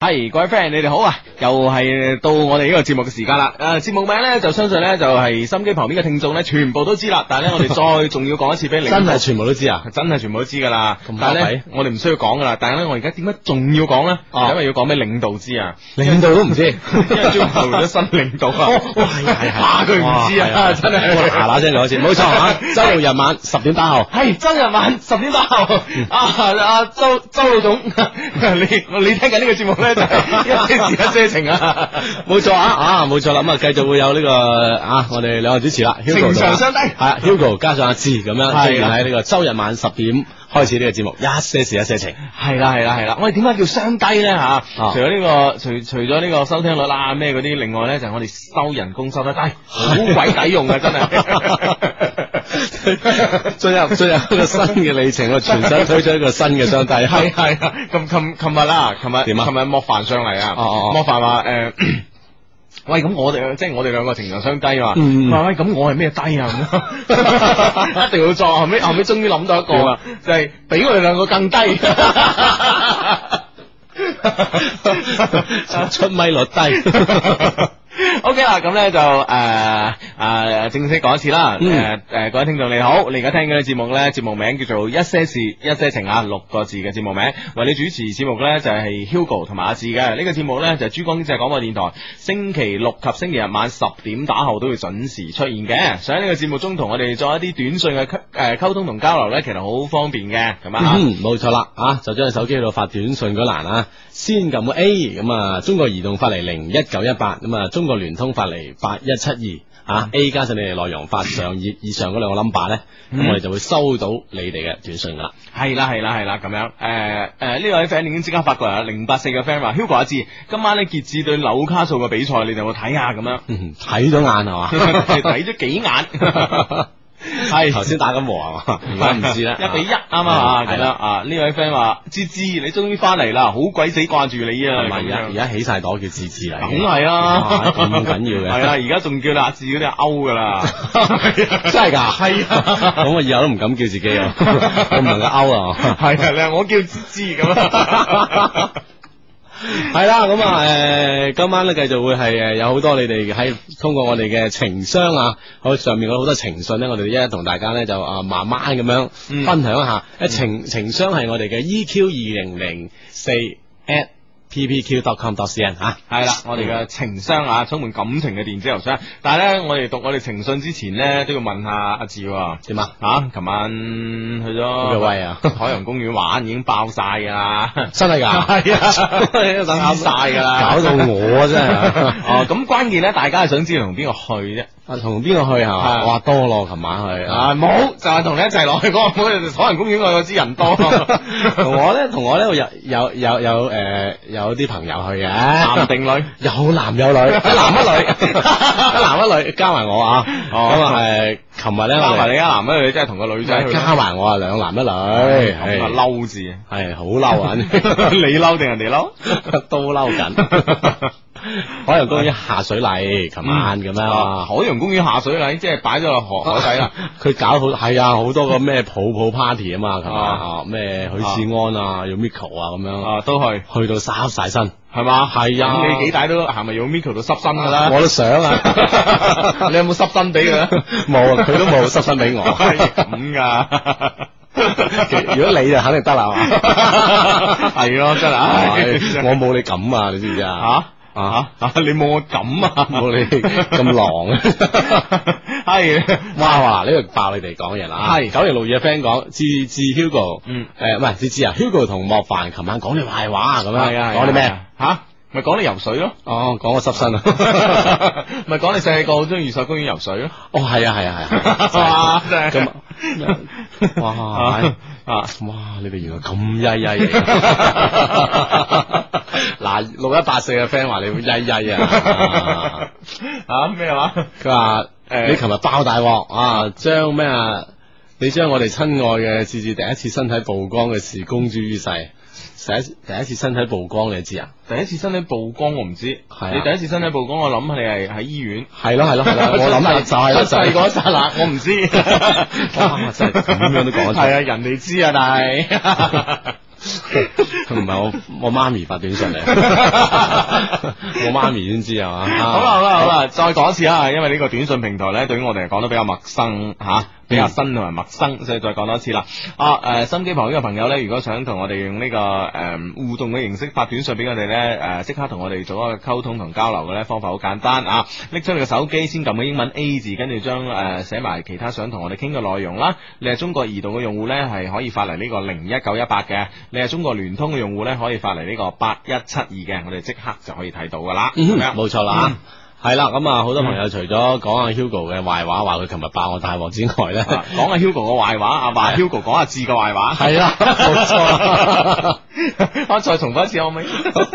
系各位 friend，你哋好啊！又系到我哋呢个节目嘅时间啦。诶、节目名咧就相信咧就系、心机旁边嘅听众咧全部都知啦。但系咧我哋再仲要讲一次俾你，真係全部都知啊！真系全部都知噶啦咁。但系巴咧閉我哋唔需要讲噶啦。但系咧我而家点解仲要讲咧？哦因为要讲俾领导知 啊，領導都唔 知，因为將換咗新领導啊。哦係係怕佢唔知啊真係嗱嗱聲講先，冇錯啊！ 周六日晚十點打後，系真人晚十點打 後，啊啊周周老總， 你你聽緊呢個節目咧就 係一些事一些情啊，冇錯啊啊，冇錯啦！咁啊，繼續會有呢個啊，我哋兩個主持啦情，Hugo 長同相低。啊係 Hugo 加上阿志咁樣，係出現啦喺呢個周日晚十點開始呢個節目，一些事一些情，系啦系啦系啦，我哋點解叫雙低咧吓？啊除咗呢、個，除除咗呢個收聽率啦咩嗰啲，另外咧就係我哋收人工收得低，好鬼抵用啊真 係。進入進入一個新嘅里程， 我全身推出一個新嘅相帝，係係啊，咁琴琴日啦，琴日點啊琴日莫凡上嚟啊，哦哦哦莫凡話诶。誒 喂，咁我哋即係我哋兩個情場相低嘛？嗯佢話喂，咁我係咩低啊？咁 一定要作，後尾後尾終於諗到一個啊，就係比我哋兩個更低。 出咪率低， O K 啦，咁咧就诶诶正式講一次啦。嗯诶诶，呃各位聽眾你好，你而家聽緊嘅節目咧，節目名叫做《一些事一些情》啊，六個字嘅節目名。為你主持節目咧就係 Hugo 同埋阿志嘅。呢個節目咧就係珠江經濟廣播電台星期六及星期日晚十點打後都會準時出現嘅。想喺呢個節目中同我哋做一啲短信嘅溝诶沟通同交流咧，其實好方便嘅。咁啊。嗯，冇錯啦，啊，就將手機度發短信嗰欄啊，先撳個 A，咁啊，中國移動發嚟零一九一八，咁啊，中國聯通發嚟八一七二，啊，A 加上你哋內容發上以以上嗰兩個 number 咧，嗯咁我哋就會收到你哋嘅短信噶啦。系啦系啦系啦咁樣诶诶呢位 friend 已經即刻發過嚟啦，零八四嘅 friend 話 Hugo 阿志，今晚咧傑志對紐卡素嘅比賽，你哋有冇睇啊？咁樣嗯睇咗眼係嘛？睇咗幾眼。 係頭先打緊和係嘛？而家唔知啦， 啊一比一啱嘛，係係啦啦啊！呢位 friend 話：芝芝，你終於翻嚟啦，好鬼死掛住你啊！同埋而家而咁樣家起晒朵叫自治嚟嘅，梗係啦，啊哇咁緊要嘅 係啦，而家仲叫你阿志嗰啲阿歐噶啦，真係㗎，係啊咁我以後都唔敢叫自己啊， 我唔能夠勾啊。係啊，你話我叫芝芝咁 啊。系啦，咁啊，诶、今晚咧繼續會係诶有好多你哋喺通過我哋嘅情商啊，好上面有好多情信咧，我哋一一同大家咧就啊慢慢咁樣嗯分享一下。诶、情情商係我哋嘅 EQ 二零零四 at ppq.com.cn 吓、啊，系啦，我哋嘅情商啊，充滿感情嘅電子郵箱。但係咧，我哋讀我哋情信之前咧，都要問下阿志喎。點啊？啊！琴晚去邊個咗威啊海洋公園玩已經爆晒㗎啦，真係㗎？係啊，等等晒㗎啦，搞到我真係啊哦，咁關鍵咧，大家係想知道同邊個去啫？ 啊！同邊個去係係嘛？哇，多咯，琴晚去啊，冇就係同你一齊落去嗰個海洋公園嗰個知人多，同我咧， 同我咧有有有有诶、有啲朋友去 嘅，男定女？有 男有女，一男一女，一男一女，加埋我啊！哦咁啊，誒，琴日咧，加埋我你一男一女，真係同個女仔哋 去。加埋我啊，兩男一女，咁啊係嬲字，係好嬲 啊！你嬲定人哋嬲？都嬲緊。海洋公園下水禮，琴晚咁 樣啊！啊，海洋公園下水禮，即係擺咗落 河海底啦。佢搞好係啊，好多個咩抱抱 party 啊嘛，琴晚啊啊咩許志哦安啊，有 Miko 啊咁樣，啊，都去去到濕晒身，係嘛？係啊咁你幾大都行咪用 Miko 度濕身㗎我啦？都想啊， 你有冇濕身俾佢啊？冇啊，佢都冇濕身俾 我。係咁噶， 如果你就肯定得啦，係嘛係咯，真係唉唉我冇你咁啊，你知唔知啊？嚇嚇嚇！ 你冇我咁 啊！冇你咁狼啊！係啊哇哇，呢度爆你哋講嘢啦！係九零六二嘅 friend 講，志志 Hugo，嗯誒唔係志志啊，Hugo 同莫凡琴晚講你壞話啊咁樣，係啊！講你咩？嚇？咪講你游水 咯，哦，講我濕身啊！ 咪講你細個好中意水公園游水咯。哦，係啊，係啊，係哇啊！真係咁啊 哇唉 啊！哇！你哋原來咁曳曳 嘅，嗱六一八四嘅 friend 話你會曳曳 啊！啊咩話？佢話：誒你琴日爆大鑊啊！將咩啊？你將我哋親愛嘅至至第一次身體曝光嘅事公諸於世。第一次第一次身體曝光，你知啊？第一次身體曝光我唔知，係啊你第一次身體曝光，我諗你係喺醫院。係咯係咯係咯，我諗 啊就係啦出世就係嗰一剎那，我唔知。 哦哇真係咁樣都講得出係啊，人哋知啊，但係唔係我我媽咪發短信 嚟，我媽咪先知係嘛？好啦好啦好啦，再講一次啊，因為呢個短信平台咧，對於我哋嚟講都比較陌生吓、比較新同埋陌生，所以再講多一次啦。啊誒、呃心機旁邊嘅朋友咧，如果想同我哋用呢、個誒、呃互動嘅形式發短信俾我哋咧，誒、即刻同我哋做一個溝通同交流嘅咧，方法好簡單啊！拎出你嘅手機，先撳個英文 A 字，跟住將誒寫埋其他想同我哋傾嘅內容啦。你係中國移動嘅用戶咧，係可以發嚟呢個零一九一八嘅；你係中國聯通嘅用戶咧，可以發嚟呢個八一七二嘅。我哋即刻就可以睇到噶啦。嗯咁樣冇錯啦。係啦，咁啊，好多朋嗯友除咗講阿 Hugo 嘅壞話，話佢琴日爆我大鑊之外咧， 啊講下 Hugo 嘅 壞話，阿華 Hugo 講下志嘅壞話，係啦，冇錯啊啦。 我再重複一次可唔可以？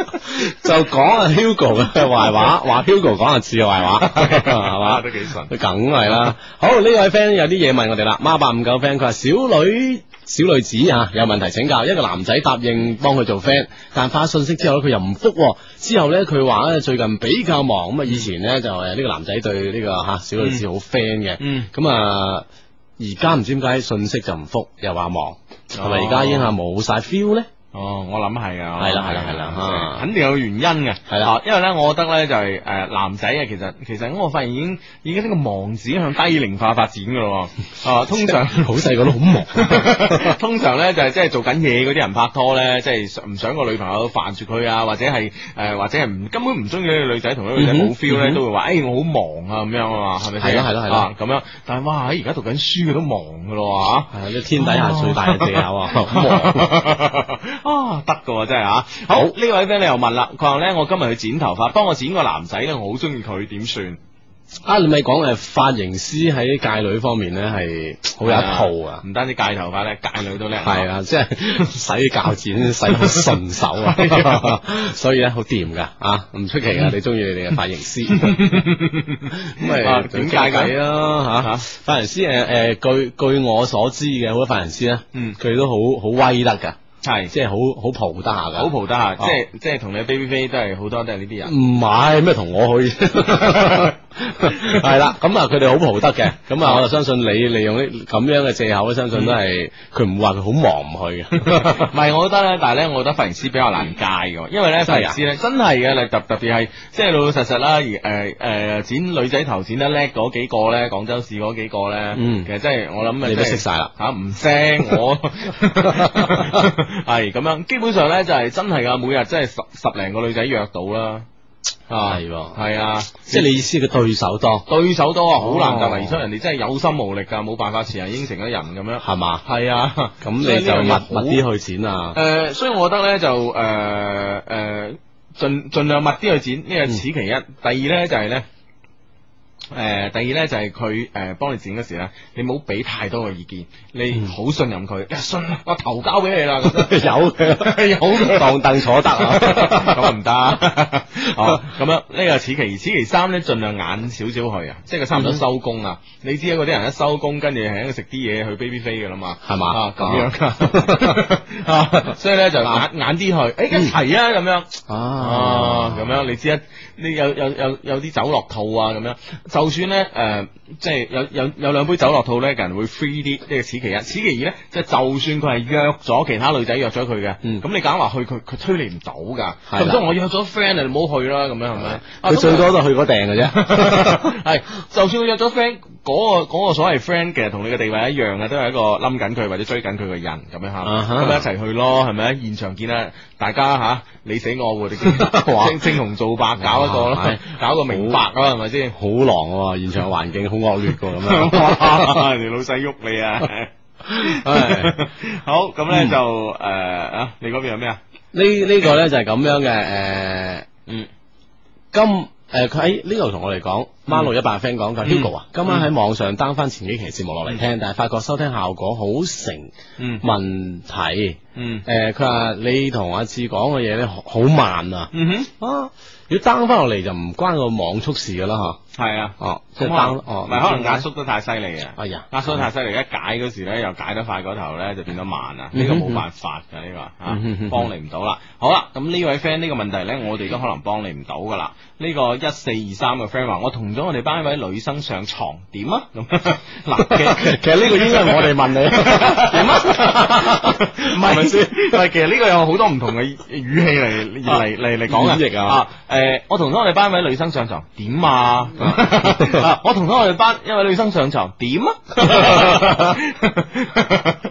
就講阿 Hugo 嘅壞話，話 Hugo 講阿志嘅壞話，係嘛？啊都幾順。佢梗係啦。好，呢位 friend 有啲嘢問我哋啦，孖八五九 friend 佢話小女。小女子啊，有問題請教。一個男仔答應幫佢做 friend，但發信息之後咧，佢又唔復喎。之後咧，佢話咧呃最近比較忙，咁啊以前咧就誒呢個男仔對呢、個嚇、小女子好 friend 嘅，嗯，咁啊而家唔知點解信息就唔復，又話忙，係咪而家已經係冇晒 feel 咧？哦，我諗係啊，係啦係啦係啦啊肯定有原因嘅，係啦啊，因為咧，我覺得咧就係誒男仔啊，其實其實我發現已經已經呢個忙字已經向低齡化發展噶咯喎，啊，通常。好細個都 好忙。通常咧就係即係做緊嘢嗰啲人拍拖咧，即係唔想個女朋友煩住佢啊，或者係誒、呃或者係唔根本唔中意呢個女仔，同呢個女仔嗯冇哼 feel 咧，嗯哼都會話誒我好忙啊咁樣啊嘛，係咪先？係咯係咯係咯啊咁樣，但係哇，喺而家讀緊書嘅都忙噶咯 啊！係啊，呢天底下最大嘅借口啊，好忙啊，得噶真係啊！好好呢位 friend 你又問啦，佢話咧我今日去剪頭髮，幫我剪個男仔咧，我好中意佢，點算？啊！你咪講誒髮型師喺界女方面咧係好有一套啊，唔單止戒頭髮咧，戒女都叻。係啊，即係 洗鉸剪洗得好順手啊， 所以咧好掂噶啊，唔 出奇噶，你中意你哋嘅髮型師，咁啊咪點解㗎偈啦嚇？髮型師誒誒，據據我所知嘅好多髮型師咧，嗯佢都好好威得噶，係即係哦好好蒲得下噶，好蒲得下，即係即係同你 baby 飛都係好多都係呢啲人。唔係咩同我 去，係啦，咁啊佢哋好蒲得嘅，咁啊我就相信你利用呢咁樣嘅借口咧，相信都係佢唔會話佢好忙唔 去嘅，唔係，我覺得咧，但係咧，我覺得髮型師比較難戒嘅，因為咧真髮型係啊師咧真係嘅，你特特別係即係老老實實啦，而誒誒剪女仔頭剪啊得叻嗰幾個咧，廣州市嗰幾個咧，嗯其實真係我諗啊你都真係識晒啦。吓唔聲 我 係咁樣，基本上咧就係真係噶，每日真係十十零個女仔約到啦，啊係喎係啊，即係你意思嘅對手多對手多啊，好難哦突圍出，人哋真係有心無力噶，冇辦法，前人應承咗人咁 樣，係嘛？係啊，咁你所以就呢樣嘢密好密啲去錢啊！诶、呃所以我覺得咧就诶诶，尽、盡量密啲去剪，呢個此其一。第二咧就係咧，诶、第二咧就係佢诶幫你剪嗰時咧，你唔好俾太多嘅意見，你好信任佢，一信啦我頭交俾你啦，咁樣 有嘅，有嘅，當凳坐得 啊！ 咁啊唔得， 哦，咁樣呢個此其二，此其三咧，盡量晏少少去啊，即係佢差唔多收工啊。你知啊，嗰啲人一收工，跟住係咁食啲嘢去 baby 飛噶啦嘛，係嘛啊咁樣 噶， 啊所以咧就晏晏啲去，誒一齊啊咁樣，啊咁樣，你知一你有有有有啲酒落肚啊咁樣，就算咧誒，即係有有有兩杯酒落肚咧，個人會 free 啲，呢個此其一，此其二咧，即係就算佢係約咗其他女仔約咗佢嘅，嗯咁你揀話去佢佢推你唔到㗎，係啦咁所我約咗 friend 啊，你唔好去啦，咁樣係咪？啊佢最咁多都係去嗰訂嘅啫。 係，就算佢約咗 friend，嗰、個嗰個所謂 friend 其實同你嘅地位一樣嘅，都係一個冧緊佢或者追緊佢嘅人咁樣吓，咁、啊哈一齊去咯，係咪？現場見啦，大家吓、你死 我活，你見哇青青紅皂白搞一個 哇咯係，搞個明白啊，係咪先？好狼喎，現場環境好惡劣噶咁 樣。 哇！你老細喐你啊！唉好，咁咧就誒、啊，你嗰邊有咩啊？呢呢個咧就係咁樣嘅，诶、嗯今诶佢喺呢度同我哋講，孖路一百 friend 講佢話嗯 Hugo 啊，今晚喺網上 down 翻前幾期節目落嚟聽，但係發覺收聽效果好成嗯問題。嗯诶、佢話你同阿志講嘅嘢咧好好慢啊，嗯啊，如果 down 翻落嚟就唔關個網速事噶啦吓，哼，係啊，哦、即咁係可 down 能哦，唔係可能壓唔知點解，縮得太犀利啊！哎呀，壓縮太犀利，一解嗰時咧又解得快嗰頭咧就變得慢啊！呢嗯個冇辦法㗎，呢個啊嗯嗯嗯幫你唔到啦。好啦，咁呢位 friend 呢個問題咧，我哋都可能幫你唔到噶啦。呢個一四二三嘅 friend 話：我同同咗我哋班一位女生上床點啊？咁嗱，嘅 其實呢個應該係我哋問你，點 啊？唔係係咪先？唔係，其實呢個有好多唔同嘅語氣嚟嚟嚟嚟講演繹啊誒，我同咗我哋班一位女生上床點 啊？啊我同咗我哋班一位女生上床點 啊？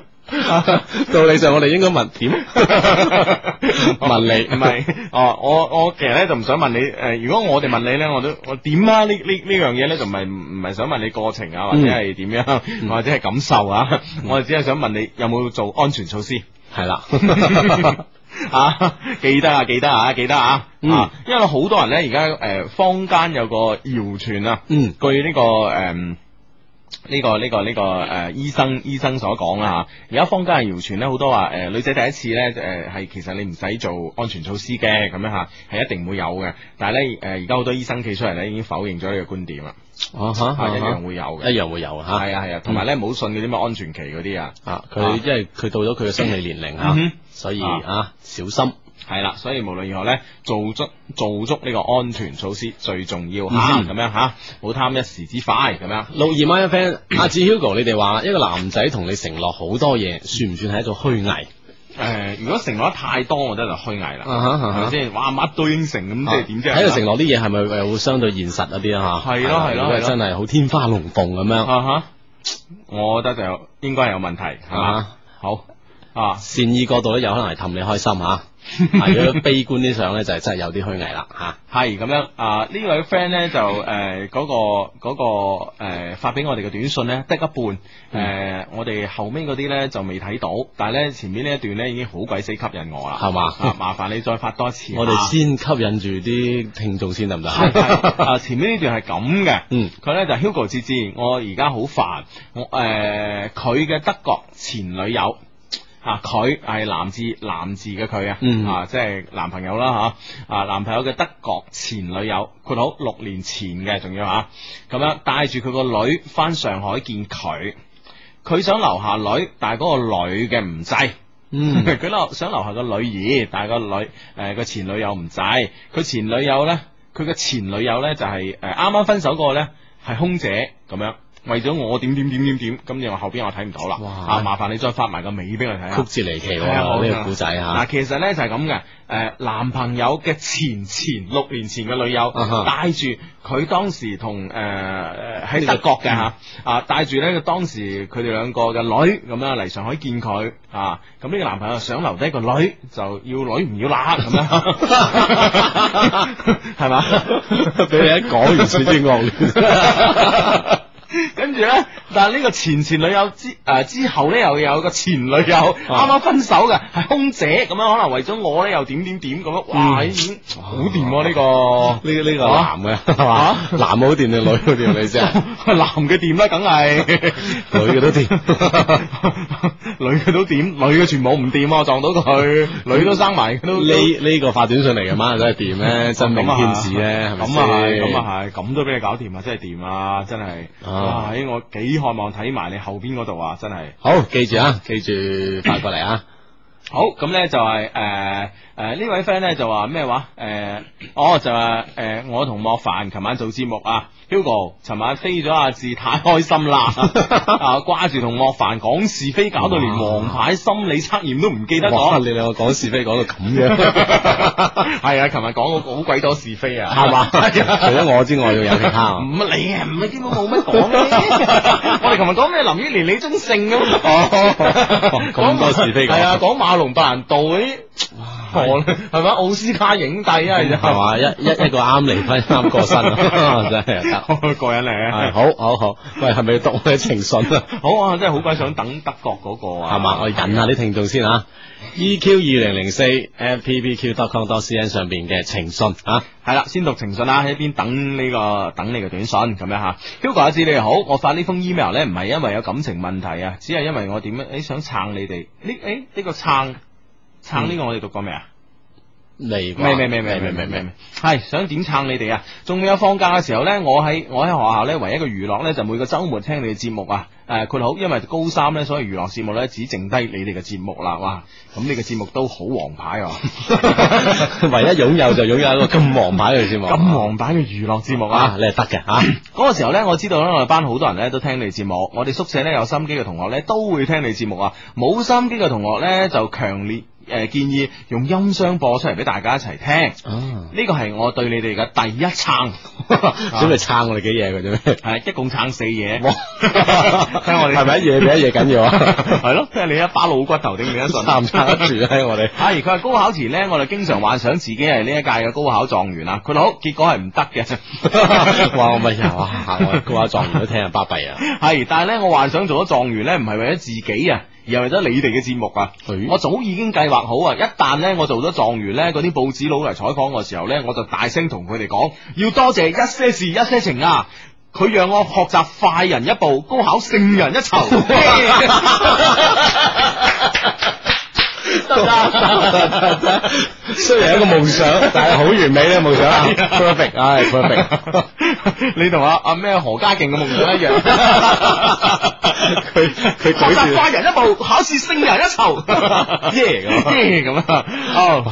道理上我哋應該問點？ 問你唔係哦，我我其實咧就唔想問你誒、如果我哋問你咧，我都我點啊？呢呢呢樣嘢咧就唔係唔係想問你過程啊，或嗯者係點樣，或者係感受啊，我哋只係想問你有冇做安全措施。係啦， 啊，記得啊，記得啊，記得啊，嗯啊，因為好多人咧而家誒坊間有個謠傳啊，嗯據呢、個誒。嗯呢、個呢、個呢、個誒、呃、醫生醫生所講啦啊嚇，而家坊間嘅謠傳咧好多話誒、呃女仔第一次咧誒係其實你唔使做安全措施嘅咁樣嚇，係一定唔會有嘅。但係咧誒而家好多醫生企出嚟咧已經否認咗呢個觀點啦，啊哈啊一啊樣會有哈嘅，一樣會有吓。係啊係啊，同埋咧唔好信嗰啲咩安全期嗰啲啊，啊，啊佢因為佢到咗佢嘅生理年齡嗯哼吓，所以啊小心。係啦，所以無論如何咧，做足做足呢個安全措施最重要嚇，嗯哼咁樣嚇，冇貪一時之快咁樣。六二孖一 friend，阿志 Hugo，你哋話一個男仔同你承諾好多嘢，算唔算係一種虛偽？誒、如果承諾得太多，我覺得就虛偽啦，啊哈啊係哈咪先？哇，乜都應承咁，即係點啫？啊喺度承諾啲嘢係咪又會相對現實一啲啊？吓，係咯係咯如果係咯真係好天花龍鳳咁樣，啊哈，我覺得就有應該係有問題，係嘛？啊，好啊，善意過度咧有可能係氹你開心吓， 啊如果悲觀啲上咧就係真係有啲虛偽啦吓。係咁樣啊！呢位 friend 咧就誒嗰、個嗰、個誒、發俾我哋嘅短信咧得一半，誒、嗯我哋後尾嗰啲咧就未睇到，但係咧前面呢一段咧已經好鬼死吸引我啦，係嘛 啊麻煩你再發多一次，啊我哋先吸引住啲聽眾先得唔得？係係啊，前面呢段係咁嘅。嗯，佢咧就 Hugo 志志，我而家好煩，我誒佢嘅德國前女友。啊！佢係男字男字嘅佢啊，嗯啊即係男朋友啦吓，啊男朋友嘅德國前女友，括好六年前嘅，仲要吓咁、樣帶住佢個女翻上海見佢，佢想留下女，但係嗰個女嘅唔制，嗯， 佢留、想留下個女兒，但係個女誒個、前女友唔制，佢前女友咧，佢嘅前女友咧就係誒啱啱分手嗰個咧係空姐咁樣，為咗我點點點點點，咁你話後邊我睇唔到啦，哇啊麻煩你再發埋個尾俾我睇下。曲折離奇係啊好喎呢啊個古仔吓。嗱，其實咧就係咁嘅，誒、男朋友嘅前前六年前嘅女友啊哈帶住佢當時同誒誒喺德國嘅嗯嚇，啊帶住咧當時佢哋兩個嘅女咁樣嚟上海見佢啊，咁呢個男朋友想留低個女，就要女唔要乸咁 樣，係嘛？俾你一講完先知惡劣。 跟住咧，但係呢個前前女友之誒、呃之後咧，又有個前女友啱啊啱分手嘅，係空姐咁樣，可能為咗我咧又點點點咁樣，哇！嗯已經好掂喎呢個 呢呢個啊男嘅係嘛啊？哦男好掂定女好掂你 先？男嘅掂啦，梗 係女嘅都掂，女嘅都掂，女嘅全部唔掂啊！撞到 佢，女都生埋，都啊呢呢個發短信嚟嘅嘛，真係掂咧，真命天子咧，係咪咁啊係，先？咁啊係，咁都俾你搞掂啊！真係掂啊！真係，啊唉，我幾渴望睇埋你後邊嗰度啊！真係。好，記住啊，記住發過嚟啊！好，咁咧就係誒誒呢位 friend 咧就話咩話誒，哦就話誒、呃我同莫凡琴晚做節目啊，Hugo 琴晚飛咗阿志太開心啦， 啊掛住同莫凡講是非，搞到連王牌心理測驗都唔記得哇講，你兩個講是非講到咁樣， 係啊，琴日講好好鬼多是非啊，係嘛？除咗我之外，仲有其 他啊唔係你啊，唔係基本冇乜講嘅。 我哋琴日講咩林憶蓮、李宗盛咁，哦咁多是非講係啊，講馬龍白蘭度嗰啲，荷係咪奧斯卡影帝 啊？係嘛？一一一個啱離婚，啱過身 啊，真係得。過癮嚟係啊！好好好，喂，係咪要讀我嘅情信啊？ 好啊，真係好鬼想等德國嗰個啊，係嘛？我引下啲聽眾先啊。EQ 二零零四 at ppq.com.cn 上邊嘅情信啊，係啦，先讀情信啊啦，喺一邊等呢、個等你嘅短信啊咁樣吓。Hugo 阿志你哋好，我發呢封 email 咧唔係因為有感情問題啊，只係因為我點樣誒想撐你哋呢誒呢個撐撐呢個我哋讀過未啊？未啩未未未未未未未，系想點撐你哋啊！仲未有放假嘅時候呢，我喺我喺學校呢，唯一嘅娛樂呢，就每個週末聽你哋節目啊。誒，佢好，因為高三呢，所以娛樂節目呢，只剩低你哋嘅節目啦。哇，咁你嘅節目都好王牌啊！ 唯一擁有就擁有一個咁王牌嘅節 目，咁王牌嘅娛樂節目啊啊！！你係得嘅啊！嗰個時候呢，我知道呢，我哋班好多人呢都聽你節目，我哋宿舍呢，有心機嘅同學呢都會聽你節目啊，冇心機嘅同學呢，就強烈誒、呃建議用音箱播出嚟俾大家一齊聽。啊，呢個係我對你哋嘅第一撐， 準備撐我哋幾嘢嘅啫咩？ 係一共撐四嘢， 哇聽我哋 係咪一嘢比一嘢緊要啊？係咯，即係你一把老骨頭頂你一 撐唔順。撐得住咧？我哋係佢話高考前呢，我就經常幻想自己係呢一屆嘅高考狀元啊啦。佢好，結果係唔得嘅。哇！我咪又哇！我高考狀元都聽人巴 閉啊！係，但係呢，我幻想做咗狀元呢，唔係為咗自己啊，而係為咗你哋嘅節目啊。我我早已經計劃好啊！一旦呢，我做咗狀元呢，嗰啲報紙佬嚟採訪我嘅時候呢，我就大聲同佢哋講，要多謝一些事一些情啊！佢讓我學習快人一步，高考勝人一籌。得得得雖然係一個夢想，但係好完美咧夢想啊！Perfect，唉，perfect。 你同阿阿咩何家勁嘅夢想一樣， 佢佢學舉習 住快人一步，考試勝人一籌。 耶咁耶咁啊！ 哦，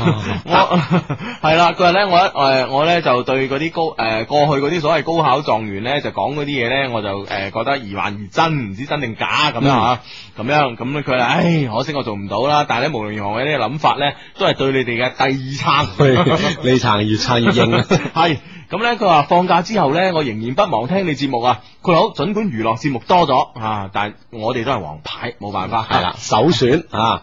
我係啦，佢話咧，我誒我咧就對嗰啲高誒、過去嗰啲所謂高考狀元咧，就講嗰啲嘢咧，我就誒、覺得疑幻疑真，唔知真定假咁樣嗯嚇，咁樣咁咧佢話，唉，可惜我做唔到啦，但係咧無論如何，我呢個諗法咧，都係對你哋嘅第二 撐。 佢你撐越撐越硬啊！係咁咧，佢話放假之後咧，我仍然不忘聽你節目啊。佢話好，儘管娛樂節目多咗啊，但係我哋都係王牌，冇辦法。 嗯係啦，首選啊！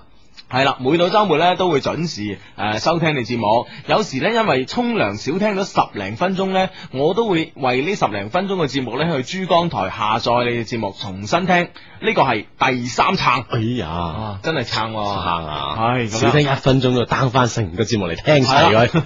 係啦，每到周末咧都會準時誒、呃收聽你節目。有時咧因為沖涼少聽咗十零分鐘咧，我都會為呢十零分鐘嘅節目咧去珠江台下載你嘅節目重新聽。呢個係第三撐哎呀，啊，真係撐喎、撐啊！係咁少樣聽一分鐘就 down 翻成個節目嚟聽晒佢，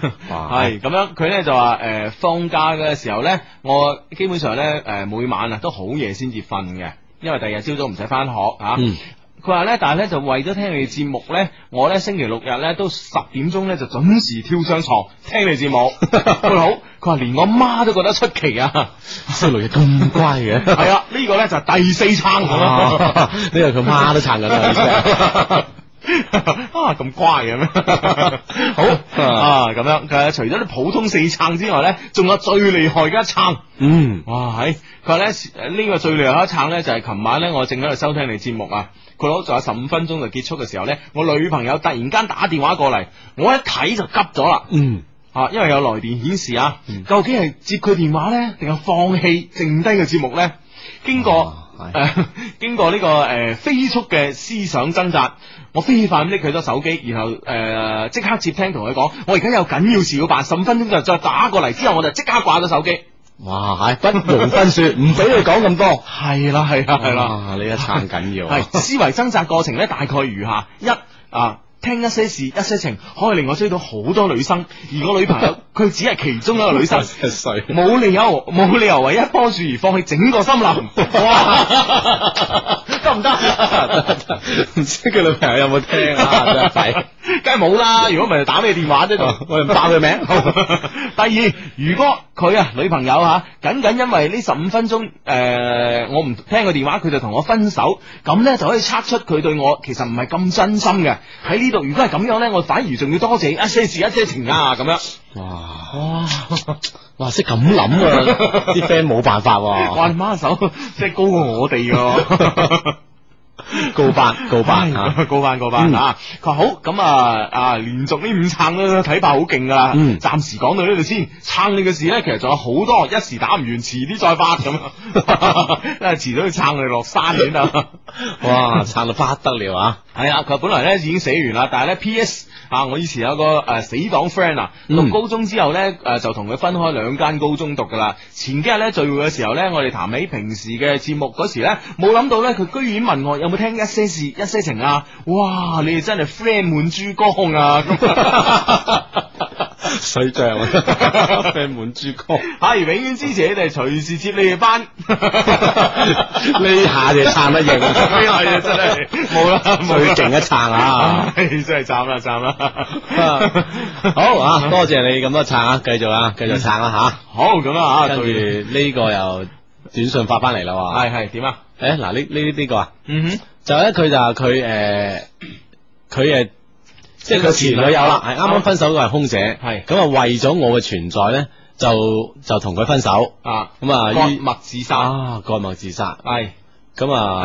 哇！係咁樣，佢咧就話誒、呃放假嘅時候咧，我基本上咧誒、呃每晚啊都好夜先至瞓嘅，因為第二日朝早唔使翻學啊。嗯，佢話咧，但係咧就為咗聽你哋節目咧，我咧星期六日咧都十點鐘咧就準時跳上床聽你節目。佢好，佢話連我媽都覺得出奇啊！少女咁乖嘅。係啊，呢個咧就 係第四撐咁啦。啊 呢個佢媽都撐緊啦， 啊咁乖嘅咩？好啊咁樣，佢除咗啲普通四撐之外咧，仲有最厲害嘅一撐。嗯，哇！喺佢話咧呢個最厲害一撐咧，就係琴晚咧我正喺度收聽你節目啊。佢攞仲有十五分鐘就結束嘅時候咧，我女朋友突然間打電話過嚟，我一睇就急咗啦嗯，啊！因為有來電顯示啊嗯，究竟係接佢電話咧，定係放棄剩低嘅節目咧？經過。 啊係誒、經過呢、個誒、呃飛速嘅思想掙扎，我飛快咁拎佢咗手機，然後誒即、刻接聽同佢講，我而家有緊要事要辦，十五分鐘就再打過嚟，之後我就即刻掛咗手機。哇，係不容分說，唔俾你講咁多，係啦，係啦，係啦。哇，你一撐緊要啊，系思維掙扎過程咧，大概如下：一啊。聽一些事，一些情，可以令我追到好多女生，而我女朋友佢只係其中一個女生，一歲，冇理由冇理由為一棵樹而放棄整個森林。哇，得唔得？ 唔知佢女朋友有冇聽 啊？真係梗係冇啦，如果唔係打咩電話啫？廢仲， 我哋爆佢名，第二，如果佢啊女朋友吓，僅僅因為呢十五分鐘诶、呃我唔聽佢電話，佢就同我分手，咁呢就可以測出佢對我其實唔係咁真心嘅。喺呢度，如果係咁樣呢，我反而仲要多謝一些事一些情啊，咁樣。哇哇！哇，識咁諗啊， 啲 friend 冇辦法哇！喎，你媽手即係高過我哋噶。告白告白啊！唉高班高班嗯啊！佢話好咁啊啊，連續呢五撐咧睇怕好勁噶啦。嗯暫時講到呢度先。撐你嘅事咧，其實仲有好多，一時打唔完，遲啲再發咁。 因為遲早要撐你落山先啦。哇，撐到不得了啊！係啊，佢話本來咧已經寫完啦，但係咧 P.S. 啊，我以前有個誒、呃死黨 friend 啊，讀嗯高中之後咧誒、呃就同佢分開兩間高中讀噶啦。前幾日咧聚會嘅時候咧，我哋談起平時嘅節目嗰時咧，冇諗到咧佢居然問我有冇聽一些事一些情啊！哇，你哋真係 friend 滿珠江啊！咁水漲啊，咩滿珠江？阿姨永遠支持你哋，隨時接你哋班。呢下就撐得型，呢下嘢哎真係冇啦冇啦最勁一撐啊！唉真係慘啦慘啦。好啊，多謝你咁多撐啊，繼續啊，繼續撐啦好咁吓。啊，跟住對呢個又短信發翻嚟啦喎。係係點啊？誒嗱，呢呢呢個啊，嗯哼。就咧佢就話佢誒佢誒。即係佢前女友啦，係啱啱分手嗰個係空姐，哦係咁啊為咗我嘅存在咧，就就同佢分手，啊，咁啊割於脈自殺，啊割脈自殺，係咁啊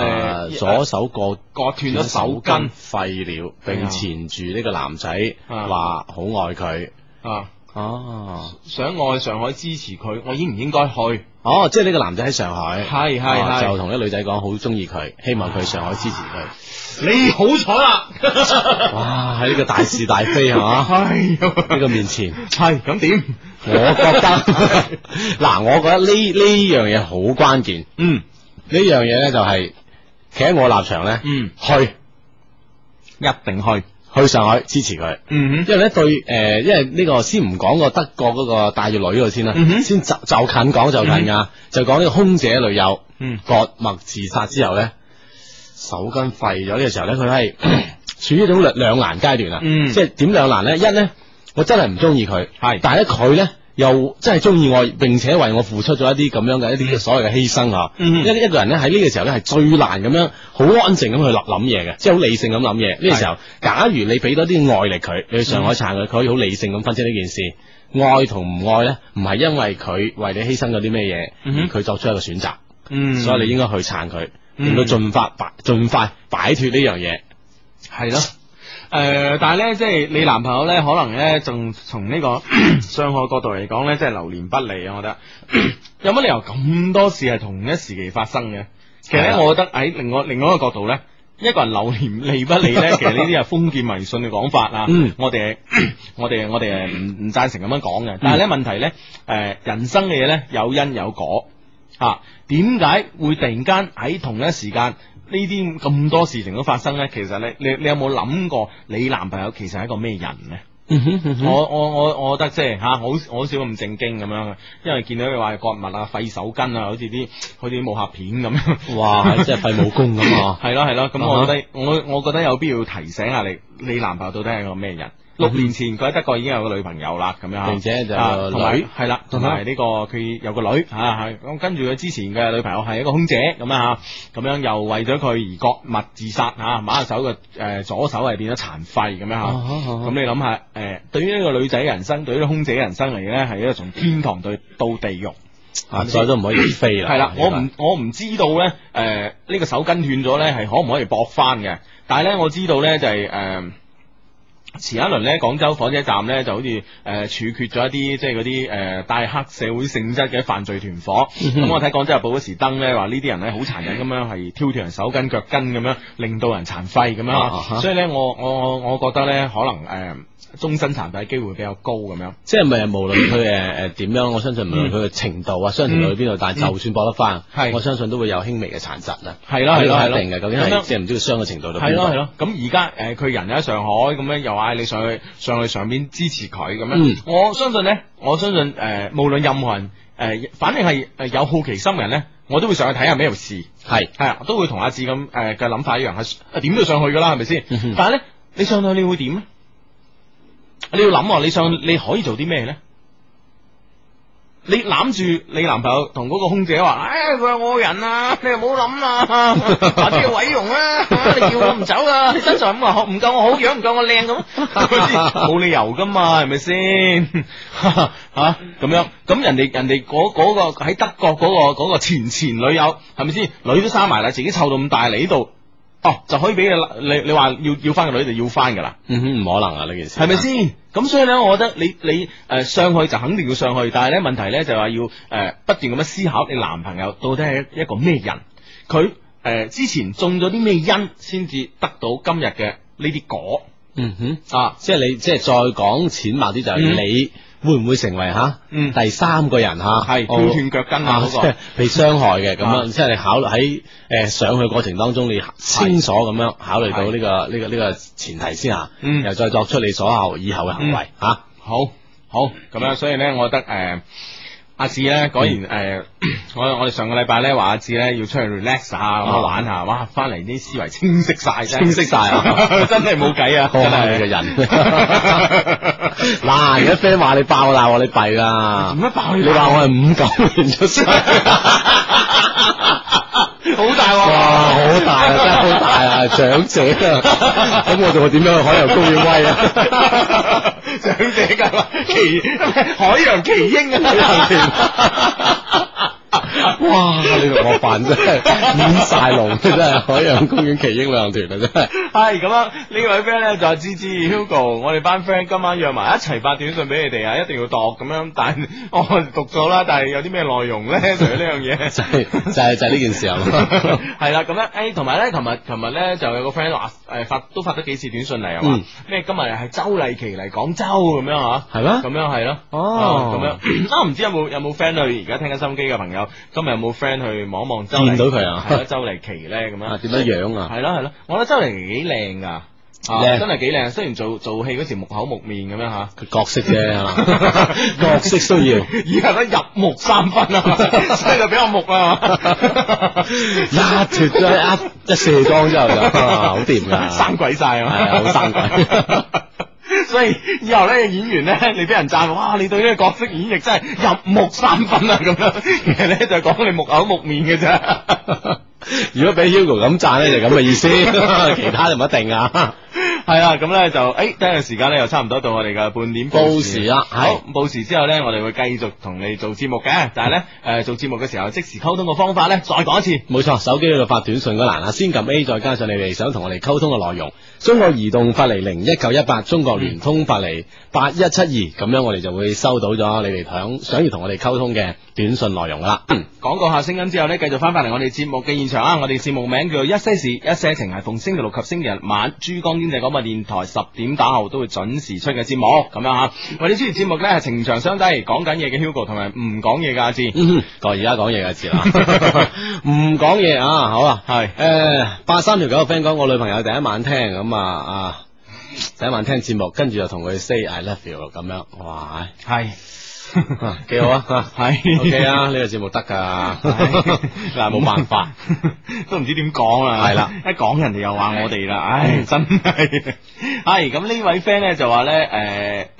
誒左手割割斷咗手筋廢了，哎呀並纏住呢個男仔，啊話好愛佢。啊！哦，想我去上海支持佢，我應唔應該去？哦，即係呢個男仔喺上海，係係哦係就同呢個女仔講好中意佢，希望佢上海支持佢。你好彩啦！哇，喺呢個大是大非係嘛？哎呀，呢個面前，係咁點？我 覺得嗱，我覺得呢呢樣嘢好關鍵。嗯呢樣嘢咧就係企喺我立場咧，嗯，去一定去。去上海支持佢。嗯因為咧對诶、呃因為呢個先唔講個德國嗰個大月女嗰度先啦，嗯哼先就就近講就近噶，就講呢個空姐女友嗯割脈自殺之後咧，手筋廢咗呢個時候咧，佢係 處於一種兩兩難階段啊，嗯即係點兩難咧？一咧，我真係唔中意佢，係但係咧佢咧。又真係中意我，並且為我付出咗一啲咁樣嘅一啲所謂嘅犧牲啊！嗯一一個人咧喺呢個時候咧係最難咁樣好安靜咁去諗諗嘢嘅，即係好理性咁諗嘢。呢個時候，假如你俾多啲愛力佢，嗯你去上海撐佢，佢可以好理性咁分析呢件事。愛同唔愛咧，唔係因為佢為你犧牲咗啲咩嘢，嗯哼而佢作出一個選擇，嗯所以你應該去撐佢，嗯令到盡法擺盡快擺脱呢樣嘢。係咯。誒、但係咧，即係你男朋友咧，可能咧，仲從 呢個傷害角度嚟講咧，即係流年不利啊！我覺得 有乜理由咁多事係同一時期發生嘅？其實係咧，啊我覺得喺另外另外一個角度咧，一個人流年利不利咧，其實呢啲係封建迷信嘅講法啊。嗯我哋 我哋我哋係唔唔贊成咁樣講嘅。但係咧問題咧，誒、人生嘅嘢咧有因有果啊，點解會突然間喺同一時間？呢啲咁多事情都發生咧，其實你你你有冇諗過你男朋友其實係一個咩人咧？嗯哦我我我我覺得即係吓，好我好少咁正經咁樣嘅，因為見到佢話割物啊、廢手巾啊，好似啲好似啲武俠片咁樣。 哇，真係廢武功咁啊！係咯係咯，咁啊哈我覺得我我覺得有必要提醒下你，你男朋友到底係個咩啊人？六年前佢喺德國已經有個女朋友啦，咁樣嚇並且就啊有同埋女係啦，同埋呢個佢有個女嚇，啊係咁跟住佢之前嘅女朋友係一個空姐咁啊嚇，咁樣又為咗佢而啊割脈自殺嚇，馬手嘅誒左手係變咗殘廢咁樣啊嚇。咁你諗下，誒，對於呢個女仔嘅人生，對於呢個空姐嘅人生嚟咧，係一個從天堂對到地獄。啊，再都唔可以飛啦。係啦，我唔呢我唔知道咧，誒、呢、個手筋斷咗咧，係可唔可以駁翻嘅？但係咧，我知道咧就係、誒、前一輪咧，廣州火車站咧就好似誒、處決咗一啲即係嗰啲誒帶黑社會性質嘅犯罪團伙。嗯咁、我睇廣州日報嗰時登咧話呢啲人咧好殘忍咁樣係挑斷人手筋腳筋咁樣，令到人殘廢咁樣。啊哈所以咧，我我我我覺得咧，可能誒、終身殘廢機會比較高咁樣。即係咪無論佢誒誒點樣，我相信無論佢嘅程度啊，相信到去邊度，但係就算搏得翻，嗯係我相信都會有輕微嘅殘疾啦。係啦係啦係呢個啦一定嘅，究竟咁樣係即係唔知佢傷嘅程度到邊係度咯係咯，咁而家誒佢人喺上海，咁樣又嗌你上去上去上邊支持佢咁樣，嗯我相信咧，我相信誒、呃、無論任何人誒、呃反正係誒有好奇心嘅人咧，我都會上去睇下咩回事，係係啊，都會同阿志咁誒嘅諗法一樣，係啊點都要上去噶啦，係咪先嗯哼？但係咧，你上去你會點咧？你要諗喎，你上你可以做啲咩咧？你攬住你男朋友同嗰個空姐話：，唉、佢係我個人啊，你唔好諗 啦，或者毀容啦、你叫我唔走 啊，你身材咁啊，唔夠我好樣，唔夠我靚咁，係咪先 冇理由噶嘛，係咪先？ 吓咁樣，咁人哋人哋嗰嗰個喺德國嗰、個嗰個前前女友係咪先？女都生埋啦，自己湊到咁大嚟呢度，哦就可以俾你你你話要要翻個女就要翻噶啦。嗯哼，唔可能啊呢件事，係咪？先？咁所以咧，我覺得你你誒、呃上去就肯定要上去，但係咧問題咧就話要誒、呃不斷咁樣思考你男朋友到底係一個咩人，佢誒、呃之前種咗啲咩因，先至得到今日嘅呢啲果嗯哼，啊？即係你即係再講淺白啲就嗯係你會唔會成為吓嗯第三個人吓哦係我挑斷腳筋啊嗰即個係被傷害嘅咁啊樣，即係你考慮喺誒上去過程當中，你清楚咁樣考慮到呢個呢個呢個前提之下，啊嗯又再作出你所後以後嘅行為吓。啊好，好，咁樣，所以咧，我覺得誒。阿志咧，果然嗯誒、我我哋上個禮拜咧話阿志咧要出去 relax 下咁樣玩下，哇！翻嚟啲思維清晰晒，啊清晰晒啊 真係冇計啊，真真係你嘅係。人。 嗱，而家 friend 話你爆鬧我，你弊啦。點解爆你你話我係五九年出 世，好大哇，好大啊，真係好大啊，長者啊。咁我仲會點樣去海洋公園威啊？長者噶嘛，奇海洋奇英啊！哇！你同我扮真係面晒龍，真係海洋公園奇英旅行團啊，真係。系咁啊！呢位 friend 咧就係芝芝 Hugo，我哋班 friend 今晚約埋一齊發短信俾你哋啊，一定要讀咁樣。但係 我讀咗啦，但係有啲咩內容 咧？除咗呢樣嘢，就係就係就係呢件事啊！係啦，咁咧，誒，同埋咧，琴日琴日咧就有個 friend 話，誒發都發咗幾次短信嚟啊嘛嗯，咩今日係周麗淇嚟廣州咁樣嚇， 係咩咁樣係咯，哦咁 樣啊，唔知有冇有冇 friend 去而家聽緊心機嘅朋友，今日有冇 friend 去望一望周麗見到佢啊係咯，周麗淇咧咁啊，樣，點樣樣啊？係咯係咯，我覺得周麗淇幾靚㗎，啊靚真係幾靚，雖然做做戲嗰時木口木面咁樣嚇。 佢角 色啫，係嘛角色需要。而家都入木三分 啊，所以就比較木啊。一脱咗一一卸妝之後就啊好掂噶， 生鬼晒啊，係啊好生鬼。 所以以後咧，演員咧，你俾人讚，哇！你對呢個角色演繹真係入木三分啊，咁樣。其實咧就係講你木口木面嘅啫。如果俾 Hugo 咁讚咧，就咁嘅意 思，其他就唔一定啊。係啦，咁咧就誒，第一個時間咧又差唔多到我哋嘅半點報時啦係好，報時之後咧，我哋會繼續同你做節目嘅，但係咧誒做節目嘅時候即時溝通嘅方法咧，再講一次。冇錯，手機嗰度發短信嗰欄啊，先撳 A，再加上你哋想同我哋溝通嘅內容。中國移動發嚟零一九一八，中國聯通發嚟八一七二，咁樣我哋就會收到咗你哋想想要同我哋溝通嘅短信內容噶啦。廣告下聲音之後呢，繼續翻返嚟我哋節目嘅現場啊！我哋節目名叫做一些事一些情，係逢星期六及星期日晚珠江經濟廣播電台十點打後都會準時出嘅節目咁樣啊！我哋主持節目呢，係情長相低，講緊嘢嘅 Hugo 同埋唔講嘢嘅阿志，嗯，講而家講嘢嘅字 啦，唔講嘢啊，好啊，係誒八三條九嘅 friend 講，我女朋友第一晚聽咁啊啊，第一晚聽節目，跟住就同佢 say I love you 咁樣，哇， 係啊幾好啊係，OK 啊，呢個節目得 㗎，嗱嗱冇辦法，， 都唔知點講啦。係啦，嗯一講人哋又話我哋啦，唉，真係。 係咁呢位 friend 咧就話咧，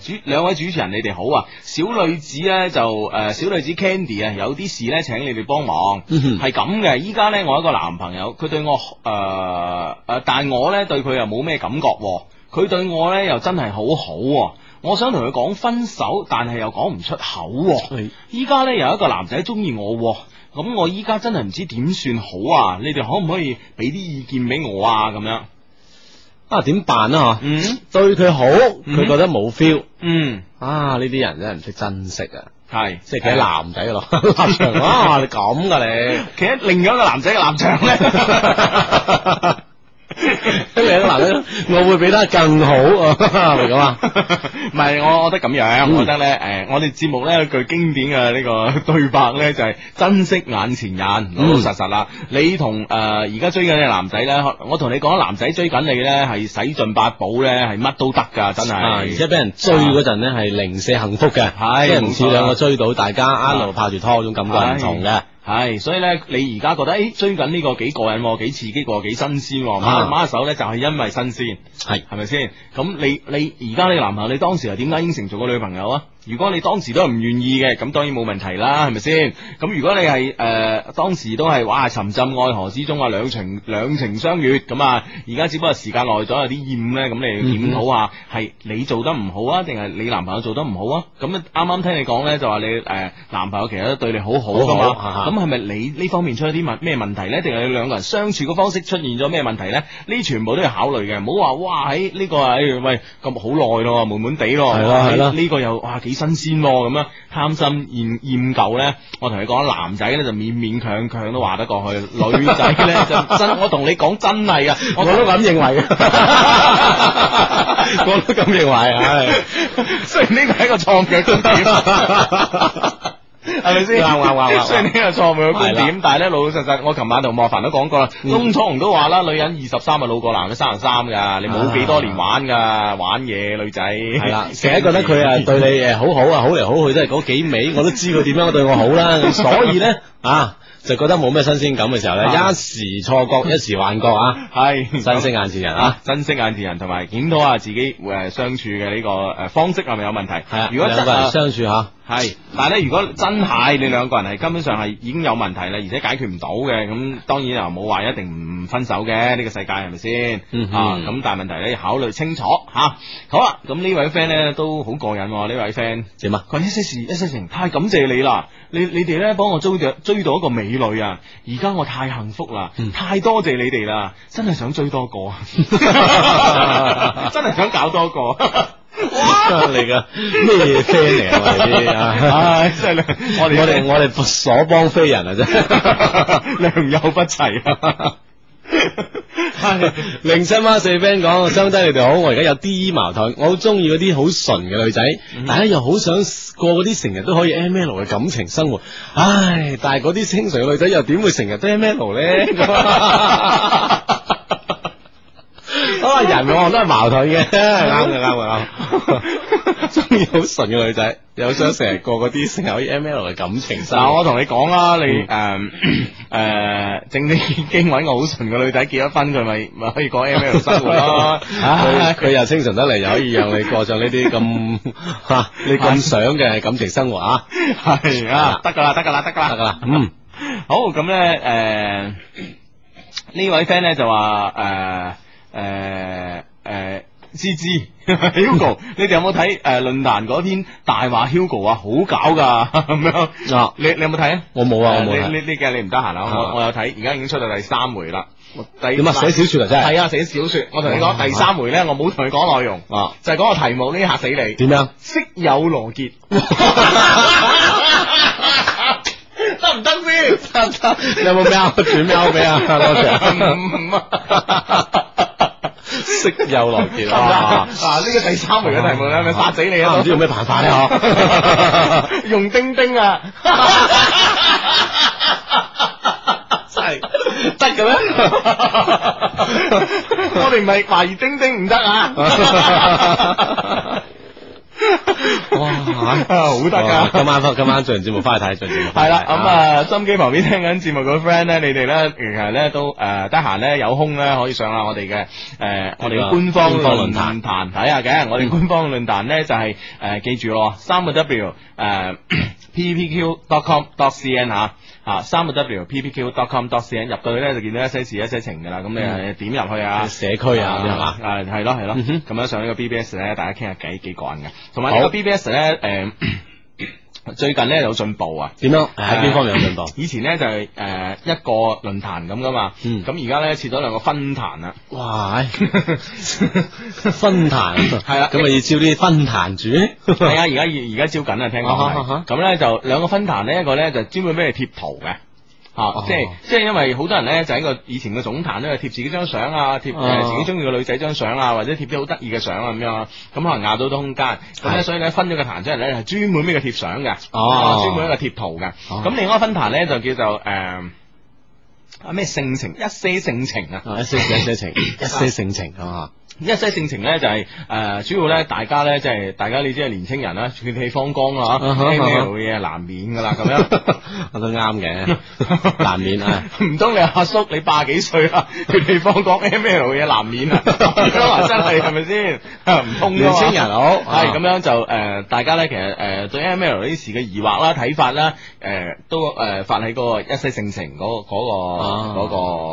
誒誒主兩位主持人你哋好啊，小女子咧就誒小女子 Candy 啊，有啲事咧請你哋幫忙。嗯哼係咁嘅，依家咧我有一個男朋友，佢對我誒誒、呃但我咧對佢又冇咩感覺喎，佢對我咧又真係好好、喎。我想同佢講分手，但係又講唔出口、喎。依家咧有一個男仔中意我、喎，咁我依家真係唔知點算好啊！你哋可唔可以俾啲意見俾我啊？咁樣，啊點辦啊？嗯嗬，對佢好，嗯佢覺得冇 feel，嗯，啊呢啲人真係唔識珍惜啊，係，即係企喺男仔嘅咯，立場啊你咁㗎 你。企喺另外一個男仔嘅立場 咧。你個男人，我會俾得更好，係 咪咁啊？ 嗯唔係，我我覺得咁樣，我覺得咧，誒、我哋節目咧有句經典嘅呢個對白咧，就係、珍惜眼前人，嗯老老實實啦。你同誒而家追緊嘅男仔咧，我同你講，男仔追緊你咧係使盡八寶咧，係乜都得㗎，真係。啊！而且俾人追嗰陣咧，係零舍幸福嘅，係啊即係唔似冇錯啦兩個追到，大家一路拍住拖嗰種感覺啊係唔同嘅。系，所以咧，你而家覺得诶、咦追緊呢個幾過癮喎，幾刺激喎，幾新鮮喎，啊馬馬手咧就係因為新鮮，係係咪先？咁你你而家你男朋友，你當時係點解應承做個女朋友啊？如果你當時都係唔願意嘅，咁當然冇問題啦，係咪先？咁如果你係誒、呃、當時都係哇沉浸愛河之中啊，兩情兩情相悅咁啊，而家只不過時間耐咗有啲厭咧，咁你檢討嗯下係你做得唔好啊，定係你男朋友做得唔好啊？咁啊啱啱聽你講咧，就話你誒、呃男朋友其實都對你好好噶好嘛，好啊哈咁係咪你呢方面出咗啲問咩問題呢？定係你兩個人相處嘅方式出現咗咩問題呢？呢全部都要考慮嘅，唔好話哇喺呢、個啊，哎喂咁好耐咯，悶悶地咯，係啦哇係啦呢個又哇幾新鮮咯，咁樣貪心厭厭舊呢。我同你講，男仔呢就勉勉強強都話得過去，女仔呢就 真，我同你講真係啊噶，我都咁認為嘅， 我都咁 認為，唉。雖然呢個係一個錯嘅觀點。啊係咪先？啱啱啱啱雖然呢個錯誤嘅觀係點，但係咧老老實實，我琴晚同莫凡都講過啦，嗯東楚紅都話啦，女人二十三啊係老過男嘅三十三㗎，你冇幾多年玩㗎，玩嘢女仔系啊啦，成日覺得佢啊對你诶好好啊，好嚟好去都係嗰幾味，我都知佢點樣對我好啦， 咁所以咧啊就覺得冇咩新鮮感嘅時候咧，啊一時錯覺一時幻覺啊， 係珍惜眼前人啊啊，，珍惜眼前人，同埋檢討下自己誒相處嘅呢個誒方式係咪有問題？係啊，如果兩真個人係相處吓，係，但係咧，如果真係你兩個人係根本上係已經有問題啦，而且解決唔到嘅，咁當然又冇話一定唔分手嘅，呢、個世界係咪先？嗯哼啊，咁但係問題咧，要考慮清楚吓、好啦，咁呢位 friend 咧都好過癮喎、呢位 friend。點啊？佢話一些事一些情，太感謝你啦！你你哋咧幫我追到追到一個美女啊！而家我太幸福啦，嗯太多謝你哋啦！真係想追多個，真係想搞多個。啊你個咩 friend 嚟啊？我哋啲啊，唉，真係我我哋哋我哋所幫非人啊，真係。良莠不齊啊！ 零七孖四 friend 講，相低你哋好，我而家有啲矛盾，我好中意嗰啲好純嘅女仔，嗯但係又好想過嗰啲成日都可以 M L 嘅感情生活，唉，但係嗰啲清純嘅女仔又點會成日都 M L 咧？ 咁啊，人往往都係矛盾嘅，啱嘅，啱嘅， 啱。中意好純嘅 女仔，又想成日過嗰啲成日可以 M L 嘅感情生嗱，活，我同你講啦，你誒誒正正經經揾個好純嘅女仔結咗婚，佢咪咪可以講 M L 生 活咯。佢啊佢又清純得嚟，又可以讓你過上呢啲咁 吓你咁想嘅感情生活啊！系啊，得噶啦，得噶啦，得噶啦，得噶啦，嗯，好，咁咧，诶、呢位 friend 咧就話诶诶诶，芝芝 Hugo，你哋有冇睇诶論壇嗰篇大話 Hugo 啊，好搞噶咁樣。啊，你你有冇睇啊？我冇啊，我誒冇你睇，你你嘅你唔得閒啊！啊我我有睇，而家已經出到第三回啦。我第點啊？寫小说啊，真係係啊，寫小說。我同你講，哇第三回咧，我冇同你講內容，啊，就係講個題目呢下死你。點樣？ 色有羅傑，得唔得先？得唔得？你有冇喵 轉喵俾啊？ 多謝，唔啊！色诱來杰啊！嗱，呢個第三回嘅題目咧，咪殺死你啊啊！唔知用咩辦法咧？嗬，咩用丁丁啊！真係得嘅咩？我哋唔係懷疑丁丁唔得 啊！ 哇好得㗎哇今晚翻，今晚做完節目翻去睇，做完節目系返去睇啦，咁，啊，心機旁邊聽緊節目嘅 friend 咧，你哋咧，其實咧都诶得閒咧有空咧可以上下我哋嘅诶我哋嘅官方官方論論壇嗯壇睇下嘅。我哋官方論壇咧就係诶記住咯，三個 W 呃诶 ppq.com.cn 吓。啊，三個 W ppq.com.cn 入到去咧就見到一些事一些情㗎啦，咁你嗯係點入去啊？社區啊，啊係嘛？？啊，系咯系咯嗯哼，咁樣上呢個 BBS 咧，大家傾下偈幾過癮嘅。同埋呢好個 BBS 咧，诶， 最近咧有進步啊。點樣？喺邊方面有進步？ 以前咧就係、呃一個論壇咁噶嘛，嗯咁而家咧設咗兩個分壇啊 啦，哇！ 唉分壇係啦咁咪要招啲分壇主，係啊，而家而家招緊啊，聽講哎啊哈啊哈係，咁咧就兩個分壇咧，一個咧就專門俾你貼圖嘅。啊哦，啊即係即係因為好多人咧就喺個以前個總壇咧貼自己張相啊，貼哦誒自己中意個女仔張相啊，或者貼啲好得意嘅相啊咁樣啊，咁可能壓到啲空間，咁係咧所以咧分咗個壇出嚟咧係專門俾佢貼相嘅，哦啊專門一個貼圖嘅，哦咁另外一個分壇咧就叫做誒啊咩性情一些性情啊。啊一些事一些情，一些性情 啊！一些性情咧就係、呃主要咧大家咧即係大家你知係年青人 啦，血氣方剛啦啊哈啊哈，M L 嘅嘢難免噶啦咁 樣。我都啱嘅，難免 啊！唔通你阿叔你八幾歲啦， 血氣方剛 M L 嘅嘢難免啊，咁樣啊真係係咪先？ 唔通㗎嘛年青人好，啊係咁樣就誒、呃大家咧其實誒、呃、對 M L 呢事嘅疑惑啦、睇法啦，誒、都誒、呃發喺嗰個一些性情嗰、啊嗰個嗰、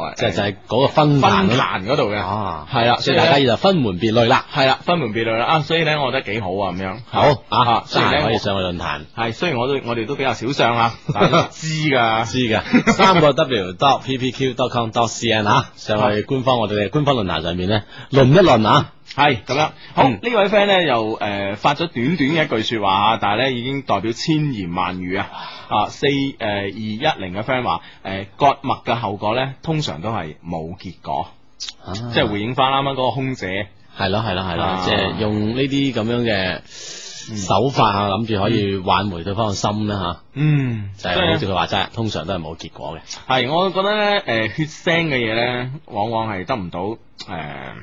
個即係就係係嗰個分分壇壇嗰度嘅，啊，係啦，所所以以大大家家要就分門別類啦。系啦，分門別類啦啊，所以咧，我覺得幾好啊，咁樣好啊，得雖然閒咧可以我上去論壇係，雖然我都我哋都比較少上 啊，但係知噶，知嘅，三個 W dot PPQ dot com dot CN 啊，上去官方我哋嘅官方論壇上面咧論一論啊，係咁樣。好，嗯呢位 friend 咧又诶發咗短短嘅一句说話啊，但係咧已經代表千言萬語啊。啊，四诶二一零嘅 friend 話诶割脈嘅後果咧，通常都係冇結果，啊嗯即係回應翻啱啱嗰個空姐。係咯係咯係咯啊，即係用呢啲咁樣嘅手法啊，諗住可以挽回對方嘅心啦嗯，吓，就係好似佢話齋，通常都係冇結果嘅。系，我覺得咧，诶、血腥嘅嘢咧，往往係得唔到诶、呃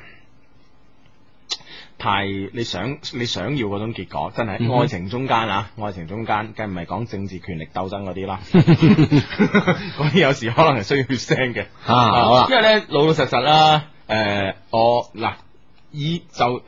太你想你想要嗰種結果，真係、嗯哼愛情中間啊，愛情中間，梗唔係講政治權力鬥爭嗰啲 啦， 嗰啲有時可能係需要血腥嘅。啊，好啦，因為咧老老實實啦，诶、我嗱以就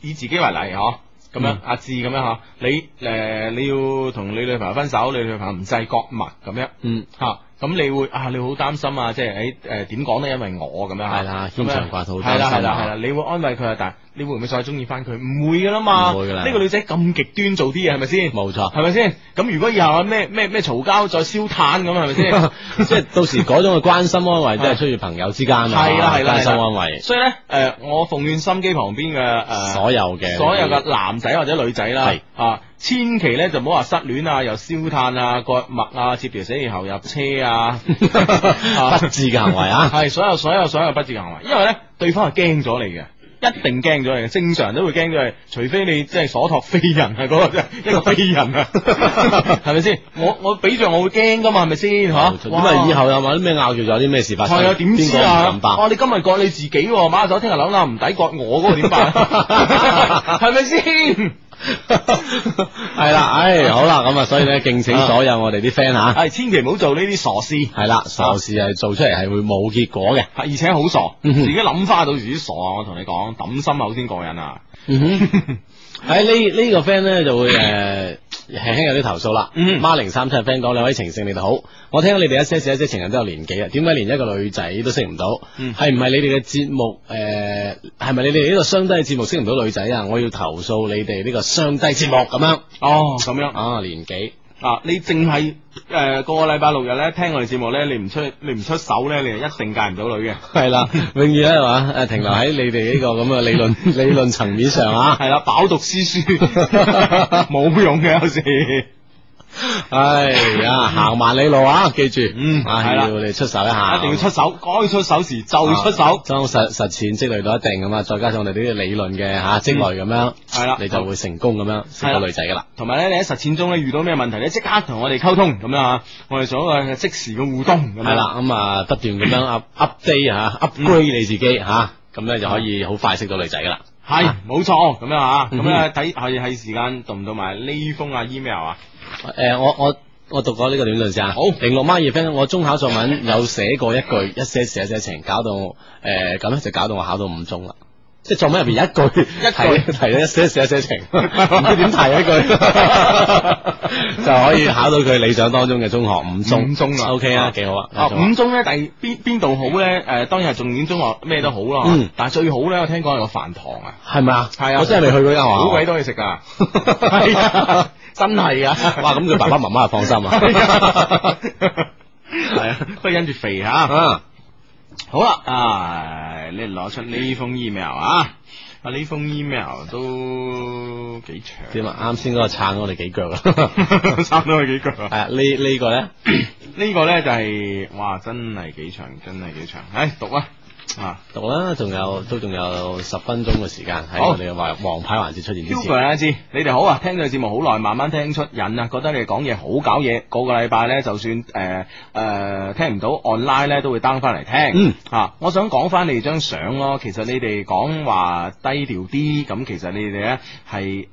以自己為例嗬。咁樣嗯阿志咁樣嗬，你誒、呃你要同你女朋友分手，你女朋友唔制割脈咁樣，嗯，吓，咁你會啊，你好擔心啊，即係诶诶點講咧？因為我咁樣係啦咁樣牽腸掛肚好係啦擔心啊係啦係啦，你會安慰佢啊，但係你會唔會再中意翻佢？唔會噶啦嘛，唔會㗎啦呢個女仔咁極端做啲嘢係咪 先？冇錯，係咪先？咁如果以後啊咩咩咩嘈交再燒炭咁啊係咪先？ 即係到時嗰種嘅關心安慰，真係出於朋友之間啊，係啦係啦關心係啦安慰， 所以咧，诶，我奉勸心機旁邊嘅诶。所有嘅啊所有嘅男仔或者女仔啦係，啊，千祈咧就唔好話失戀啊，又燒炭啊、割脈啊、接條死然後入車 啊， 啊 不智嘅行為啊，系所有所有所有不智嘅行為，因為咧對方係驚咗你嘅。一定驚咗你嘅，正常都會驚咗你，除非你即係所托非人啊，嗰、個真 係一個非人啊，係咪先？我我俾着我會驚噶嘛，係咪先嚇？咁哇啊，以後有冇啲咩拗撬，仲有啲咩事發生？係啊，點知邊個唔啊敢？爆哇！你今日割你自己喎，馬手聽日諗啦，唔抵割我嗰個點辦？啊 係咪先？ 係啦，唉，好啦，咁啊，所以咧，敬請所有我哋啲 friend 啊吓，係千祈唔好做呢啲傻事，係啦，傻事係做出嚟係會冇結果嘅。而且好傻，嗯哼自己諗翻到自己傻啊！我同你講，抌心口先過癮啊！嗯哼，喺呢呢個 friend 咧就會誒輕輕有啲投訴啦。嗯孖零三七 friend 講兩位情聖你哋好，我聽你哋一些事一些情人都有年紀啊，點解連一個女仔都識唔到？嗯係唔係你哋嘅節目誒？係咪你哋呢個雙低節目識唔到女仔啊？我要投訴你哋呢個雙低節目咁樣哦，咁樣。啊年紀。啊！你淨係誒個個禮拜六日咧聽我哋節目咧，你唔出你唔出手咧，你就一定戒唔到 女嘅。系啦，永遠咧係嘛，诶停留喺你哋呢個咁嘅理 論理論層面上啊，係啦，飽讀詩 書冇用嘅有時。唉哎呀，行萬里路啊，記住，嗯啊係啦要你出手一下，一定要出手，該出手時就啊出手。將實實踐積累到一定咁啊，再加上我哋呢啲理論嘅吓積累咁樣，嗯係啦你就會成功咁樣識係到啦女仔噶啦，同埋咧，你喺實踐中咧遇到咩問題咧，即刻同我哋溝通咁樣啊！我哋做一個即時嘅互動咁樣。係啦，咁啊不斷咁樣 up update 啊 upgrade 你自己吓，咁咧就可以好快識到女仔噶啦。係，係冇錯咁樣啊！咁嗯哼咧睇係係時間讀唔到埋呢封啊 email 啊？诶、呃我我我讀過呢個短信先啊。好，零六孖二 friend，我中考作文有寫過一嗯句一些事一些情，搞到诶咁咧就搞到我考到五中啦。 即係作文入邊一句，一句提提咗一些事一 些情，唔知點提一句， 就可以考到佢理想當中嘅中學五中。五中啦 o k 啊啊，幾好啊，啊，幾好啊五中咧，第邊邊度好咧？誒，當然係重點中學咩都好啦嗯，但係最好咧，我聽講有個飯堂啊。係咪啊？係啊我真係未去過呢間學校。好啊鬼多嘢食 噶，係啊，真係啊，哇！咁佢爸爸媽媽就放心係啊 啊。係啊，不過因住肥吓。啊，好啦，啊，你攞出呢封 email 啊，啊呢封 email 都幾長，點啊？啱先嗰個撐我哋 幾腳啊！生多佢幾句啊。係啊，呢呢個咧。呢個咧就係，哇，真係幾長，真係幾長，唉，讀啊，啊。讀啦，仲有都仲有十分鐘嘅時間喺嗯好我哋嘅黃黃牌環節出現之 Hugo 前，阿志，你哋好啊！聽咗節目好耐，慢慢聽出癮啊，覺得你哋講嘢好搞嘢。個個禮拜呢，就算誒誒聽唔到 online 呢，都會 down 翻嚟聽。嗯啊，我想講翻你哋張相咯。其實你哋講話低調啲，咁其實你哋呢係誒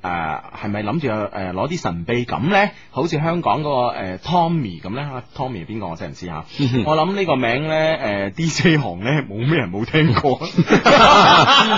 係咪諗住誒攞啲神秘感呢？好似香港嗰、個、呃 Tommy 咁呢啊，Tommy 係邊個我真係唔知 嚇。我諗呢個名呢，誒、DJ 行呢，冇咩人冇聽 過。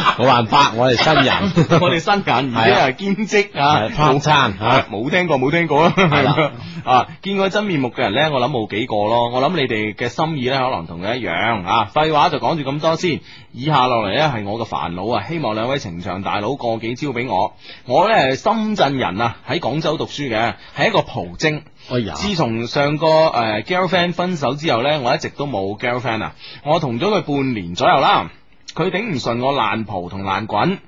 冇辦法，我哋新人 我哋新人係啊而且係兼職啊 係 part time 嚇啊冇聽過冇聽過啊，係啦 啊，見過真面目嘅人咧，我諗冇幾個咯，我諗你哋嘅心意咧，可能同佢一樣啊。廢話就講住咁多先，以下落嚟咧係我嘅煩惱啊，希望兩位情場大佬過幾招俾我。我咧係深圳人啊，喺廣州讀書嘅，係一個蒲精。哎呀，自從上個誒、呃 girlfriend 分手之後呢，我一直都冇 girlfriend 啊。我同咗佢半年左右啦，佢頂唔順我爛蒲同爛滾。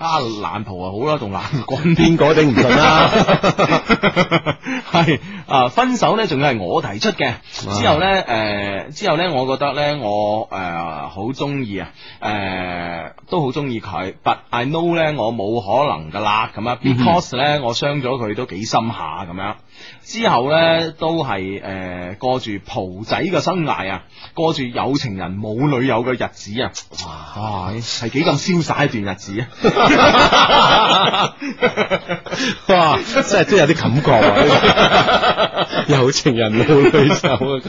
啊爛蒲啊好啦，仲爛過。邊個頂唔順啊 啦？系啊，分手咧仲要系我提出嘅。之後咧，诶、之後咧，我覺得咧，我诶好中意啊，诶、都好中意佢，but I know 咧，我冇可能噶啦，咁啊，because 咧，我傷咗佢都幾深下咁樣。之後咧，都係诶、呃、過住蒲仔嘅生涯啊，過住有情人冇女友嘅日子啊，哇，係幾咁瀟灑一段日子啊！ 哇，真係真係有啲感 覺啊！呢個有情人冇女手啊！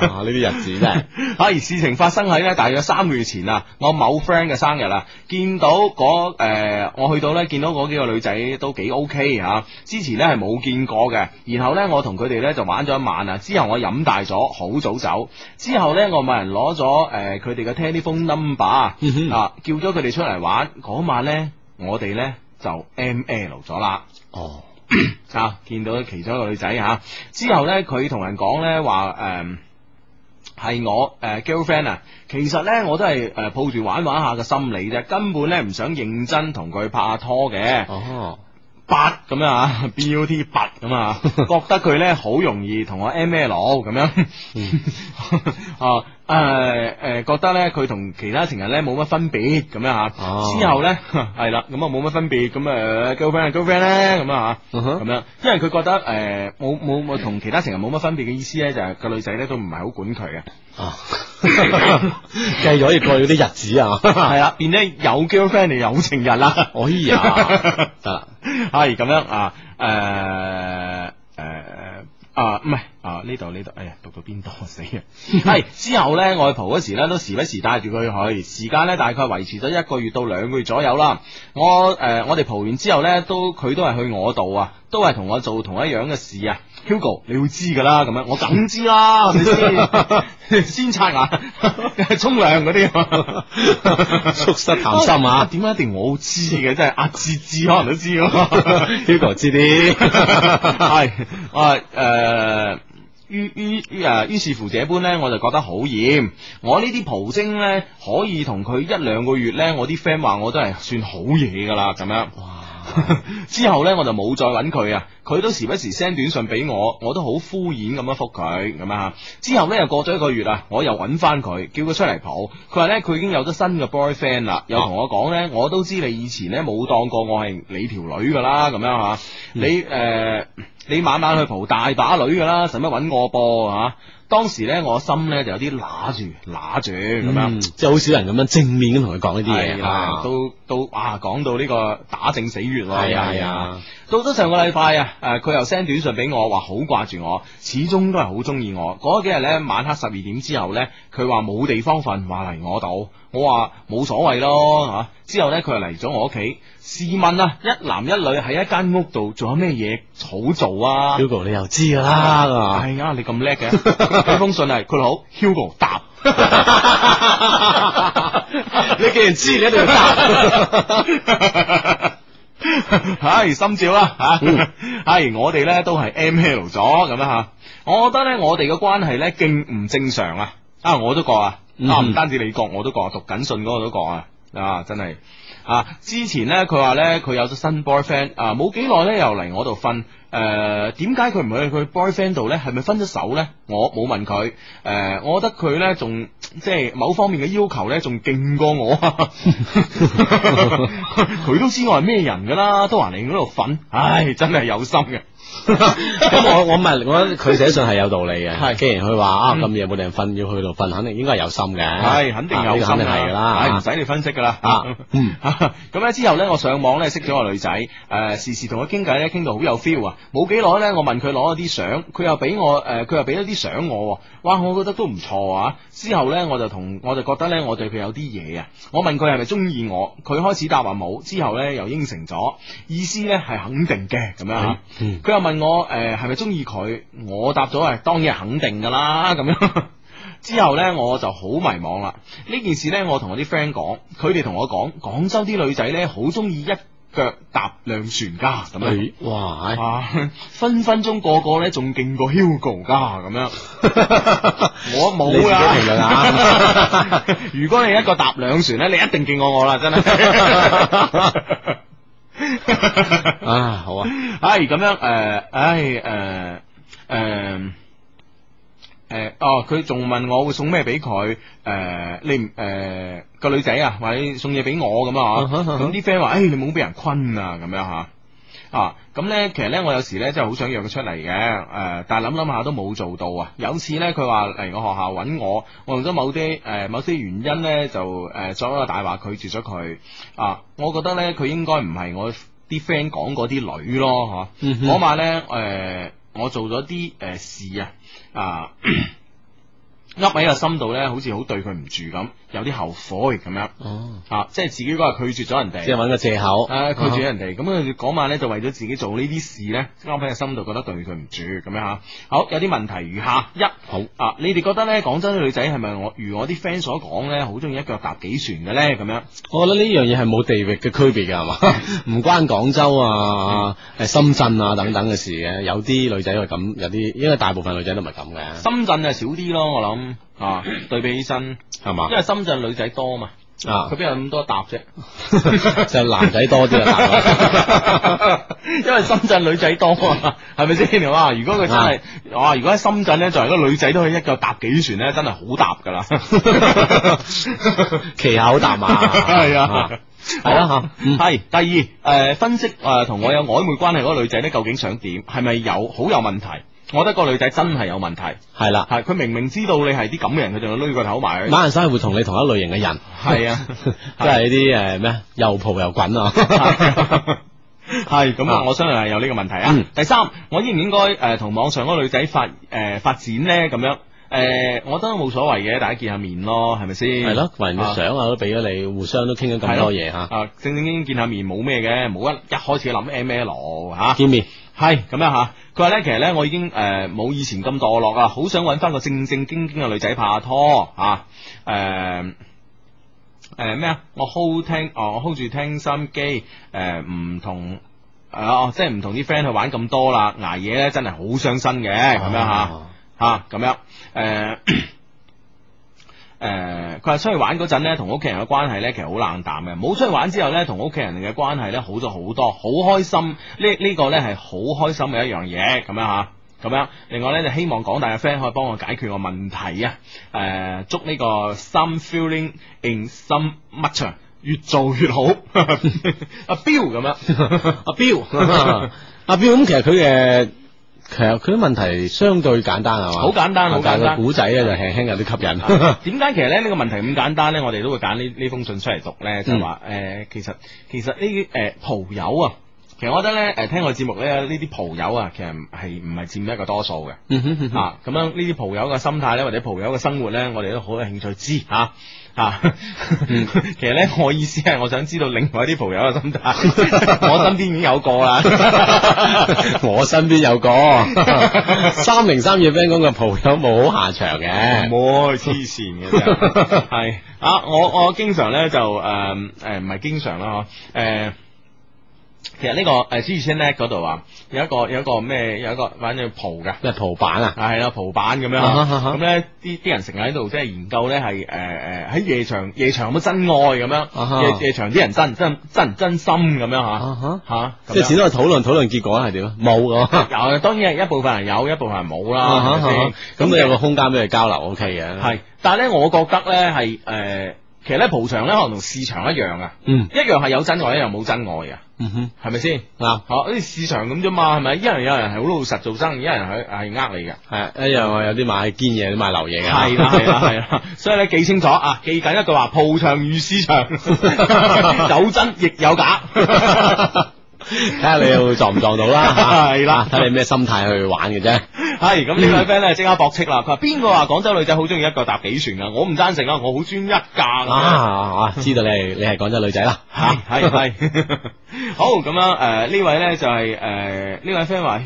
哇，呢啲日子真係係哎事情發生喺咧大約三個月前啊，我某 friend 嘅生日啊，見到嗰誒、呃我去到咧見到嗰幾個女仔都幾 OK 嚇、之前咧係冇見過嘅，然後咧我同佢哋咧就玩咗一晚啊，之後我飲大咗，好早走，之後咧我咪人攞咗誒佢哋嘅 telephone number 啊嗯哼啊，叫咗佢哋出嚟玩，嗰晚咧我哋咧就 ML 咗啦。哦， 啊，見到其中一個女仔吓、之後呢，佢同人講呢話誒係我誒、呃 girlfriend 啊，其實呢，我都係誒、呃抱住玩玩下嘅心理啫，根本呢唔想認真同佢拍下拖嘅，哦，八咁樣啊，B U T 八咁 啊，覺得佢呢好容易同我 M L 咁樣嗯 啊。誒誒、呃覺得咧佢同其他情人咧冇乜分別咁樣嚇，哦之後咧 係啦，咁啊冇乜分別，咁誒 girlfriend 係 girlfriend 咧咁啊嚇，嗯咁哼樣，因為佢覺得誒冇冇冇同其他情人冇乜分別嘅意思咧，就係、個女仔咧都唔係好管佢 嘅，啊，繼續可以過嗰啲日子啊！係啦，變咗有 girlfriend 就有情人啦， 哎 呀，得啦，係咁樣啊，誒、誒。啊，唔係啊，呢度呢度，哎呀，讀到邊度死啊！係之後呢，我去蒲嗰時呢，都時不時帶住佢去，時間呢，大概維持咗一個月到兩個月左右啦。我誒、呃我哋蒲完之後呢，都佢都係去我度啊，都係同我做同一樣嘅事啊。Hugo，你會知㗎啦，咁樣我梗知啦，係咪先？先刷牙、沖涼嗰啲 啊，促膝談心啊點解一定我知嘅？真係阿志志可能都知啊。 ，Hugo 知啲，系啊诶。於於於誒，於是乎這般呢，我就覺得好厭。我呢啲蒲精呢，可以同佢一兩個月呢，我啲 friend 話我都係算好嘢噶啦，咁樣。之後呢，我就冇再揾佢啊。佢都時不時 send 短信俾我，我都好敷衍咁樣覆佢咁啊。之後呢，又過咗一個月啊，我又揾翻佢，叫佢出嚟蒲。佢話呢，佢已經有咗新嘅 boyfriend 啦，又同我講啊呢，我都知你以前呢冇當過我係你條女噶啦，咁樣嚇、嗯你誒、呃你晚晚去蒲大把女噶啦，使乜揾我噃嚇、啊？當時呢，我心呢就有啲揦住揦住咁樣。嗯即係好少人咁樣正面咁同佢講呢啲係嘢啦啊，都都啊，講到呢個打正死穴喎，係啊係啊，到咗上個禮拜啊，誒佢又 send 短信俾我，話好掛住我，始終都係好中意我。嗰幾日咧，晚黑十二點之後咧，佢話冇地方瞓，話嚟我度，我話冇所謂咯嚇、啊之後咧，佢又嚟咗我屋企。試問啊，一男一女喺一間屋度，仲有咩嘢好做啊？ ，Hugo 你又知㗎啦，啊係啊，你咁 叻嘅，呢封信係佢好，Hugo 答。你既然知，你一定要答。 唉，心照啦吓， 系、我哋咧都系 M L 咗咁啊吓，我覺得咧我哋嘅關係咧勁唔正常啊！啊，我都覺啊，啊嗯唔單止你覺，我都覺，讀緊信嗰個都覺啊，啊真係啊！之前咧佢話咧佢有咗新 boyfriend 啊，冇幾耐咧又嚟我度瞓。誒點解佢唔去佢 boyfriend 度咧？係咪分咗手咧？我冇問佢。誒、我覺得佢咧仲即係某方面嘅要求咧，仲勁過我啊！佢都知我係咩人噶啦，都話嚟我度瞓，唉，真係有心嘅。 咁我我問，我覺得佢寫信係有道理嘅。係既然佢話啊嗯咁夜冇人瞓，要去度瞓，肯定應該係有心嘅。系肯定有啊呢個心肯定係㗎唉唔啦。使你分析噶啦啊，嗯， 咁咧之後咧，我上網咧識咗個女仔，誒、時時同佢傾偈咧，傾到好有 feel 啊！冇幾耐咧，我問佢攞咗啲相，佢又俾我誒，佢、又俾咗啲相我喎，哇！我覺得都唔錯啊！之後咧，我就同我就覺得咧，我對佢有啲嘢啊！我問佢係咪中意我，佢開始答話冇，之後咧又應承咗，意思咧係肯定嘅咁樣啊。嗯佢又問我誒係咪中意佢，我答咗係當然係肯定噶啦咁樣。之後呢，我就好迷茫啦。呢件事呢，我同我啲 friend 講，佢哋同我講，廣州啲女仔呢，好中意一腳踏兩船家咁樣。哎哇，哎啊！分分鐘個個咧仲勁過 Hugo 噶咁樣，我你自冇己啦。評論啊如果你一個搭兩船咧，你一定勁過我啦，真係。啊，好啊，唉，咁樣誒，呃唉呃誒誒。誒誒，哦，佢仲問我會送咩俾佢？誒、你唔誒、個女仔啊，或者送嘢俾我咁啊？啊哈啊哈咁啲 friend 話：，誒、你冇俾人困啊，咁樣吓。啊，咁咧，其實咧，我有時咧真係好想約佢出嚟嘅，誒、但係諗諗下都冇做到啊。有次咧，佢話嚟我學校揾我，我用咗某啲誒、某啲原因咧，就誒、作為一個大話拒絕咗佢。啊，我覺得咧，佢應該唔係我啲 friend 講嗰啲女咯，吓、嗯哼嗰晚咧，誒、我做咗啲誒事啊，啊， 噏喺個心度咧，好似好對佢唔住咁，有啲後悔咁樣，哦，啊，即係自己嗰日拒絕咗人即係哦啊哋，揾個借口，誒拒絕咗人哋，咁佢嗰晚咧就為咗自己做呢啲事咧，噏喺個心度覺得對佢唔住咁樣吓。好，有啲問題如下：一好，啊，你哋覺得咧廣州啲女仔係咪我如我啲 friend 所講咧，好中意一腳踏幾船嘅咧？咁樣我覺得呢樣嘢係冇地域嘅區別㗎，係 嘛？唔關廣州啊、誒深圳啊等等嘅事嘅，有啲女仔係咁，有啲因為大部分女仔都唔係咁嘅，深圳啊少啲咯，我諗啊對比起身，係嘛因？為深圳女仔多嘛。啊佢，邊有咁多搭啫？ 就男仔多啲啊， 因為深圳女仔多啊，係咪先？哇！如果佢真啊係，哇！如果喺深圳咧，作為一個女仔都可以一腳搭幾船咧，真係好搭噶 啦。奇巧搭啊，係啊。係啦嚇嗯系第二诶、誒分析诶同、我有曖昧關係嗰個女仔咧，究竟想點？係咪有好有問題？我覺得個女仔真係有問題，係啦，係佢明明知道你係啲咁嘅人，佢仲要攏個頭埋去。馬人生係會同你同一類型嘅人，係 啊，即係呢啲誒咩又蒲又滾啊，系咁啊！我相信係有呢個問題啊嗯。第三，我應唔應該诶同網上嗰個女仔發诶发展呢？咁樣诶，我覺得冇所謂嘅，大家見下面咯，係咪先？係咯，為人啊哋相啊都俾咗你，互相都傾係咗咁咯多嘢嚇，啊，正正經經見下面冇咩嘅，冇一一開始諗 M L 啊吓。見面係咁樣吓，佢話咧，其實咧，我已經诶冇、以前咁墮落啊，好想揾翻個正正經經嘅女仔拍下拖啊，诶诶咩啊，我 hold 聽哦，我 hold 住聽心機，诶唔同。誒哦，即係唔同啲 friend 去玩咁多啦，捱夜咧真係好傷身嘅，咁樣吓 啊吓咁樣 誒。誒，呃佢話、出去玩嗰陣咧，同屋企人嘅關係咧，其實好冷淡嘅。冇出去玩之後咧，同屋企人嘅關係咧好咗好多，好開心。呢呢、個咧係好開心嘅一樣嘢，咁樣嚇。咁樣，另外咧就希望廣大嘅 friend 可以幫我解決個問題啊！誒、祝呢個 some feeling in some much 啊越做越好， 阿標咁樣，阿彪， 阿彪咁其實佢嘅其實佢啲問題相對簡單啊係嘛，好簡單好簡單但係個古仔咧就輕輕有啲吸引，啊 點解其實咧呢個問題咁簡單咧？我哋都會揀呢呢封信出嚟讀咧，嗯就係話誒，其實其實呢啲誒蒲友啊，其實我覺得咧誒聽我節目咧呢啲蒲友啊，其實係唔係佔一個多數嘅。嗯哼嗯哼啊，咁樣呢啲蒲友嘅心態咧，或者蒲友嘅生活咧，我哋都好有興趣知吓。啊，嗯 其實咧，我意思係我想知道另外一啲蒲友嘅心態， 我身邊已經有過啦。 我身邊 有個三零三嘅 friend 講嘅蒲友冇好下場嘅，唔會黐線嘅真係係啊！我我經常咧就誒誒唔係經常啦嗬誒。其實呢、個誒 G 千咧嗰度啊，有一個有一個咩有一個反正蒲㗎，咩蒲版啊？係啦蒲板咁樣啊啊，哈啊哈咁咧啲啲人成日喺度即係研究咧係誒誒喺夜場夜場有冇真愛咁啊哈樣，夜夜場啲人真真真真心咁樣嚇啊哈，嚇，咁即係樣只能討論討論結果係點啊？冇咁。有當然係一部分人有，一部分人冇啦，係咪先 咁你有個空間俾佢交流，OK 嘅。系，但系咧，我覺得咧係诶，其實咧蒲場咧可能同市場一樣啊，嗯，一樣係有真愛，一樣冇真愛啊，嗯哼，係咪先？啱，吓，好似市場咁啫嘛，係咪？一人有人係好老實做生意，一人係係呃你嘅。係一樣啊，有啲買堅嘢，有啲買流嘢 嘅。 係啦係啦係啦，所以咧記清楚啊，記緊一句話：蒲場如市 場，有真亦有假。 睇下你會撞唔撞到 啦。嚇係啦啊睇你咩心態去玩嘅啫。係咁呢位 friend 咧即刻駁斥啦，佢話邊個話廣州女仔好中意一個搭幾船啊？我唔贊成啊，我好專一㗎。啊啊，知道你係你係廣州女仔啦。系系系， 好咁樣诶、呃呢位咧就係诶呢位 friend 話。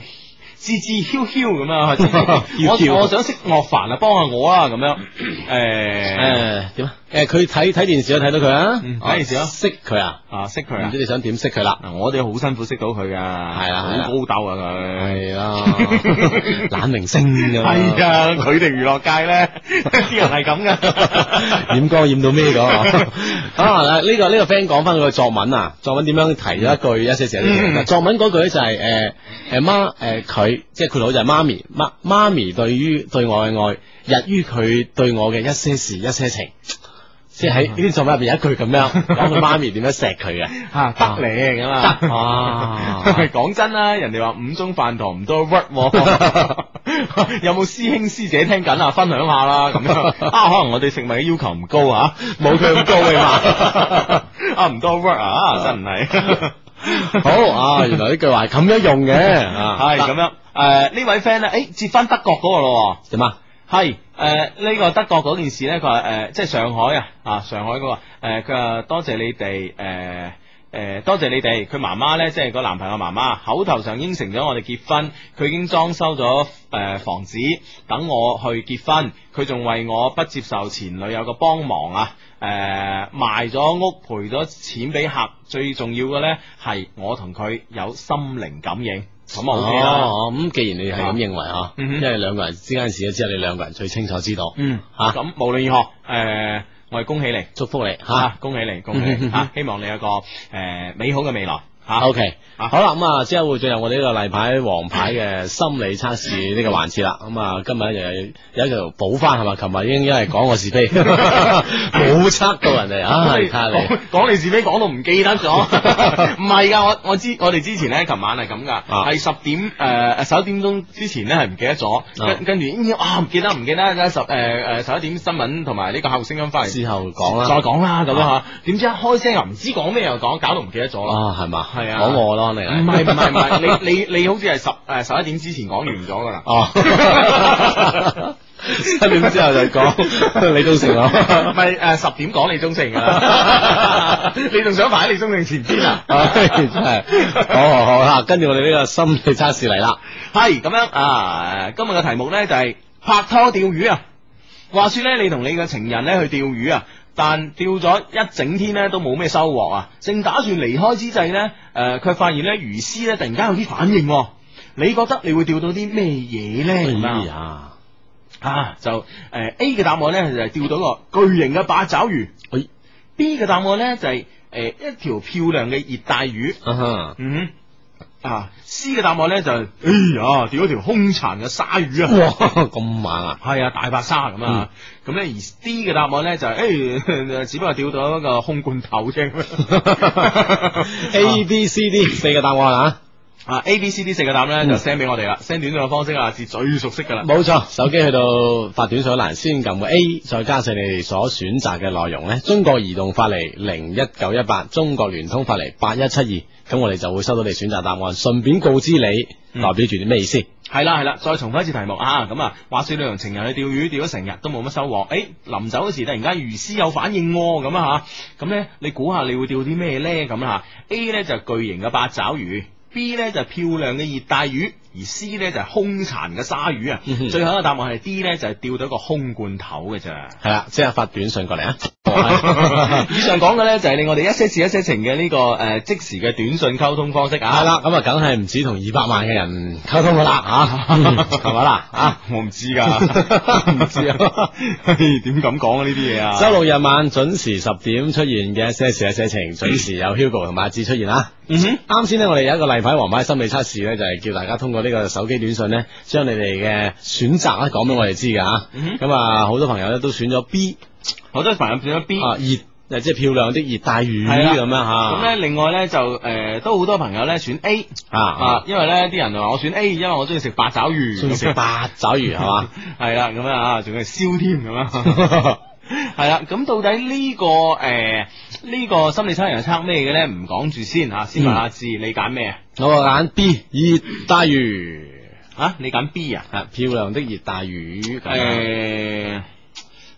志志囂囂咁樣 囂囂我我想識樂凡啊，幫下我啊咁樣。誒誒點啊？诶，佢睇睇電視都睇到佢啊，嗯睇電視咯啊識佢啊，啊，识佢唔啊知！你想點識佢啦？嗱，我哋好辛苦識到佢噶，系啦係啦好高斗啊佢。係啦， 懶明星咁樣係， 啊，佢哋娛樂界咧， 啲人係咁 噶。染光染到咩咁啊？啊，呢個呢個 friend 講翻佢嘅作文啊，作文點樣提咗一句一些事一些嗯情嗱作文嗰句咧就係诶诶媽诶佢，即係佢老就係媽咪，媽媽咪對於對我嘅愛，日於佢對我嘅一些事一些情。即係喺啊呢啲作文入邊有一句 咁樣講佢媽咪點樣錫佢嘅，啊吓得嚟咁啊！ 哇！講真啦，人哋話五中飯堂唔多 work，喎 有冇師兄師姐聽緊啊？分享下啦，咁樣啊，可能我對食物嘅要求唔高啊，冇佢咁高嘅嘛， 啊唔多 work 啊，真係。好啊，原來呢句話係咁樣用嘅，啊係 係咁樣，诶、呢位 friend 咧，诶、接翻德國嗰個咯點喎，啊？係诶呢個德國嗰件事咧，佢話诶即係上海啊，啊上海嗰、個诶佢話多謝你哋诶。誒、多謝你哋，呃佢媽媽呢，即係個男朋友媽媽，口頭上應承咗我哋結婚，佢已經裝修咗誒、呃房子，等我去結婚，佢仲為我不接受前女友嘅幫忙啊！誒、賣咗屋賠咗錢俾客，最重要嘅呢，係我同佢有心靈感應，咁啊 OK 啦。哦，咁既然你係咁認為吓，嗯哼因為兩個人之間事咗之後，你兩個人最清楚知道，嗯，啊咁無論如何，诶、我係恭喜你，祝福你吓。吓，啊恭喜你，恭喜 嗯你，啊吓，希望你有個诶美好嘅未來，吓， O K，啊好啦，咁啊，之後會進入我哋呢個例牌黃牌嘅心理測試呢個環節啦。咁啊，今日咧又有一條補翻係嘛？琴日已經因為講 我是非，冇測到人哋，唉，睇下你講講你是非講到唔記得咗， 唔係㗎，我我知我哋之前咧，琴晚係咁㗎，啊係十點诶十一點鐘之前咧係唔記得咗，跟跟住咦啊唔記得唔記得，十诶诶十一點新聞同埋呢個客户聲音翻嚟之後講再啦。啊講啦咁樣吓，點知一開聲又唔知講咩又講，搞到唔記得咗啦。啊，係嘛？係啊講我咯，你唔係唔係唔係，你你你好似係十诶十一點之前講完咗㗎啦。 哦。七點之後就講李宗盛唔咯。系诶十點講李宗盛噶 啦，你仲想排喺李宗盛前邊啊？唉，真係好好好啦，跟住我哋呢個心理測試嚟啦。係咁樣啊！今日嘅題目咧就係拍拖釣魚啊！話說咧，你同你嘅情人咧去釣魚啊，但釣咗一整天咧都冇咩收穫啊！正打算離開之際咧，诶、佢發現咧魚絲咧突然間有啲反應喎。你覺得你會釣到啲咩嘢咧？咁哎啊呀，啊，就诶、呃 A 嘅答案咧就係釣到個巨型嘅八爪魚。哎 B 嘅答案咧就係诶、一條漂亮嘅熱帶魚。啊哈，嗯哼，啊 C 嘅答案咧就係哎呀，釣咗條兇殘嘅鯊魚啊！哇，嗯咁猛啊！係啊，大白鯊咁啊，咁咧、而 D 嘅答案咧就係誒， 只不過釣到一個空罐頭 啫。 A、B、C、D 四個答案啊，啊 A、B、C、D 四個答案咧就嗯 send 俾我哋啦，send 短信嘅方式啊，阿志最熟悉噶啦。冇錯，手機去到發短信欄先撳個 A，再加上你哋所選擇嘅內容呢中國移動發嚟零一九一八，中國聯通發嚟八一七二，咁我哋就會收到你選擇答案，順便告知你嗯代表住啲咩意思。係啦係啦，再重複一次題目啊！咁啊，話說你同情人去釣魚，釣咗成日都冇乜收穫。誒，臨走嗰時突然間魚絲有反應喎，咁啊吓，咁咧你估下你會釣啲咩咧？咁啊，A 咧就係巨型嘅八爪魚，B 咧就係漂亮嘅熱帶魚，而 C 咧就係兇殘嘅鯊魚啊嗯哼！最後一個答案係 D 咧，就係釣到一個空罐頭嘅 咋。係啦，即刻發短信過嚟啊！以上講嘅咧就係你我哋一些事一些情嘅呢個誒即時嘅短信溝通方式啊。係啦，咁啊，梗係唔止同二百萬嘅人溝通噶 啦吓，係咪啦啊？啊，我唔知噶， 唔知啊，嘿 點咁講啊呢啲嘢啊？周六日晚準時十點出現嘅一些事一些情，準時有 Hugo 同埋阿志出現啦。嗯哼，啱先呢，我哋有一個例牌黃牌心理測試呢，就係、叫大家通過呢個手機短信呢，將你哋嘅選擇咧講俾我哋知㗎嚇。嗯咁啊，好多朋友咧都選咗 B 好多朋友變咗 B。啊熱，誒即係漂亮的熱帶係啦魚咁樣啊嚇。咁咧，另外咧就诶、呃都好多朋友咧選 A 啊啊，，因為咧啲人就話我選 A，因為我中意食八爪魚，中意食八爪魚係嘛？ 係啦，咁樣啊，仲要燒添咁 樣。係啦，咁到底呢、個诶呢、個心理測人係測咩嘅咧？唔講住先吓，先問阿志，嗯你揀咩啊？我揀 B 熱帶魚啊，你揀 B 啊？啊，漂亮的熱帶魚咁樣。诶、啊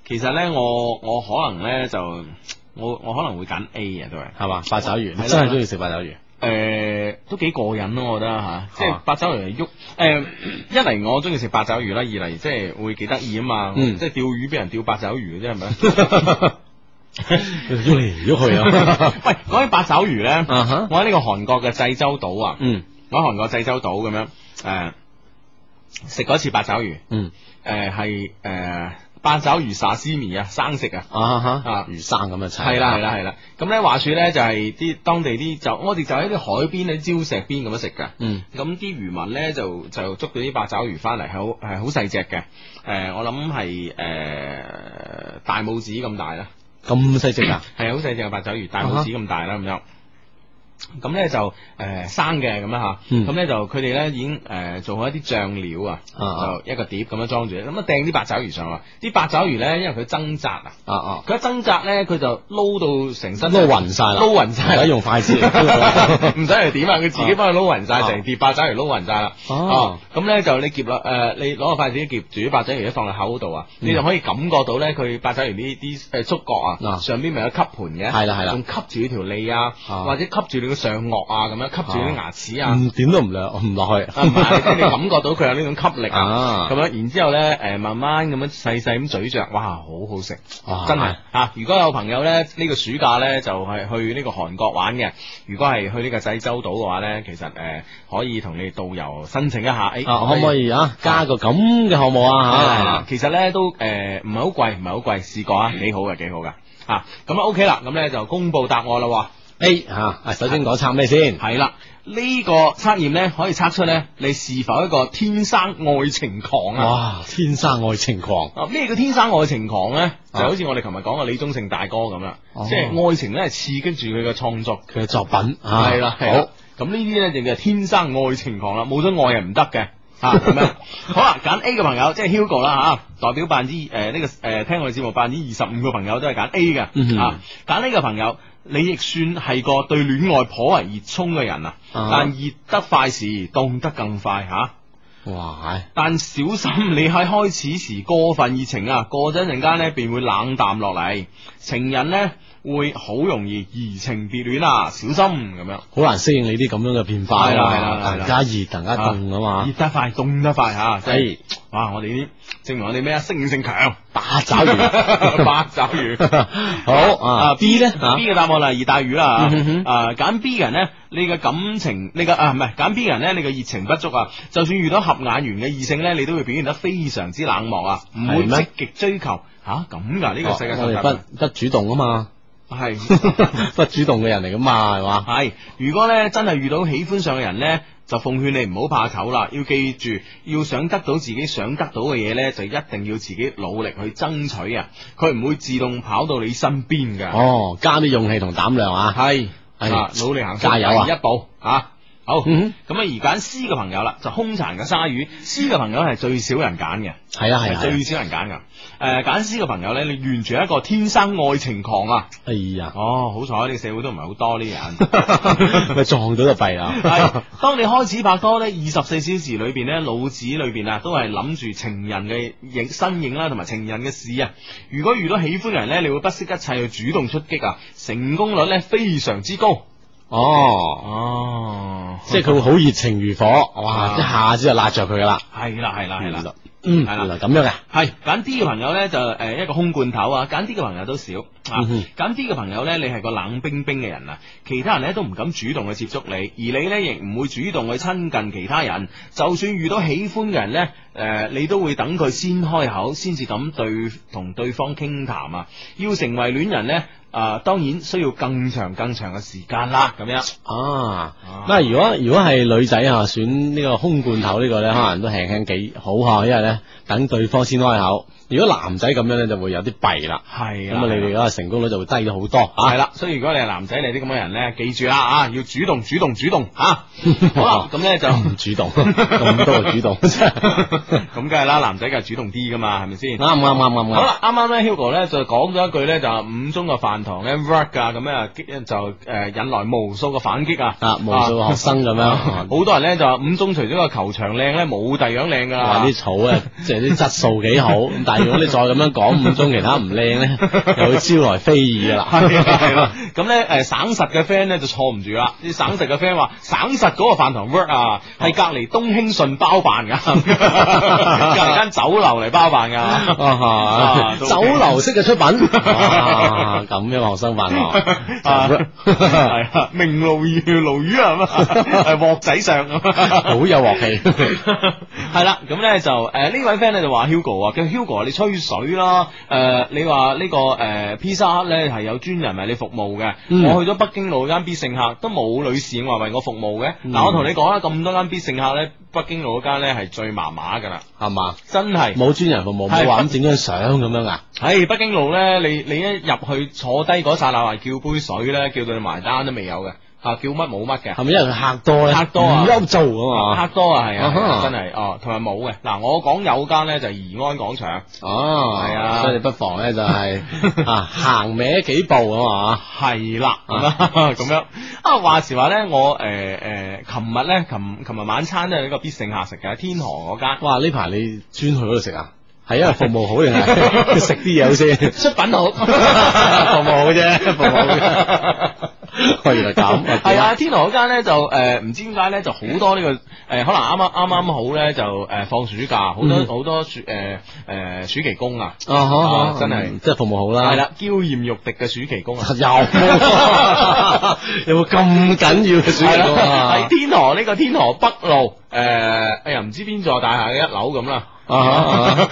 其實咧，我我可能咧就我我可能會揀 A 啊，都係係嘛？八爪魚，係啦真係中意食八爪魚。诶、都幾過癮咯，我覺得吓，即係啊八爪魚喐诶、一嚟我中意食八爪魚啦，二嚟即係會幾得意啊嘛，嗯 即係釣魚俾人釣八爪魚嘅啫，係咪？ 喐嚟喐去啊， 喂，講起八爪魚咧， 啊哈，我喺呢個韓國嘅濟州島啊，嗯我喺韓國濟州島咁樣誒食過一次八爪魚，嗯誒係誒八爪魚沙司米啊，生食啊。啊哈，啊魚生咁啊，係啦係啦係啦，咁咧話說咧就係啲當地啲就我哋就喺啲海邊啲礁石邊咁樣食㗎。嗯咁啲漁民咧就就捉到啲八爪魚翻嚟，係好係好細只嘅，誒、我諗係誒大拇指咁大啦，咁細隻啊，係好細只嘅八爪魚，大拇指咁大啦咁樣。咁咧就誒、生嘅咁樣吓，嗯咁咧、就佢哋咧已經誒、做好一啲醬料啊，啊啊就一個碟咁樣裝住，咁啊掟啲八爪魚上嚟，啲八爪魚咧因為佢掙扎啊，啊啊，佢一掙扎咧佢就撈到成身撈暈晒啦，撈暈晒啦唔使用 筷子嚟撈啊唔使嚟點啊，佢自己幫佢撈勻晒，啊成碟八爪魚撈勻晒啦。哦哦，，咁咧就你夾落誒，你攞個筷子夾住啲八爪魚，一放落口度啊，你就可以感覺到咧，佢八爪魚呢啲誒觸角啊，啊上邊咪有吸盤嘅，係啦係啦仲吸住呢條脷啊，啊或者吸住你個上顎啊，咁樣吸住啲牙齒啊，唔點都唔落唔落去啊唔係，即係你感覺到佢有呢種吸力 啊。啊咁，樣，然之後咧，誒慢慢咁樣細細咁咀嚼，哇，好好食，哇真係嚇、啊如果有朋友咧，呢、呢個暑假咧就係、去呢個韓國玩嘅，如果係去呢個濟州島嘅話咧，其實誒、呃可以同你導遊申請一下，哎誒、啊，可唔可以啊加個咁嘅項目啊啊？，其實咧都呃誒唔係好貴，唔係好貴，試過啊，幾好嘅，幾好嘅。啊，咁啊 OK 啦，咁咧就公布答案啦喎。吓 A 吓，啊首先講測咩先？係啦，呢、個測驗咧可以測出咧你是否一個天生愛情狂啊！哇，天生愛情狂，啊，咩叫天生愛情狂咧？就啊好似我哋琴日講嘅李宗盛大哥咁啦，哦即係愛情咧係刺激住佢嘅創作，佢嘅作品啊係啦、係啦好，咁呢啲咧就叫天生愛情狂啦，冇咗愛係唔得嘅。 吓咁樣，好啦，揀 A 嘅朋友即係 Hugo 啦吓，代表百分之呃誒呢個誒、聽我哋節目百分之二十五嘅朋友都係揀 A 嘅，嗯哼啊揀 A 嘅朋友，你亦算係個對戀愛頗為熱衷嘅人啊，啊但熱得快時凍得更快吓。哇，係但小心你喺開始時過分熱情啊，過咗一陣間呢，便會冷淡落嚟。情人呢，會好容易移情別戀啊，小心咁樣。好難適應你啲咁樣嘅變化啊係啦係啦係啦突然間熱，突然間凍啊嘛哎熱。得快，凍得快吓，真係係哇！我哋啲證明我哋咩啊，適應性 強，八爪魚，八爪魚。好啊 B 咧啊 B 嘅答案啦，熱帶魚啦嗯哼哼啊，揀 B 嘅人呢，你嘅感情，你嘅啊唔係揀 B 嘅人呢，你嘅熱情不足啊，就算遇到合眼緣嘅異性呢，你都會表現得非常之冷漠啊，唔會係咩積極追求吓咁 噶呢個世界哦我上哋不不主動啊嘛， 係不主動嘅人嚟噶嘛，係嘛？係，如果呢真係遇到喜歡上嘅人呢，就奉勸你唔好怕醜啦，要記住，要想得到自己想得到嘅嘢呢，就一定要自己努力去爭取啊，佢唔會自動跑到你身邊噶。哦，加啲勇氣同膽量啊！系係啊，努力行出加油啊第一步啊！好，咁啊嗯而揀 C 嘅朋友啦，就空殘嘅鯊魚，C 嘅朋友係最少人揀嘅，係啊係啊，最少人揀噶。誒，揀 C 嘅朋友咧，你完全係一個天生愛情狂啊！哎呀， 哦，好彩呢個社會都唔係好多呢 人。咪撞到就弊啦係。，當你開始拍拖呢，二十四小時裏邊呢，腦子裏邊啊，都係諗住情人嘅影身影啦，同埋情人嘅事啊。如果遇到喜歡嘅人呢，你會不惜一切去主動出擊啊，成功率呢，非常之高。哦，哦，即係佢會好熱情如火，啊哇！一下子就辣着佢噶啦。係啦係啦係啦，，嗯，係係啦啦，咁樣嘅。係揀 D 嘅朋友呢，就誒、呃一個空罐頭啊，揀 D 嘅朋友都少啊，嗯哼揀 D 嘅朋友呢，你係個冷冰冰嘅人啊，其他人呢都唔敢主動去接觸你，而你呢亦唔會主動去親近其他人，就算遇到喜歡嘅人呢，誒、呃你都會等佢先開口，先至敢對同對方傾談啊，要成為戀人呢，啊、當然需要更長更長嘅時間啦，咁樣。啊，嗱，如果如果係女仔啊，選呢個空罐頭呢個咧，可能都輕輕幾好吓，因為咧等對方先開口。如果男仔咁樣咧，就會有啲弊啦。啊係咁啦啊，你哋嗰個成功率就會低咗好多系啦，所以如果你係男仔，你啲咁嘅人咧，記住啦啊，要主動、主動、主動吓、 啊好啦，咁咧就啊，唔主動 咁多個主動，真係咁梗係啦，男仔梗係主動啲噶嘛，係咪先？啱啱啱啱好啱。啦，啱啱咧，Hugo 咧就講咗一句咧，就話五中嘅飯堂咧 work 噶，咁啊激就诶引來無數嘅反擊啊！啊，無數個學生咁樣，啊啊好多人咧就話五中除咗個球場靚咧，冇第二樣靚噶 話啦。啲草啊，即係啲質素幾好。咁但係如果你再咁樣講五中其他唔靚咧，又會招來非議噶啦。係啦係啦， 咁咧誒省實嘅 friend 咧就錯唔住啦，啲省實嘅 friend 話省實嗰個飯堂 work 啊，係隔離東興順包辦噶， 隔離 間酒樓嚟包辦噶。啊啊哈都啊酒樓式嘅出品，哇咁樣嘅學生飯 啊堂，係啊，名鱸魚鱸魚啊， 係鑊仔上咁。好有鑊 氣。系啦，咁咧就诶呢位 friend 咧就話 Hugo 啊，叫 Hugo 你吹水啦，诶、你話呢、個个诶 Pizza Hut 咧係有專人為你服務嘅，嗯我去咗北京路嗰間必勝客都冇女士話為我服務嘅，嗱、嗯我同你講啦，咁多間必勝客咧，北京路嗰間咧係最麻麻噶啦，係嘛？真係。冇專人服務，係冇話咁整張相咁樣啊？喺北京路咧，你你一入去坐低嗰剎那話叫杯水咧，叫到你埋單都未有嘅，吓叫乜冇乜嘅。係咪因為佢客多咧？客多啊唔憂做啊嘛黑多啊，係啊，係啊啊哈真係哦，同埋冇嘅。嗱，我講有間咧就係怡安廣場，哦，係啊所以你不妨咧就係 啊行歪幾步啊嘛，係啦，咁啊 咁樣啊話時話咧，我誒誒，琴日咧，琴琴日晚餐都係呢個必勝客食嘅，天河嗰間哇呢排你專去嗰度食啊？係因為服務好定 係食啲嘢好先？服出品好，服務好啫， 服務好啫。 哦，原來咁，系啊，天河嗰間咧就誒唔、知點解咧就好多呢、個誒、可能啱啱啱啱好咧就誒、放暑假，好多嗯好、多暑誒誒、暑期工啊，哦，好好，啊真係嗯即係服務好啦。係啦，嬌豔欲滴嘅暑期 工啊。有有冇咁緊要嘅選係擇啦，啊喺？天河呢個天河北路，誒、哎呀，唔知邊座大廈嘅一樓咁啦。啊 啊！嬌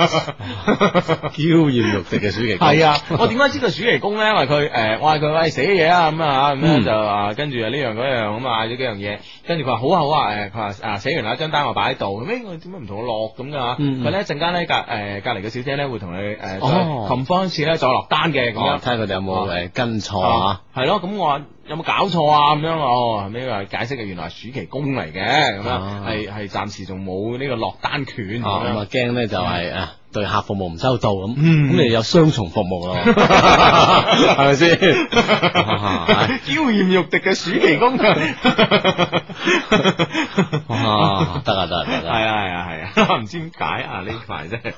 豔欲滴嘅暑期工係啊，我點解知道暑期工咧？因為佢誒、我嗌佢喂寫嘢啊咁啊咁樣嗯就啊，跟住啊呢樣嗰樣咁啊嗌咗幾樣嘢，跟住佢話好啊好啊誒，佢話啊寫完啦張單我擺喺度，咁誒我點解唔同我落咁噶？嗯佢咧一陣間咧隔誒隔離嘅小姐咧會同你誒再哦 confirm 一次咧再落單嘅咁哦樣睇。下佢哋有啊冇诶跟錯啊啊？，系咯，咁我話有冇搞錯啊？咁樣哦，後尾佢話解釋嘅原來係暑期工嚟嘅，咁啊樣係係暫時仲冇呢個落單權咁啊咁樣啊。驚咧就係啊對客服務唔周到咁，嗯咁你有雙重服 務咯，係咪先？ 啊嬌豔欲滴嘅暑期工， 哇得啊得啊得係啊！啊係啊係啊， 唔知點解啊呢排真 係，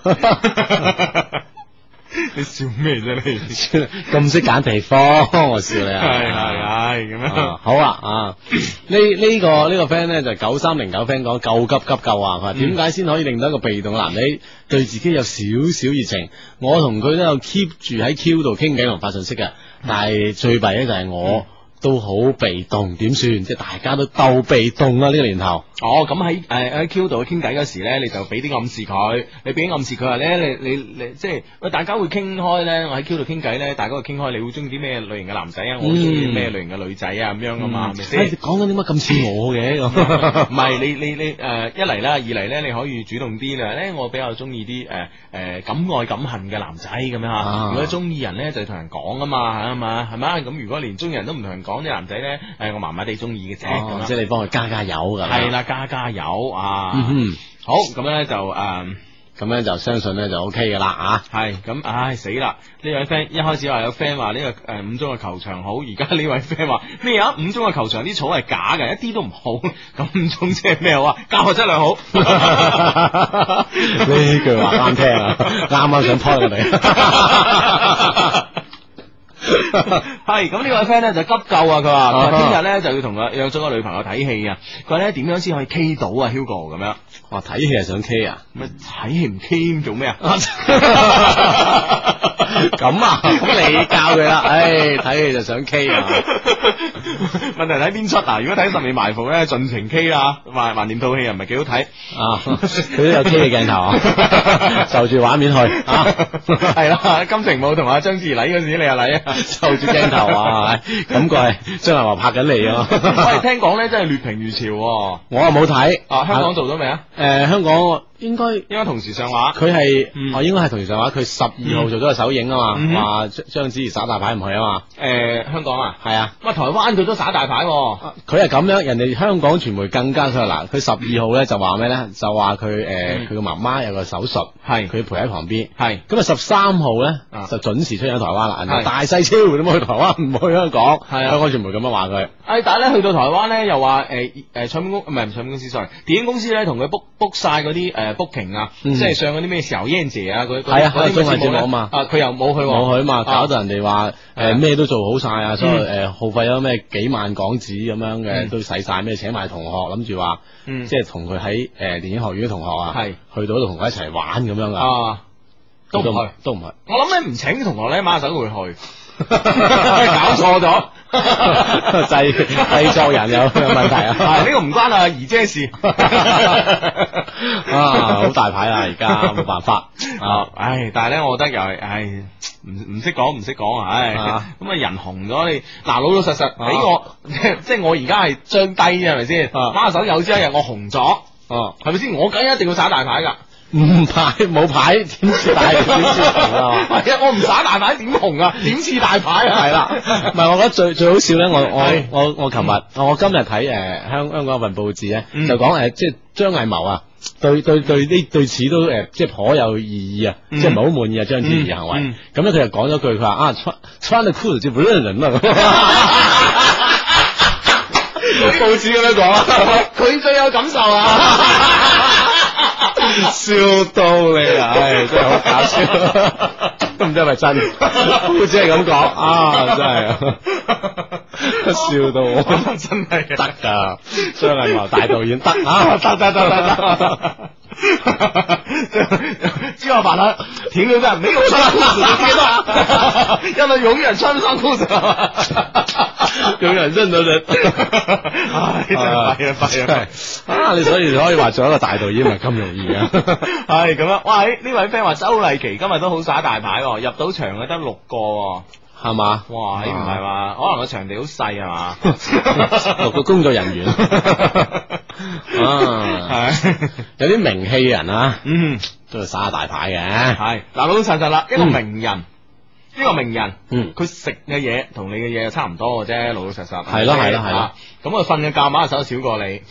你笑咩啫你？咁識揀地方，我笑你係啊！係係咁樣啊，。好啦啊！呢呢個呢個 friend 咧就九三零九 friend 講救急急救啊！佢嗯話點解先可以令到一個被動男仔對自己有少少熱情？我同佢都有 keep 住喺 Q 度傾偈同發信息嘅，嗯但係最弊咧就係我都好被動，點算？即係大家都鬥被動啊！呢個年頭哦，咁喺誒喺 Q 度傾偈嗰時咧，你就俾啲暗示佢，你俾啲暗示佢話咧，你你你即係喂，大家會傾開咧，我喺 Q 度傾偈咧，大家會傾開，你會中意啲咩類型嘅男仔啊？我中意啲咩嗯類型嘅女仔啊？咁樣噶嘛，係咪哎先？講緊點解咁似我 嘅哦咁？唔係你你你誒、一嚟啦，二嚟咧你可以主動啲啦。咧我比較中意啲誒誒敢愛敢恨嘅男仔咁樣嚇。啊如果中意人咧就同人講啊嘛，係嘛係嘛。咁如果連中意人都唔同人講啲男仔咧，誒、我麻麻地中意嘅啫咁哦啦。即係你幫佢加加油咁。係，啦，加加油啊！嗯哼，好，咁咧就誒咁咧就相信咧就 O K 噶啦啊！係咁，唉死啦！呢位 friend 一開始話有 friend 話呢個誒五中嘅球場好，而家呢位 friend 話咩啊？五中嘅球場啲草係假嘅，一啲都唔好。 咁五中即係咩好啊？教學質量好。 呢句話啱聽啊，啱啱想 point 我哋。 係咁呢位 friend 咧就急救啊！佢話啊佢話哈聽日咧就要同佢約咗個女朋友睇戲啊！佢話咧點樣先可以 K 到啊？Hugo 咁樣哇，睇戲係想 K 啊？咁啊睇戲唔 K 咁做咩 啊？咁啊，咁你教佢啦，唉，睇戲就想 K 啊，問題睇邊出啊？如果睇《十面埋伏》咧，盡情 K 啦，橫橫掂套戲又唔係幾好睇。啊，佢都有 K 嘅鏡頭啊， 就住畫面去啊，係啦，金城武同阿張智禮嗰時，你又禮啊？就住鏡頭啊，唉感覺係張麗華拍緊你啊，喂，聽講咧真係劣評如潮喎。我啊冇睇，啊，香港做咗未啊？誒香港應該。應該同時上畫。佢係哦嗯我應該係同時上畫，佢十二號做咗個首映啊嗯嘛，話張張子怡耍大牌唔去啊嘛，誒、香港啊，係啊，喂，台灣佢都耍大牌喎、佢係咁樣，人哋香港傳媒更加佢話嗱，佢十二號咧就話咩咧，就話佢誒嗯佢個媽媽有個手術，係佢陪喺旁邊。係咁啊，十三號咧啊就準時出現喺台灣啦，人哋係大細超咁去台灣，唔去香港，係啊香港傳媒咁樣話佢，誒，但係咧去到台灣咧，又話誒誒唱片公唔係唔唱片公司，sorry，電影公司咧同佢 book book 曬嗰啲誒 booking 啊，嗯即係上嗰啲咩時候 Yan 姐啊，嗰嗰係啊嗰啲綜藝節目咧啊嘛啊佢又冇去喎，冇去啊嘛，啊搞到人哋話係啊誒咩都做好晒啊，所以嗯誒耗費咗咩幾萬港紙咁樣嘅嗯都使晒，咩請埋同學諗住話，嗯即係同佢喺誒電影學院嘅同學啊，係啊去到嗰度同佢一齊玩咁樣噶，啊，都唔去。都唔去。 我諗咧唔請啲同學咧，馬上會去。搞錯 咗。製製作人有有問題啊係呢個唔關阿姨姐事。 啊，好大牌啦，而家冇辦法啊啊，，唉，但係咧，我覺得又係，唉，唔唔識講，唔識講，唉，咁啊啊人紅咗，你嗱老老實實俾我， 即係我而家係將低啫，係咪先？啊馬手有朝一日我紅咗，哦，係咪先？我梗一定要耍大牌㗎，唔牌冇牌點知大點知紅啊？ 係啊，我唔耍大牌點紅啊？點似大牌啊？係啦，唔係我覺得最最好笑咧，我我係我我琴日我今日睇誒香香港份報紙咧，嗯就講誒即係張藝謀啊，對對對呢對此都誒即係頗有異議啊，嗯即係唔係好滿意啊章子怡嘅行為嗯，咁咧佢就講咗句佢話啊穿穿得褲子就不認人啊 啦。 報紙咁樣講啊。佢最有感受 啊！笑到你啊！唉，真係好搞笑，都唔知係咪真，好似係咁講啊！真係啊笑到我真係得噶，張藝謀大導演得啊，得得得得就要把它停留在没有穿裤子的阶段，让他永远穿不上裤子。得，有人認到你，唉，真係弊啊弊啊！啊！你所以可以話做一個大導演唔係咁容易啊！系咁啊！哇！呢位 friend 話周麗琪今日都好耍大牌喎，入到場嘅得六個喎。係嘛？哇！呢唔係嘛？可能個場地好細係嘛？六個工作人員啊，係有啲名氣嘅人啊，嗯。都係耍下大牌嘅，系嗱，老老實實啦，一個名人，一個名人，嗯佢食嘅嘢同你嘅嘢差唔多嘅啫，老老實實。係咯係咯係咯啊，咁佢瞓嘅覺馬手少過 你，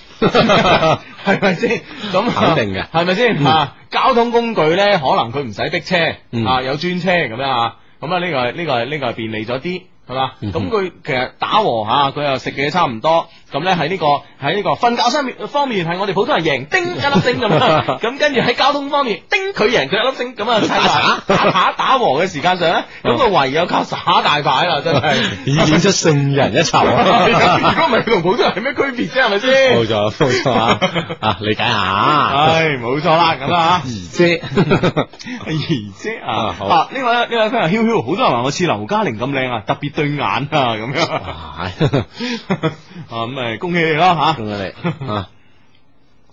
係咪先？咁肯定嘅 係咪先？嗯啊，交通工具咧，可能佢唔使逼車，嗯啊有專車咁樣啊，咁啊呢個係呢個係呢個係便利咗啲。係嘛？嗯咁佢其實打和下，佢又食嘅嘢差唔多，咁咧喺呢個喺呢個瞓覺方面方面係我哋普通人贏，叮一粒星咁樣， 咁跟住喺交通方面，叮佢贏佢一粒星，咁啊打打打打和嘅時間上咧，嗯咁佢唯有靠耍大牌啦，真係。 已演出聖人一 籌啊！如果唔係佢同普通人係咩區別啫？係咪冇先？錯冇錯啊！啊，理解下，嗯唉，冇錯啦，啊咁 啊。姨 而姐姐啊啊，好啊呢位呢位 friend 話 Hugo，好多人話我似劉嘉玲咁靚啊，特別對眼啊咁 樣，啊哇咁咪恭喜你咯吓。咁我哋啊，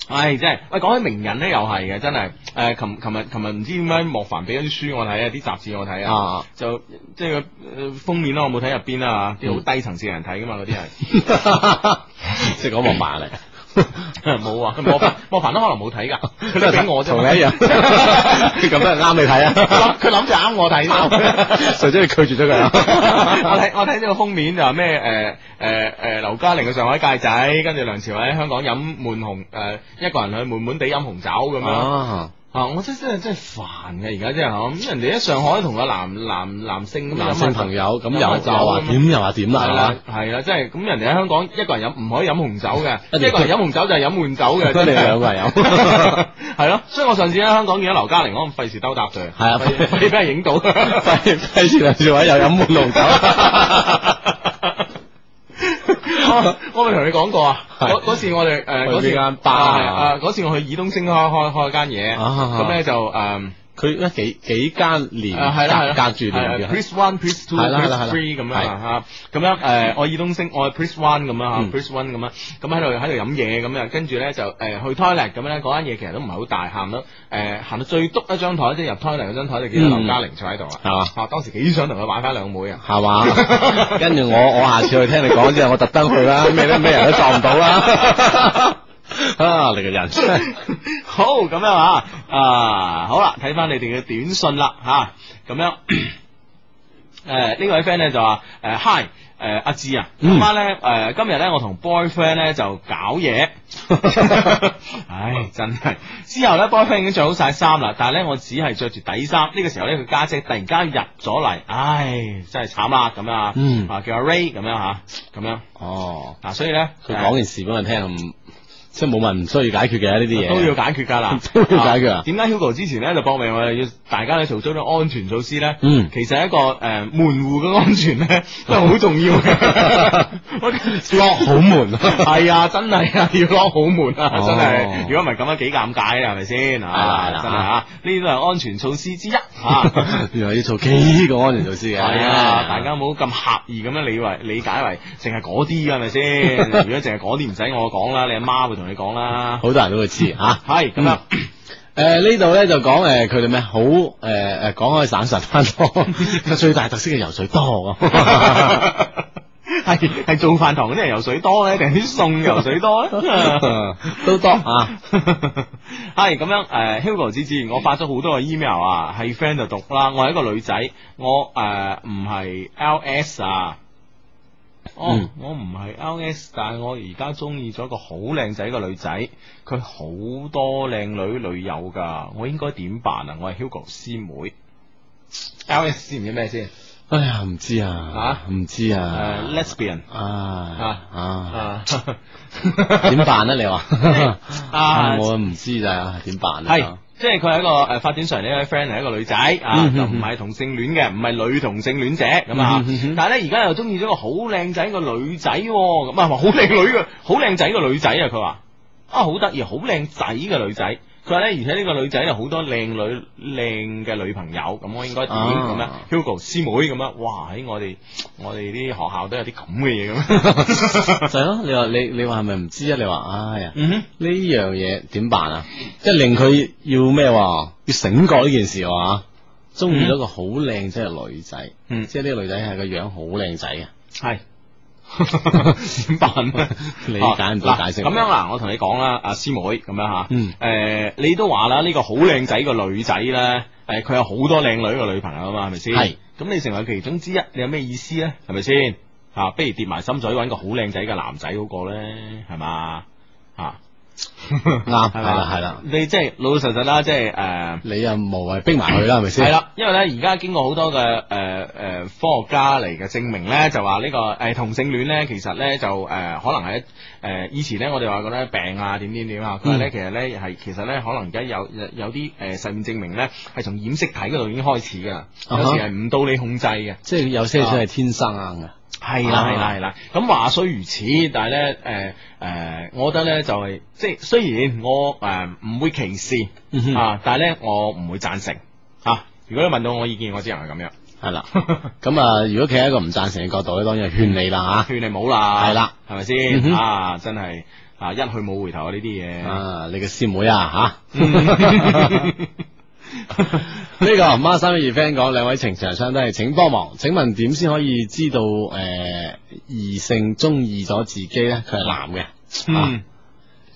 唉、真係，喂，講起名人咧，又係嘅，真係。誒、琴琴日琴日唔知點解莫凡俾咗啲書我睇啊，啲雜誌我睇啊， 啊，就即係個、呃封面啦，我冇睇入邊啦，啲好低層次嘅人睇噶嘛，嗰啲係即係講莫凡嚟， 冇啊。莫凡莫凡都可能冇睇㗎， 佢都俾我啫同嘛。你 一樣，咁都係啱你睇啊！諗佢諗住啱我 睇啫。就將你拒絕咗佢啊！ 我睇我睇呢個封面就話咩誒誒誒劉嘉玲嘅上海戒仔，跟住梁朝偉喺香港飲悶紅誒、一個人去悶悶地飲紅酒咁樣。啊，啊！我真真係真係煩嘅，而家真係嗬，咁人哋喺上海同個男男男性咁啊男性朋友友咁飲下又酒又話點又話點啦，係係啦嘛？係啦，即係咁人哋喺香港一個人飲唔可以飲紅酒嘅， 一定一個人飲紅酒就係飲悶酒 嘅，得你真係兩 個人有，係咯。所以我上次喺香港見到劉嘉玲，我咁費事兜搭 佢，係啊費費事俾 人影到。費費事梁朝偉又飲 滿龍啊我我咪同你講過啊，係嗰嗰次我哋誒去嗰次邊間吧啊係啊嗰次我去爾東星開開開間嘢，啊咁咧就嗯誒。酒，佢咧幾幾間連啊，係啦，係隔啦隔住係連啊嘅， Pris One、Pris Two、係啦係啦 Pris 係啦 Three 咁樣係啊，嚇咁樣誒，我爾東升，我係 Pris One 咁樣嗯嚇，Pris One 咁樣，咁喺度喺度飲嘢咁樣，跟住咧就誒去 toilet 咁樣咧，嗰間嘢其實都唔係好大，行到誒行到最篤一張台，即係入 toilet 嗰張台就見到嗯劉嘉玲坐喺度啊，係嘛？啊，當時幾想同佢玩翻兩妹啊！係嘛？跟住我，我下次去聽你講之後，我特登去啦，咩都咩人都撞唔到啦。啊！你個人真係好咁樣啊，啊好啦，睇翻你哋嘅短信啦吓，咁、樣。 誒、呢位 friend 咧就話誒、hi 誒、阿志啊，嗯今晚咧誒今日咧我同 boyfriend 咧就搞 嘢，唉真係之後咧 boyfriend 已經着好晒衫啦，但係咧我只係着住底衫，呢、個時候咧佢家姐突然間入咗嚟，唉真係慘啦咁樣啊，嗯啊叫阿 Ray 咁樣嚇，咁樣哦，嗱、所以咧佢講件事俾我聽，唔即係冇問唔需要解決嘅呢啲嘢，，都要解決㗎啦 都要解決啊點解 Hugo 之前咧就搏命我哋要大家咧做足咗安全措施咧？嗯其實一個誒、呃、門戶嘅安全 咧都係好重要嘅。我哋落好門。係啊，真係啊， 要攞好門啊，哦真係。如果唔係咁樣幾尷尬啊，係咪先？係啦係啊啦，真係啊，呢啲都係安全措施之一。 啊原來要做幾個安全措施嘅，系啊，大家唔好咁刻意咁樣理為理解為淨係嗰啲㗎係咪 先？如果淨係嗰啲唔使我講啦，你阿媽會同你講啦。好多人都會知啊。係咁樣，诶呢度咧就講诶佢哋咩好诶诶讲开省實翻多，佢 最大特色嘅游水多啊。 係係做飯堂嗰啲人游水多咧，定係啲餸游水多咧？ 都多 啊， 係咁樣，诶、h u g o 之之，我發咗好多嘅 email 啊，係 friend 就讀啦。我係一個女仔，我诶唔係 LS 啊。哦，嗯我唔係 LS，但係我而家中意咗一個好靚仔嘅女仔，佢好多靚女女友噶，我應該點辦啊？我係 Hugo 師妹，LS 知唔知咩先？哎呀唔知啊，啊唔知诶、啊 l e s b i a n 啊啊啊，點辦啊你 話啊 我唔知咋點辦系啊？，即係佢係一個诶发展上呢位 friend 係一個女仔啊，嗯就唔嗯係同性戀嘅，唔係女同性戀者咁啊嗯嗯嗯。但係咧而家又中意咗個好靚仔個女仔喎，咁啊話好靚女嘅，好靚仔個女仔啊，佢話啊好得意，好靚仔嘅女仔。佢話咧，而且呢個女仔有好多靚女靚嘅女朋友，咁我應該點咁樣啊？Hugo 師妹咁樣，哇！喺我哋我哋啲學校都有啲咁嘅嘢 咁。就係咯，你話你你話係咪唔知啊？你話哎呀。嗯 哼。呢樣嘢點辦啊？即係令佢要咩喎？要醒覺呢件事喎中意咗個好靚仔嘅女仔，嗯即係呢個女仔係個樣好靚仔嘅， 系点办咧？理解唔到啊解嗱釋唔到咁样啦，我同你講啦，阿師妹咁樣吓，嗯诶，你都話啦，呢個好靚仔個女仔咧，诶，佢有好多靚女嘅女朋友啊嘛，係咪先？係。咁你成為其中之一，你有咩意思咧？係咪先？吓，不如跌埋心水，揾個好靚仔嘅男仔好過咧，係嘛？吓，嗯啱係係啦嘛係啦，你即係老老實實啦，即係诶。你又無謂逼埋佢啦，係咪系先？，啦，因為咧而家經過好多嘅诶诶科學家嚟嘅證明咧，就話呢、個呃同性戀咧，其實咧就诶、呃可能係诶、呃以前咧我哋話過咧病啊點點點啊，佢話咧嗯其實咧係其實咧可能而家有有有啲诶實驗證明咧係從染色體嗰度已經開始噶，哈有時係唔到你控制嘅。即係有些少係天生嘅，係啦啊係啦係啦，咁話雖如此，但係咧誒誒，我覺得咧就係、即係雖然我誒呃唔、會歧視、嗯哼啊，但係咧我唔會贊成啊。如果你問到我意見，我只能係咁樣。係啦。咁啊，如果企喺一個唔贊成嘅角度咧，當然係勸你啦啊啊勸你冇啦，係啦，係咪嗯先哼啊？真係啊，一去冇回頭啊！呢嚇。啲啊，你嘅師妹啊嚇。嘢，呢個孖三一二 friend 講，兩位情場相低，請幫忙。請問點先可以知道诶異性中意咗自己咧？佢係男嘅。 啊嗯，哦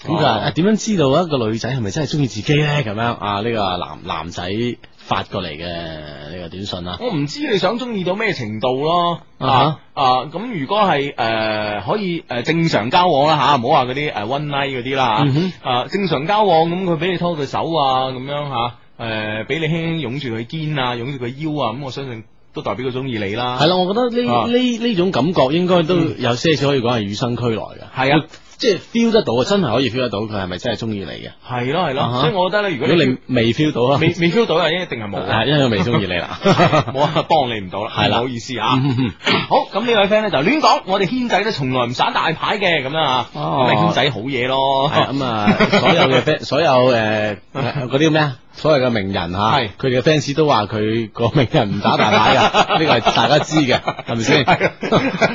咁佢話啊點樣知道一個女仔係咪真係中意自己咧？咁樣啊，呢個男男仔發過嚟嘅呢個短信啦。我唔知你想中意到咩程度咯，啊啊啊！咁如果係诶可以诶正常交往啦吓，唔好話嗰啲诶 one night 嗰啲啦嗯哼吓，啊正常交往咁佢俾你拖佢手啊咁樣吓，诶俾你輕輕擁住佢肩啊，擁住佢腰啊，咁我相信都代表佢中意你啦係。啦，我覺得呢啊嗯呢呢種感覺應該都有些少可以講係與生俱來嘅，係啊，即係 feel 得到啊，真係可以 feel 得到佢係咪真係中意你嘅。係咯係啊咯，哈所以我覺得咧，如如果果你未 feel 到啊，未未 feel 到啊，一定係冇啊係因為佢未中意你啦。 冇啊，幫你唔到啦，係唔啦好意思啊。嗯嗯嗯好，咁呢位 friend 咧就亂講，我哋軒仔咧從來唔耍大牌嘅，咁樣啊，哦咁咪軒仔好嘢咯系。咁啊，所有 嘅 fans，所有誒嗰啲咩啊，所謂嘅名人嚇，係佢哋嘅 fans 都話佢個名人唔打大 牌㗎，呢個係大家知嘅，係咪先？係啊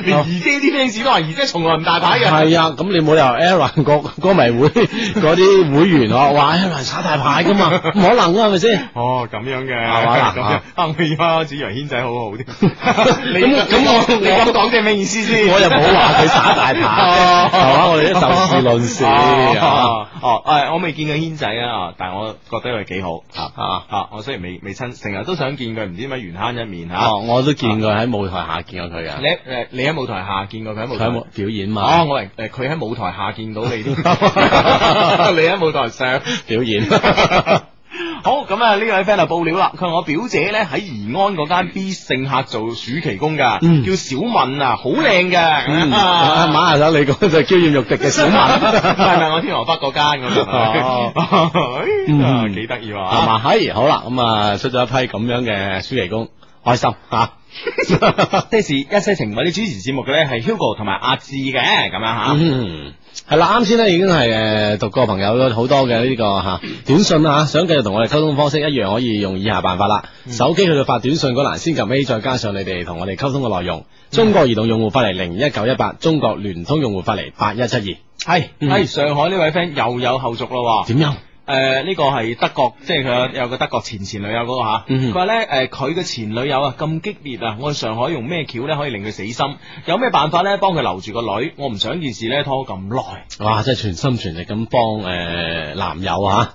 連 係二姐啲 fans 都話二姐從來唔大牌嘅，啊，咁你冇理由 Aaron 個歌 迷會嗰啲會員啊，話 Aaron 打大牌㗎嘛，唔可能啊，係咪先？哦，咁樣嘅，係嘛嗱咁樣啊啊，我而家只以為軒仔好好啲。你咁咁我你咁講即係咩意思先？我又冇話佢耍大牌，哦係嘛？我哋都 就事 論事啊哦，哦，誒，我未見過軒仔啊，但係我覺得佢幾好。啊！啊！我雖然未未親，成日都想見佢，唔知點解緣慳一面嚇。啊哦，我都見過喺舞台下見過佢你嘅，誒你喺舞台下見過佢喺舞佢台喺舞啊表演嘛。哦，我係誒佢喺舞台下見到你添，你 喺舞台上。表演。好咁啊！呢位 friend 就報料啦，佢話我表姐咧喺宜安嗰間 B 盛客做暑期工噶，嗯叫小敏啊，好靚嘅。嗯，啊 馬下手你講就嬌豔欲滴嘅小敏， 唔係唔係，我天河北嗰間咁 哦啊，哎呀嗯幾得意係啊！ 嘛？係好啦，咁啊出咗一批咁樣嘅暑期工，开心吓。即是一些情為你主持節目嘅咧係 Hugo 同埋阿志嘅咁樣吓。嗯，系啦，啱先咧已經係诶读過朋友咗好多嘅呢、個吓短信啦吓，想繼續同我哋溝通方式一樣可以用以下辦法啦。手機去到發短信嗰欄先撳 A，再加上你哋同我哋溝通嘅內容。中國移動用戶發嚟零一九一八，中國聯通用戶發嚟八一七二。點係嗯係上海呢位 friend 又有後續咯喎。樣？誒呢個係德國，即係佢有有個德國前前女友嗰個嚇。嗯佢話咧誒，佢嘅前女友啊咁激烈啊，我去上海用咩橋咧可以令佢死心？有咩辦法咧幫佢留住個女？我唔想件事咧拖咁耐。哇！真係全心全力咁幫诶男友啊！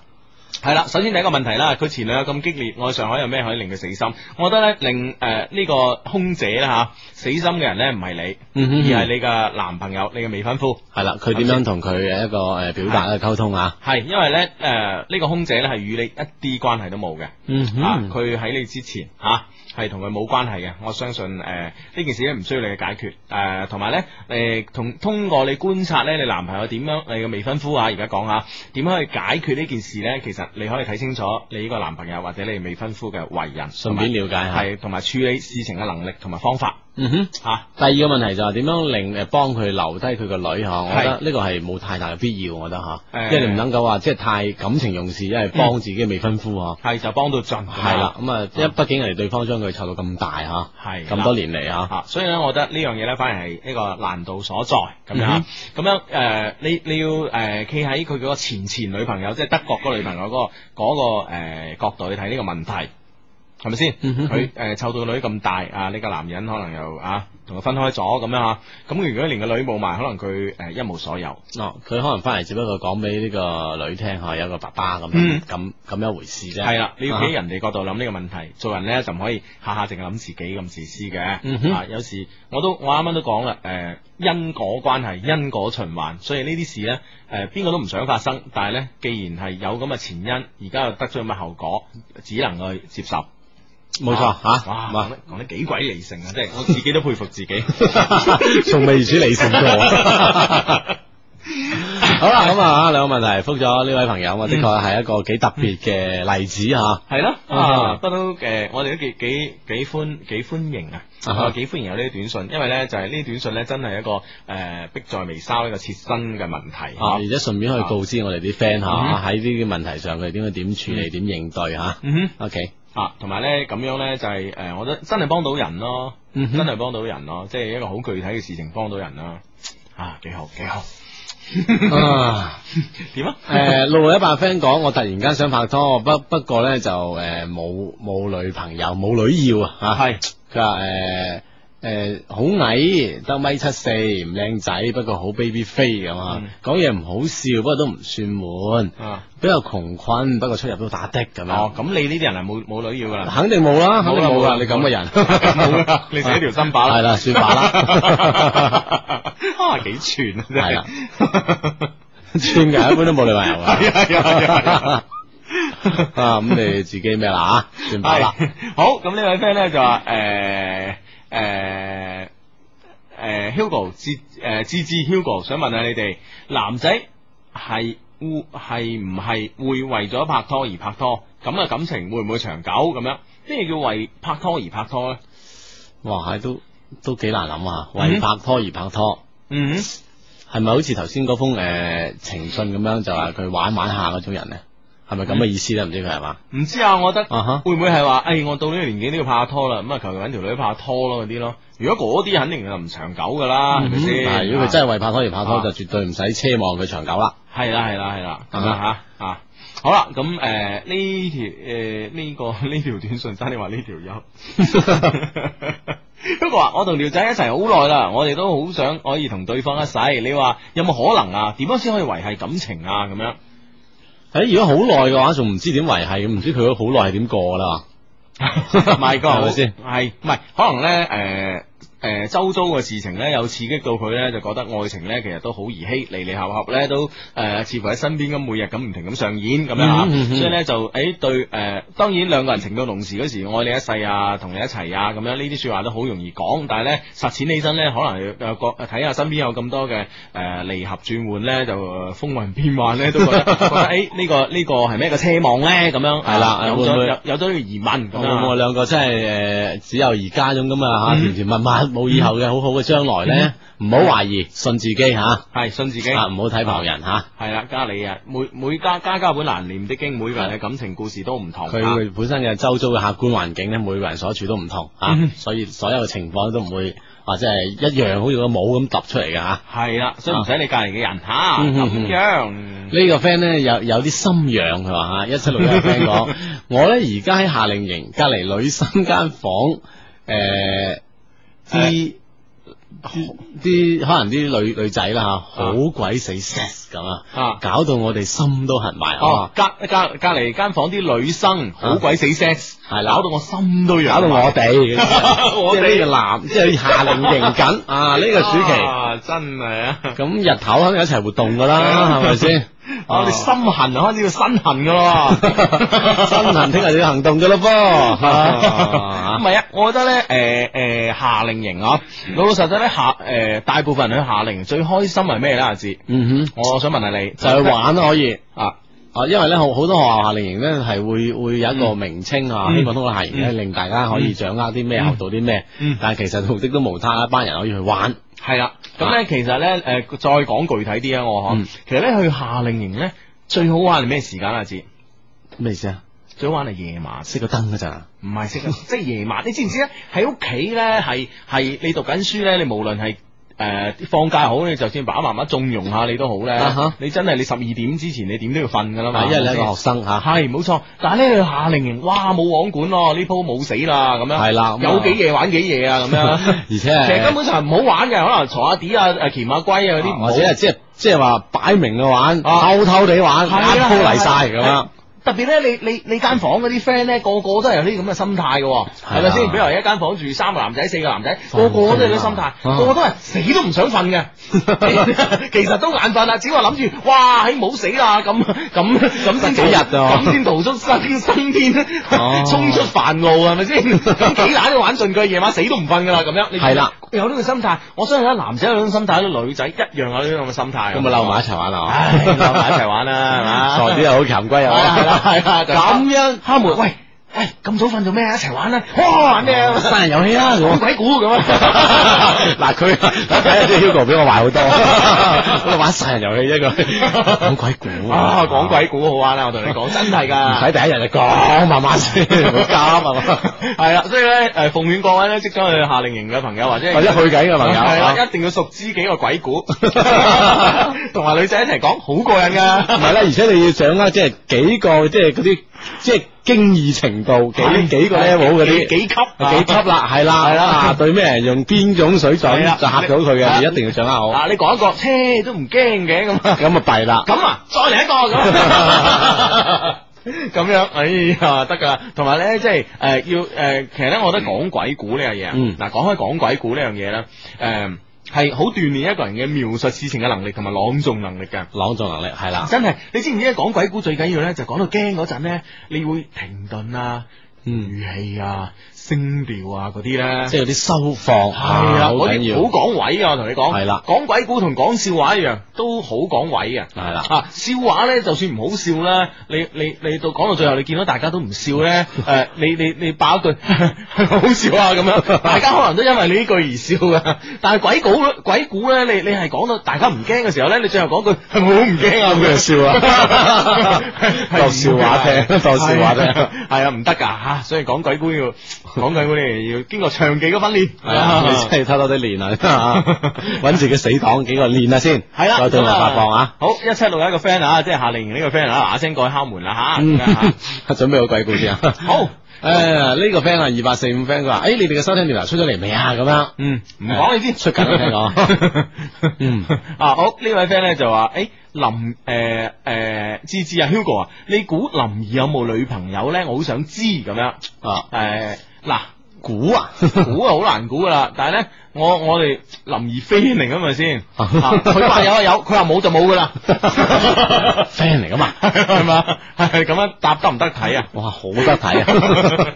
係啦，首先第一個問題啦，佢前女友咁激烈，我去上海有咩可以令佢死心？我覺得咧令誒呢、個空姐啦嚇死心嘅人咧唔係嗯你，哼而係你嘅男朋友，你嘅未婚夫。係啦，佢點樣同佢嘅一個诶表達一個溝通啊？係，因為咧，誒、呢、個空姐咧係與你一啲關係都冇嘅，嗯啊，佢喺你之前嚇係同佢冇關係嘅，我相信呃誒呢、件事咧唔需要你嘅解決，誒同埋咧誒同通過你觀察咧，你男朋友點樣，你嘅未婚夫啊，而家講下點樣去解決呢件事咧，其實你可以睇清楚你呢個男朋友或者你未婚夫嘅為人，順便了解下。係同埋處理事情嘅能力同埋方法嗯哼。嚇。第二個問題就係點樣令誒幫佢留低佢個女嚇，我覺得係呢個係冇太大嘅必要，我覺得嚇，誒因為你唔能夠話即係太感情用事，因為幫自己嘅未婚夫嚇，係就幫到盡，係啦，，咁啊，因為畢竟人哋對方將佢湊到咁大嚇，係咁多年嚟嚇，啊，所以咧，我覺得呢樣嘢咧，反而係一個難度所在咁樣嗯啊。咁樣誒、呃你你要誒企喺佢嗰個前前女朋友，即係德國嗰個女朋友嗰、個嗰、個、呃、角度去睇呢個問題。係咪先？嗯哼佢誒湊到個女咁大啊！呢個男人可能又啊同佢分開咗咁樣啊，咁如果連個女冇埋，可能佢誒、呃一無所有。哦，佢可能翻嚟只不過講俾呢個女聽嚇，有個爸爸咁嗯樣咁咁一回事啫，係啦，你要企喺啊人哋角度諗呢個問題，做人咧就唔可以下下淨係諗自己咁自私嘅。嗯哼啊，有時我都我啱啱都講啦，誒、因果關係、因果循環，所以呢啲事咧，誒、邊個都唔想發生，但係咧，既然係有咁嘅前因，而家又得出咁嘅後果，只能去接受。冇錯嚇，哇，咁講啊得講得幾鬼理性啊！即係我自己都佩服自己。 從未如此理性過。好啦，咁啊，兩個問題覆咗呢位朋友，我啊的確係一個幾特別嘅例子嚇。係咯，啊啊，不過都誒，我哋都幾幾幾歡幾歡迎啊！啊哈我幾歡迎有呢啲短信，因為咧就係呢啲短信咧真係一個誒迫在眉梢一個切身嘅問題啊，而且順便可以告知我哋啲 friend 吓，嗯喺呢啲問題上佢哋應該點處理、點應對吓。嗯 OK，哼，啊，同埋咧咁樣咧就係、誒、我覺得真係幫到人咯，嗯哼真係幫到人咯，即係一個好具體嘅事情幫到人啦。啊，幾好幾好，啊，點啊？誒，六呃六一八 friend 講，我突然間想拍拖，不不過咧就誒冇冇女朋友，冇女要啊吓。係佢話誒誒好矮，得米七四，唔靚仔，不過好 baby 飛咁啊嗯，講嘢唔好笑，不過都唔算悶，啊，比較窮困，不過出入都打的咁哦樣，。咁你呢啲人係冇冇女要噶 啦，肯定冇啦，肯冇定啦冇啦，冇啦你咁嘅人冇啦，你自己條心把啦 係。啦，算罷啦。 啊，幾串啊，真係 係啦。串嘅一般都冇女朋友啊。係啊係啊係啊，咁你自己咩啦吓，算罷啦。係好，咁呢位 friend 咧就話誒誒誒 Hugo 志誒志志 Hugo 想問下你哋男仔係會係唔係會為咗拍拖而拍拖？咁嘅感情會唔會長久咁樣？咩叫為拍拖而拍拖咧？哇，係都都幾難諗啊，嗯為拍拖而拍拖，嗯，係咪好似頭先嗰封诶情信咁樣，就話佢玩玩下嗰種人咧？係咪咁嘅意思咧？唔知佢係嘛？唔知啊，我覺得嗯啊哈會唔會係話，誒、哎我到呢個年紀都要拍拖啦，咁啊求其揾條女拍拖咯嗰啲咯。如果嗰啲肯定就唔長久噶啊啦，係咪先？嗯但係如果佢真係為拍拖而拍拖，啊就絕對唔使奢望佢長久啦。系啦系啦系啦，咁啊啊吓啊，好啦，咁诶呢条诶呢個 呢條短信，差啲話呢條友。 不過話我同條仔一齊好耐啦，我哋都好想可以同對方一世。你話有冇可能啊？點樣先可以維係感情啊？咁樣诶，如果好耐嘅話，仲唔知點維係，唔知佢嗰好耐係點過啦。 唔係個係咪先係唔係可能咧？诶、诶、周遭嘅事情咧，有刺激到佢咧，就覺得愛情咧其實都好兒戲，離離合合咧都诶、誒似乎喺身邊咁每日咁唔停咁上演咁樣啊，嗯嗯嗯所以咧就诶、對对诶、當然兩個人情到濃時嗰時，愛你一世啊，同你一齊啊，咁樣呢啲说話都好容易講，但係咧實踐起身咧，可能有有個睇下身邊有咁多嘅诶離合轉換咧，就誒風雲變幻 咧，都覺得覺得诶呢、個呢、個係咩個奢望咧咁樣，係啦有會唔咗會有有咗呢個疑問咁會唔會樣我啊。兩個真係诶，只有而家種咁啊吓，嗯甜甜蜜蜜，冇以後嘅好好嘅將來咧，唔好懷疑，信自己吓，啊係信自己，唔好睇旁人吓，系啦，家里啊，每每家家家本難念的經，每個人嘅感情故事都唔同。啊佢啊會本身嘅周遭嘅客觀環境咧，每個人所處都唔同啊嗯，所以所有嘅情況都唔會或者係一樣，好似個帽咁揼出嚟嘅啊吓。係啦，所以唔使理隔離嘅人吓嗯嗯咁嗯樣。呢個 friend 咧有有啲心癢，佢話嚇一七六一 friend 講，我咧而家喺夏令營隔離女生間房，誒啲啲啲可能啲女女仔啦嚇，好鬼死 sex 咁啊，啊搞到我哋心都痕埋，哦啊，隔隔隔離間房啲女生好鬼 死 sex，係啦搞到我心都搞癢到埋。我哋，我哋即係呢個男即係夏令 營緊啊呢個暑期，啊真係啊，咁日頭肯定一齊活動㗎啦，係 咪先？我哋哦心痕啊開始要身痕噶 咯。真行聽日就要行動㗎咯噃啊啊唔。嗯係 啊，我覺得咧，诶、诶、夏令營啊，老老實實咧夏诶、大部分人去夏令營最開心係咩咧？阿志，嗯哼，我想問下你，就係玩啦可以啊。啊，因為咧好好多學校夏令營咧係會會有一個名稱啊，嗯希望通過夏令營咧令大家可以掌握啲咩，學到啲咩嗯，但係其實目的都無他，一班人可以去玩。系啦，咁咧其實咧，诶、再講具體啲啊，我嗬，啊嗯其實咧去夏令營咧最好玩係咩時間啊？志咩意思啊？最好玩係夜晚，熄個燈㗎咋？唔係識啊， 即係夜晚。你知唔知咧？啊喺屋企咧係係你讀緊書咧，你無論係。誒、放假好，你就算爸爸媽媽縱容下你都好咧啊哈你真係你十二點之前你點都要瞓㗎啦嘛，啊，因為你係一個係咪學生先嚇，係冇錯。但係咧去夏令營，哇冇網管咯，呢鋪冇死啦咁樣，係啦，咁啊有幾夜玩幾夜啊咁樣。 而且其實根係本上唔好玩嘅，可能坐下碟啊、誒鉗下龜啊嗰啲唔好，或者係即係即係話擺明嘅玩，啊偷偷地玩，一呃係啊鋪嚟晒係咁啊樣。特別咧，你你你間房嗰啲 friend 咧，個個都係有啲咁嘅心態嘅喎，係咪係先？啊比如話一間房住三個男仔、四個男仔，個放個都有啲心鬆態啊，個個都係死都唔想瞓嘅， 其實都眼瞓啦，只係話諗住哇，喺冇死啦咁咁咁先得幾日啊咁先逃出生 生天，哦衝出煩惱係咪先？咁幾懶都玩盡佢，夜晚死都唔瞓㗎啦，咁樣你係啦，有呢個心態，我相信咧男仔有呢種心態，女仔一樣有呢種咁嘅心態，啊咁咪嬲埋一齊玩唉，啦，嬲埋一齊玩啦，係嘛？ 傻啲又好，擒龜又好，係啦係啊啦 就咁樣敲門，喂喂，咁早瞓做咩啊？一齊玩啦！哇，玩咩啊？生人遊戲啦玩 咁。鬼故咁啊！嗱佢睇下啲 Hugo 比我壞好多， 我哋玩殺人遊戲一個講鬼故啊，講鬼故好玩啊！我同你講，真係唔㗎使。第一日就講，慢慢先，唔好急 係嘛，係啦，所以咧，誒奉勸各位咧，即將去夏令營嘅朋友，或者或者去緊嘅朋友係啦啊，一定要熟知幾個鬼故，同埋女仔一齊講，好過癮唔㗎。係啦，而且你要掌握即係幾個即係嗰啲即係驚異程度幾幾個 level 嗰啲幾幾級啊幾級啦，係啦係啦，啊對咩人用邊種水係準啦就嚇到佢啊嘅，你一定要掌握好，啊，你講一個，車都唔驚嘅咁啊。咁啊弊啦。 咁啊，再嚟一個咁。 咁樣，哎呀，得噶。同埋咧，即係誒、呃要誒、呃其實咧，我覺得講鬼故呢樣嘢啊，嗯嗱、講開講鬼故呢樣嘢咧，誒係好鍛鍊一個人嘅描述事情嘅能力同埋朗誦能力㗎。朗誦能力係啦，真係，你知唔知咧？講鬼故最緊要咧，就講到驚嗰陣咧，你會停頓啊、嗯，語氣啊、聲調啊嗰啲咧。即係有啲收放系啊，好嗰緊啲要好。講位啊！我同你講，係啦講鬼故同講笑話一樣，都好講位嘅。係啦啊，笑話咧，就算唔好笑啦，你你你到講到最後，你見到大家都唔笑 咧，诶、你你你爆一句 好笑啊咁 樣，大家可能都因為你呢句而笑嘅。但係鬼故鬼故咧，你你係講到大家唔驚嘅時候咧，你最後 講句係我好唔驚啊咁咁樣佢就笑 啦，當笑話聽，當笑話聽。係啊，唔得噶吓，所以講鬼故要講鬼故你要經過長期嘅訓練，係啊，你真係偷偷啲 練啊，揾自己死黨幾個練下先，系啦，再對咁外發放啊。！好，一七六一個 friend 啊，即係夏令營呢個 friend 啊，嗱聲過去敲門啦吓咁嗯 樣啊，準備好鬼故先啊！好，誒呢個 friend 啊，二八四五 friend 佢話：誒你哋嘅收聽電台出咗嚟未啊？咁樣，嗯，唔講你先，啊出緊啦 聽講。嗯，啊，好呢位 friend 咧就話，誒林誒誒芝芝啊，Hugo 啊，你估林兒有冇女朋友咧？我好想知咁樣啊，誒嗱。估 啊，估啊好難估噶啦，但係咧，我我哋林怡飛嚟噶嘛 先，啊佢話有啊有，佢話冇就冇噶啦， friend 嚟噶嘛，係嘛？係咁樣答得唔得睇啊？哇，好得睇啊！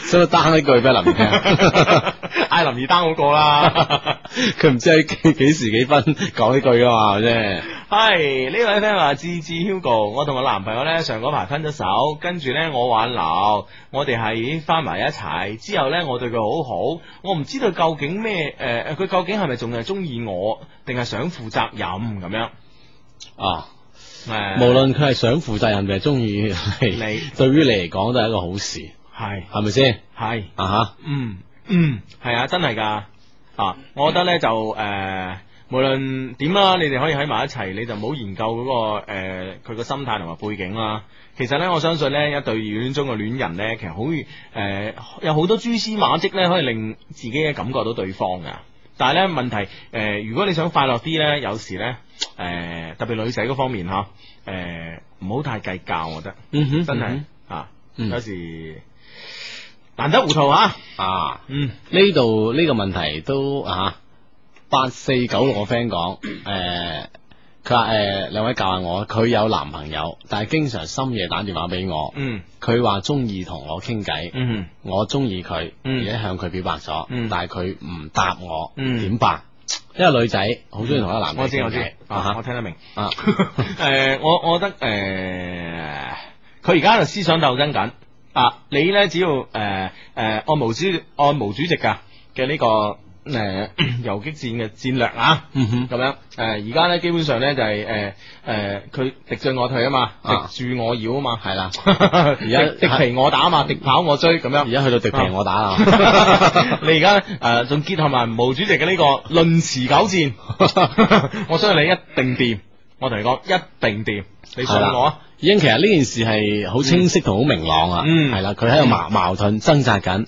所以單一句俾阿林聽，啊 嗌林怡單好過啦。 佢唔知喺幾幾時幾分講呢句噶嘛，啫。係呢位 friend 話：志志 Hugo，我同我男朋友呢上嗰排分咗手，跟住呢我挽留，我哋係翻埋一齊。之後呢，我對佢好好，我唔知道究竟咩誒，呃佢、究竟係咪仲係中意我，定係想負責任咁樣？啊，誒無論佢係想負責任定係中意 你，你對於你嚟講都係一個好事，係係咪先？係啊哈。嗯嗯係啊，真係㗎啊！我覺得呢就誒。呃無論點啦，你哋可以喺埋一齊，你就唔好研究嗰、個誒佢個心態同埋背景啦。其實咧，我相信咧，一對戀中嘅戀人咧，其實好誒、呃有好多蛛絲馬跡咧，可以令自己嘅感覺到對方噶。但係咧問題誒、呃如果你想快樂啲咧，有時咧誒、呃特別女仔嗰方面嚇誒唔好太計較，我覺得嗯哼真係、嗯啊，嗯有時難得糊塗啊，啊，嗯呢度呢個問題都啊，八四九六個 friend 講，誒、佢話誒兩位教下我，佢有男朋友，但係經常深夜打電話俾我，嗯佢話中意同我傾偈，嗯我中意佢，嗯而且向佢表白咗，嗯但係佢唔答我，嗯點、辦？因為女仔好中意同一個男哼，仔我知我知傾偈啊，我啊聽得明。 哈啊，誒、我我覺得誒，佢而家喺度思想鬥爭緊啊！你咧只要誒誒、按毛主按毛主席噶嘅呢個誒、 游擊戰嘅戰略啊，嗯哼咁樣誒，而家咧基本上咧就係誒誒，佢、敵進我退啊嘛，啊敵住我擾啊嘛，係 啦，而家敵疲我打啊嘛，敵跑我追咁而樣。家去到敵啊平我打啦， 你而家誒呃仲結合埋毛主席嘅呢個論詞糾 戰，我相信你一定掂。我同你講，一定掂，你信我啊！已經其實呢件事係好清晰同好明朗啊，嗯係啦，佢喺度矛矛盾掙扎緊，呢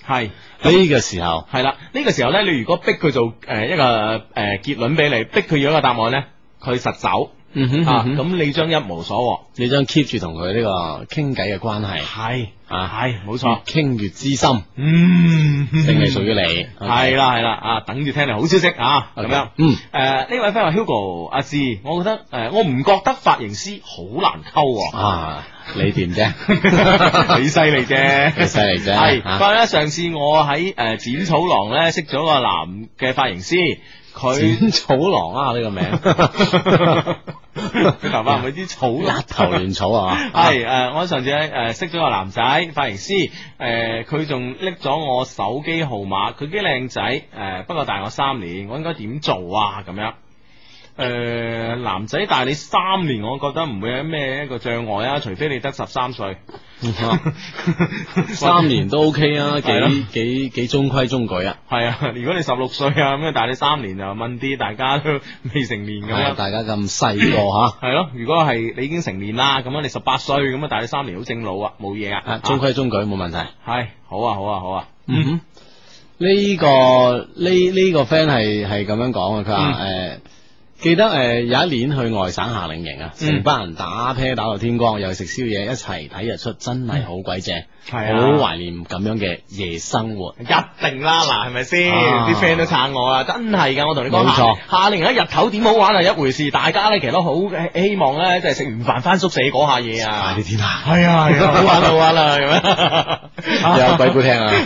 係個時候係啦，呢、個時候呢，你如果逼佢做誒、呃一個誒、呃、結論俾你，逼佢要一個答案呢，佢實走、嗯哼啊，嗯咁哼你將一無所獲。你將 keep 住同佢呢個傾偈嘅關係係啊，係，冇越錯。傾越知心，嗯，勝利屬於你，係啦係啦啊，等住聽你好消息啊，咁 OK，樣。嗯，誒呢位 friend 話 Hugo 阿志，我覺得誒、呃我唔覺得髮型師好難溝喎、啊，你掂 啫，你犀利啫，你犀利啫係，啊不過咧，上次我喺誒、呃剪草廊咧識咗個男嘅髮型師，佢剪草郎啊呢個名， 佢頭髮係咪啲草甩頭亂草啊嘛，係誒、呃我上次咧誒、呃、識咗個男仔髮型師，誒佢仲拎咗我手機號碼，佢幾靚仔，誒、不過大我三年，我應該點做啊？咁樣。誒、男仔大你三年，我覺得唔會有咩一個障礙啊，除非你得十三歲。 三年都 OK 啊，係咯幾幾幾中規中矩啊，係啊，如果你十六歲啊，咁啊大你三年就問啲，大家都未成年咁係啊樣。大家咁 細個吓。係咯，如果係你已經成年啦，咁樣你十八歲，咁啊大你三年好正路啊，冇嘢啊，啊。中規中矩冇問題。係好啊，好啊，好啊。嗯，呢、個呢呢、個 friend 係係咁樣講嘅，佢話嗯誒記得誒、呃有一年去外省夏令營啊，成嗯班人打啤打到天光，又食宵夜，一齊睇日出，真係好鬼正，好係啊懷念咁樣嘅夜生活。一定啦，嗱，係咪先？啊啲 friend 都撐我啊，真係噶！我同你講，冇錯夏夏令營一日頭點好玩係一回事，大家咧其實都好希望咧，即係食完飯翻宿舍嗰下嘢啊！啊你。天啊，係啊，係啊，好玩好玩啦，咁樣 有鬼故 聽啊！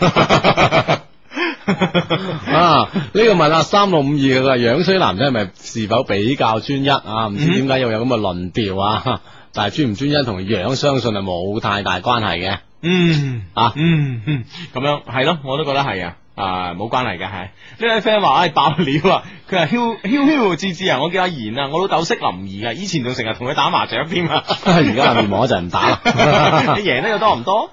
啊！呢、個問啊，三六五二嘅佢話樣衰男仔係咪是否比較專一啊？唔知嗯點解又有咁嘅論調啊？ 但係專唔專一同樣相信係冇太大關係 嘅。嗯啊嗯嗯，咁樣係咯，我都覺得係啊。啊，冇關係嘅，係呢位 friend 話，唉、爆料啊！佢話 Hugh Hugh Hugh 芝芝啊，我叫阿賢啊，我老豆識林怡啊，以前仲成日同佢打麻雀添啊，而家面膜就唔打啦。 你贏得又多唔多？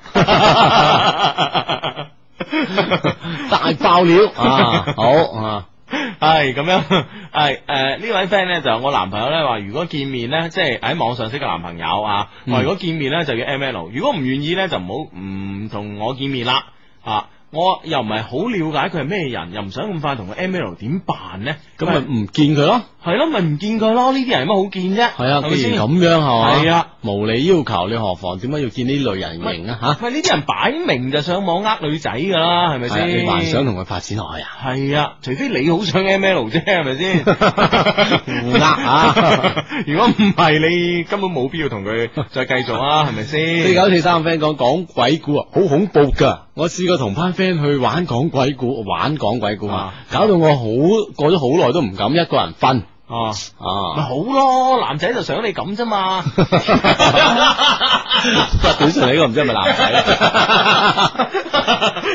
大爆料啊！好啊， 係咁樣，係誒呢位 friend 咧就我男朋友咧話，如果見面咧，即係喺網上識嘅男朋友啊，嗯話如果見面咧就要 M L，如果唔願意咧就唔好唔同我見面啦啊。我又唔係好了解佢係咩人，又唔想咁快同佢 M L 點辦呢？咁咪唔見佢咯，係咯，咪唔見佢咯？呢啲人有乜好見啫？係啊，係咪既先然咁樣係嘛，係啊，無理要求你何妨點解要見呢類人形啊吓？喂，呢啲人擺明就上網呃女仔㗎啦，係咪係啊先？你還想同佢發展落去啊？係啊，除非你好想 M L 啫，係咪先？互呃啊！ 如果唔係，你根本冇必要同佢再繼續啊，係咪四先？九四三 friend 講講鬼故啊，好恐怖噶！我試過同班 friend 去玩講鬼故，玩講鬼故啊啊，搞到我好過咗好耐都唔敢一個人瞓哦，咪啊！好咯，男仔就想你咁啫 嘛。 發短信你個唔知係咪男仔，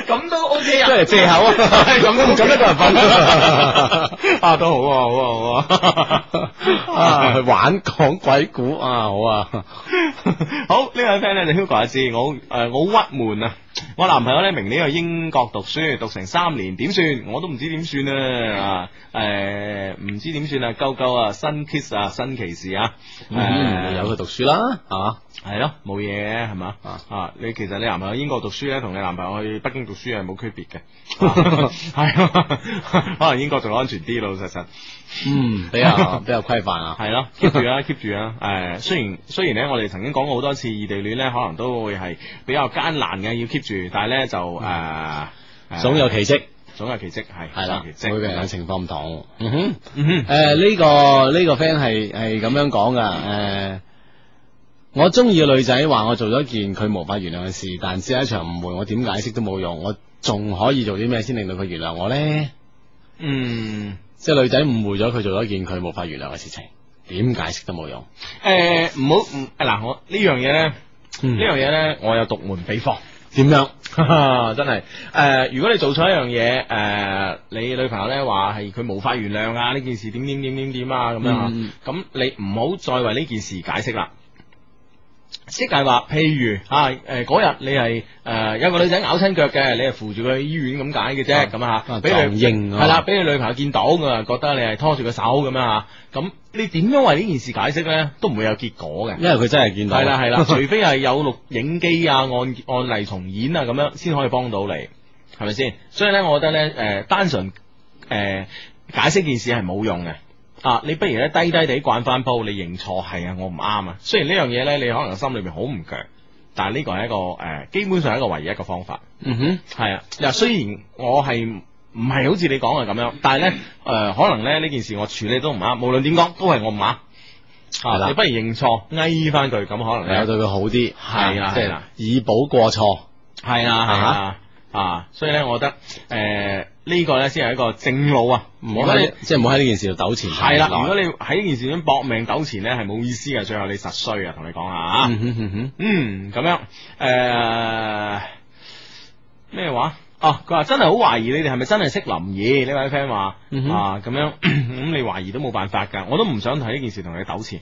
咁都 OK 啊，即係藉口啊係 咁都唔准一個人 瞓啊，都好啊，好啊，好啊。啊 去玩講鬼故啊，好 啊，好呢位 friend 咧就 Hugo 阿志，我诶我好郁闷啊！我男朋友咧明年去英國讀書，讀成三年點算？我都唔知點算啊！诶、唔知點算啊！鳩鳩啊，新 kiss 啊，新歧視啊！嗯，由佢讀書啦，啊，係咯，冇嘢嘅係嘛啊啊！你其實你男朋友英國讀書啊咧，同你男朋友去北京讀書係冇區別 嘅，係啊 可能英國仲安全啲老實實。嗯，比較比較規範 啊，系咯，keep 住啦，keep 住啦。诶，雖然雖然咧，我哋曾經講過好多次異地戀咧，可能都會係比較艱難嘅，要 keep 住。但係咧就诶，誒總有奇蹟，嗯總有奇蹟，係係啦，啊總有奇每個人嘅蹟。情況唔同，嗯哼。嗯哼诶，呃呢、個呢、個 friend 係係咁樣講噶，诶、我中意嘅女仔話我做咗件佢無法原諒嘅事，但只係一場誤會，我點解釋都冇用，我仲可以做啲咩先令到佢原諒我呢？嗯，即係女仔誤會咗佢做咗件佢無法原諒嘅事情，點解釋都冇用。诶，唔好唔啊嗱，我呢樣嘢咧，呢嗯樣嘢咧，我有獨門秘方。點樣？ 真係，誒、如果你做錯一樣嘢，誒、你女朋友咧話係佢無法原諒啊，呢件事點點點點點啊咁樣啊嗯，咁、你唔好再為呢件事解釋啦。即係話，譬如啊，誒嗰日你係誒、有個女仔咬親腳嘅，你係扶住佢去醫院咁解嘅啫，咁啊啊，俾撞佢應啊係啦，俾你女朋友見到，咁啊覺得你係拖住個手咁樣啊，咁你點樣為呢件事解釋咧，都唔會有結果嘅。因為佢真係見到。啊系啦系 啦，除非係有錄影機啊、案案例重演啊咁樣，先可以幫到你，係咪先？所以咧，我覺得咧，诶、單純诶、解釋件事係冇用嘅。啊！你不如咧低低地慣翻鋪，你認錯係啊，我唔啱啊。雖然呢樣嘢咧，你可能心裏边好唔強，但係呢個係一個诶、誒基本上係一個唯一嘅方法。嗯哼，系啊，嗱，雖然我係唔係好似你講嘅咁樣，但係咧诶，嗯可能咧呢件事我處理都唔啱，無論點講都係我唔啱。啊係啦啊，你不如認錯，翳翻佢，咁可能你有呢對佢好啲，啊係啦即係啊係啦以補過錯。系啊，系啊，啊，所以咧，我覺得诶呢個咧先係一個正路啊，唔好喺即係唔好喺呢件事度糾纏太系啦，耐如果你喺呢件事咁搏命糾纏咧，係冇意思嘅，最後你實衰啊，同你講下啊，嗯哼嗯哼嗯，咁樣诶咩話？哦，佢話真係好懷疑你哋係咪真係識林野？呢位 friend 話嗯哼啊，咁樣 咁你懷疑都冇辦法㗎，我都唔想睇呢件事同你糾 纏。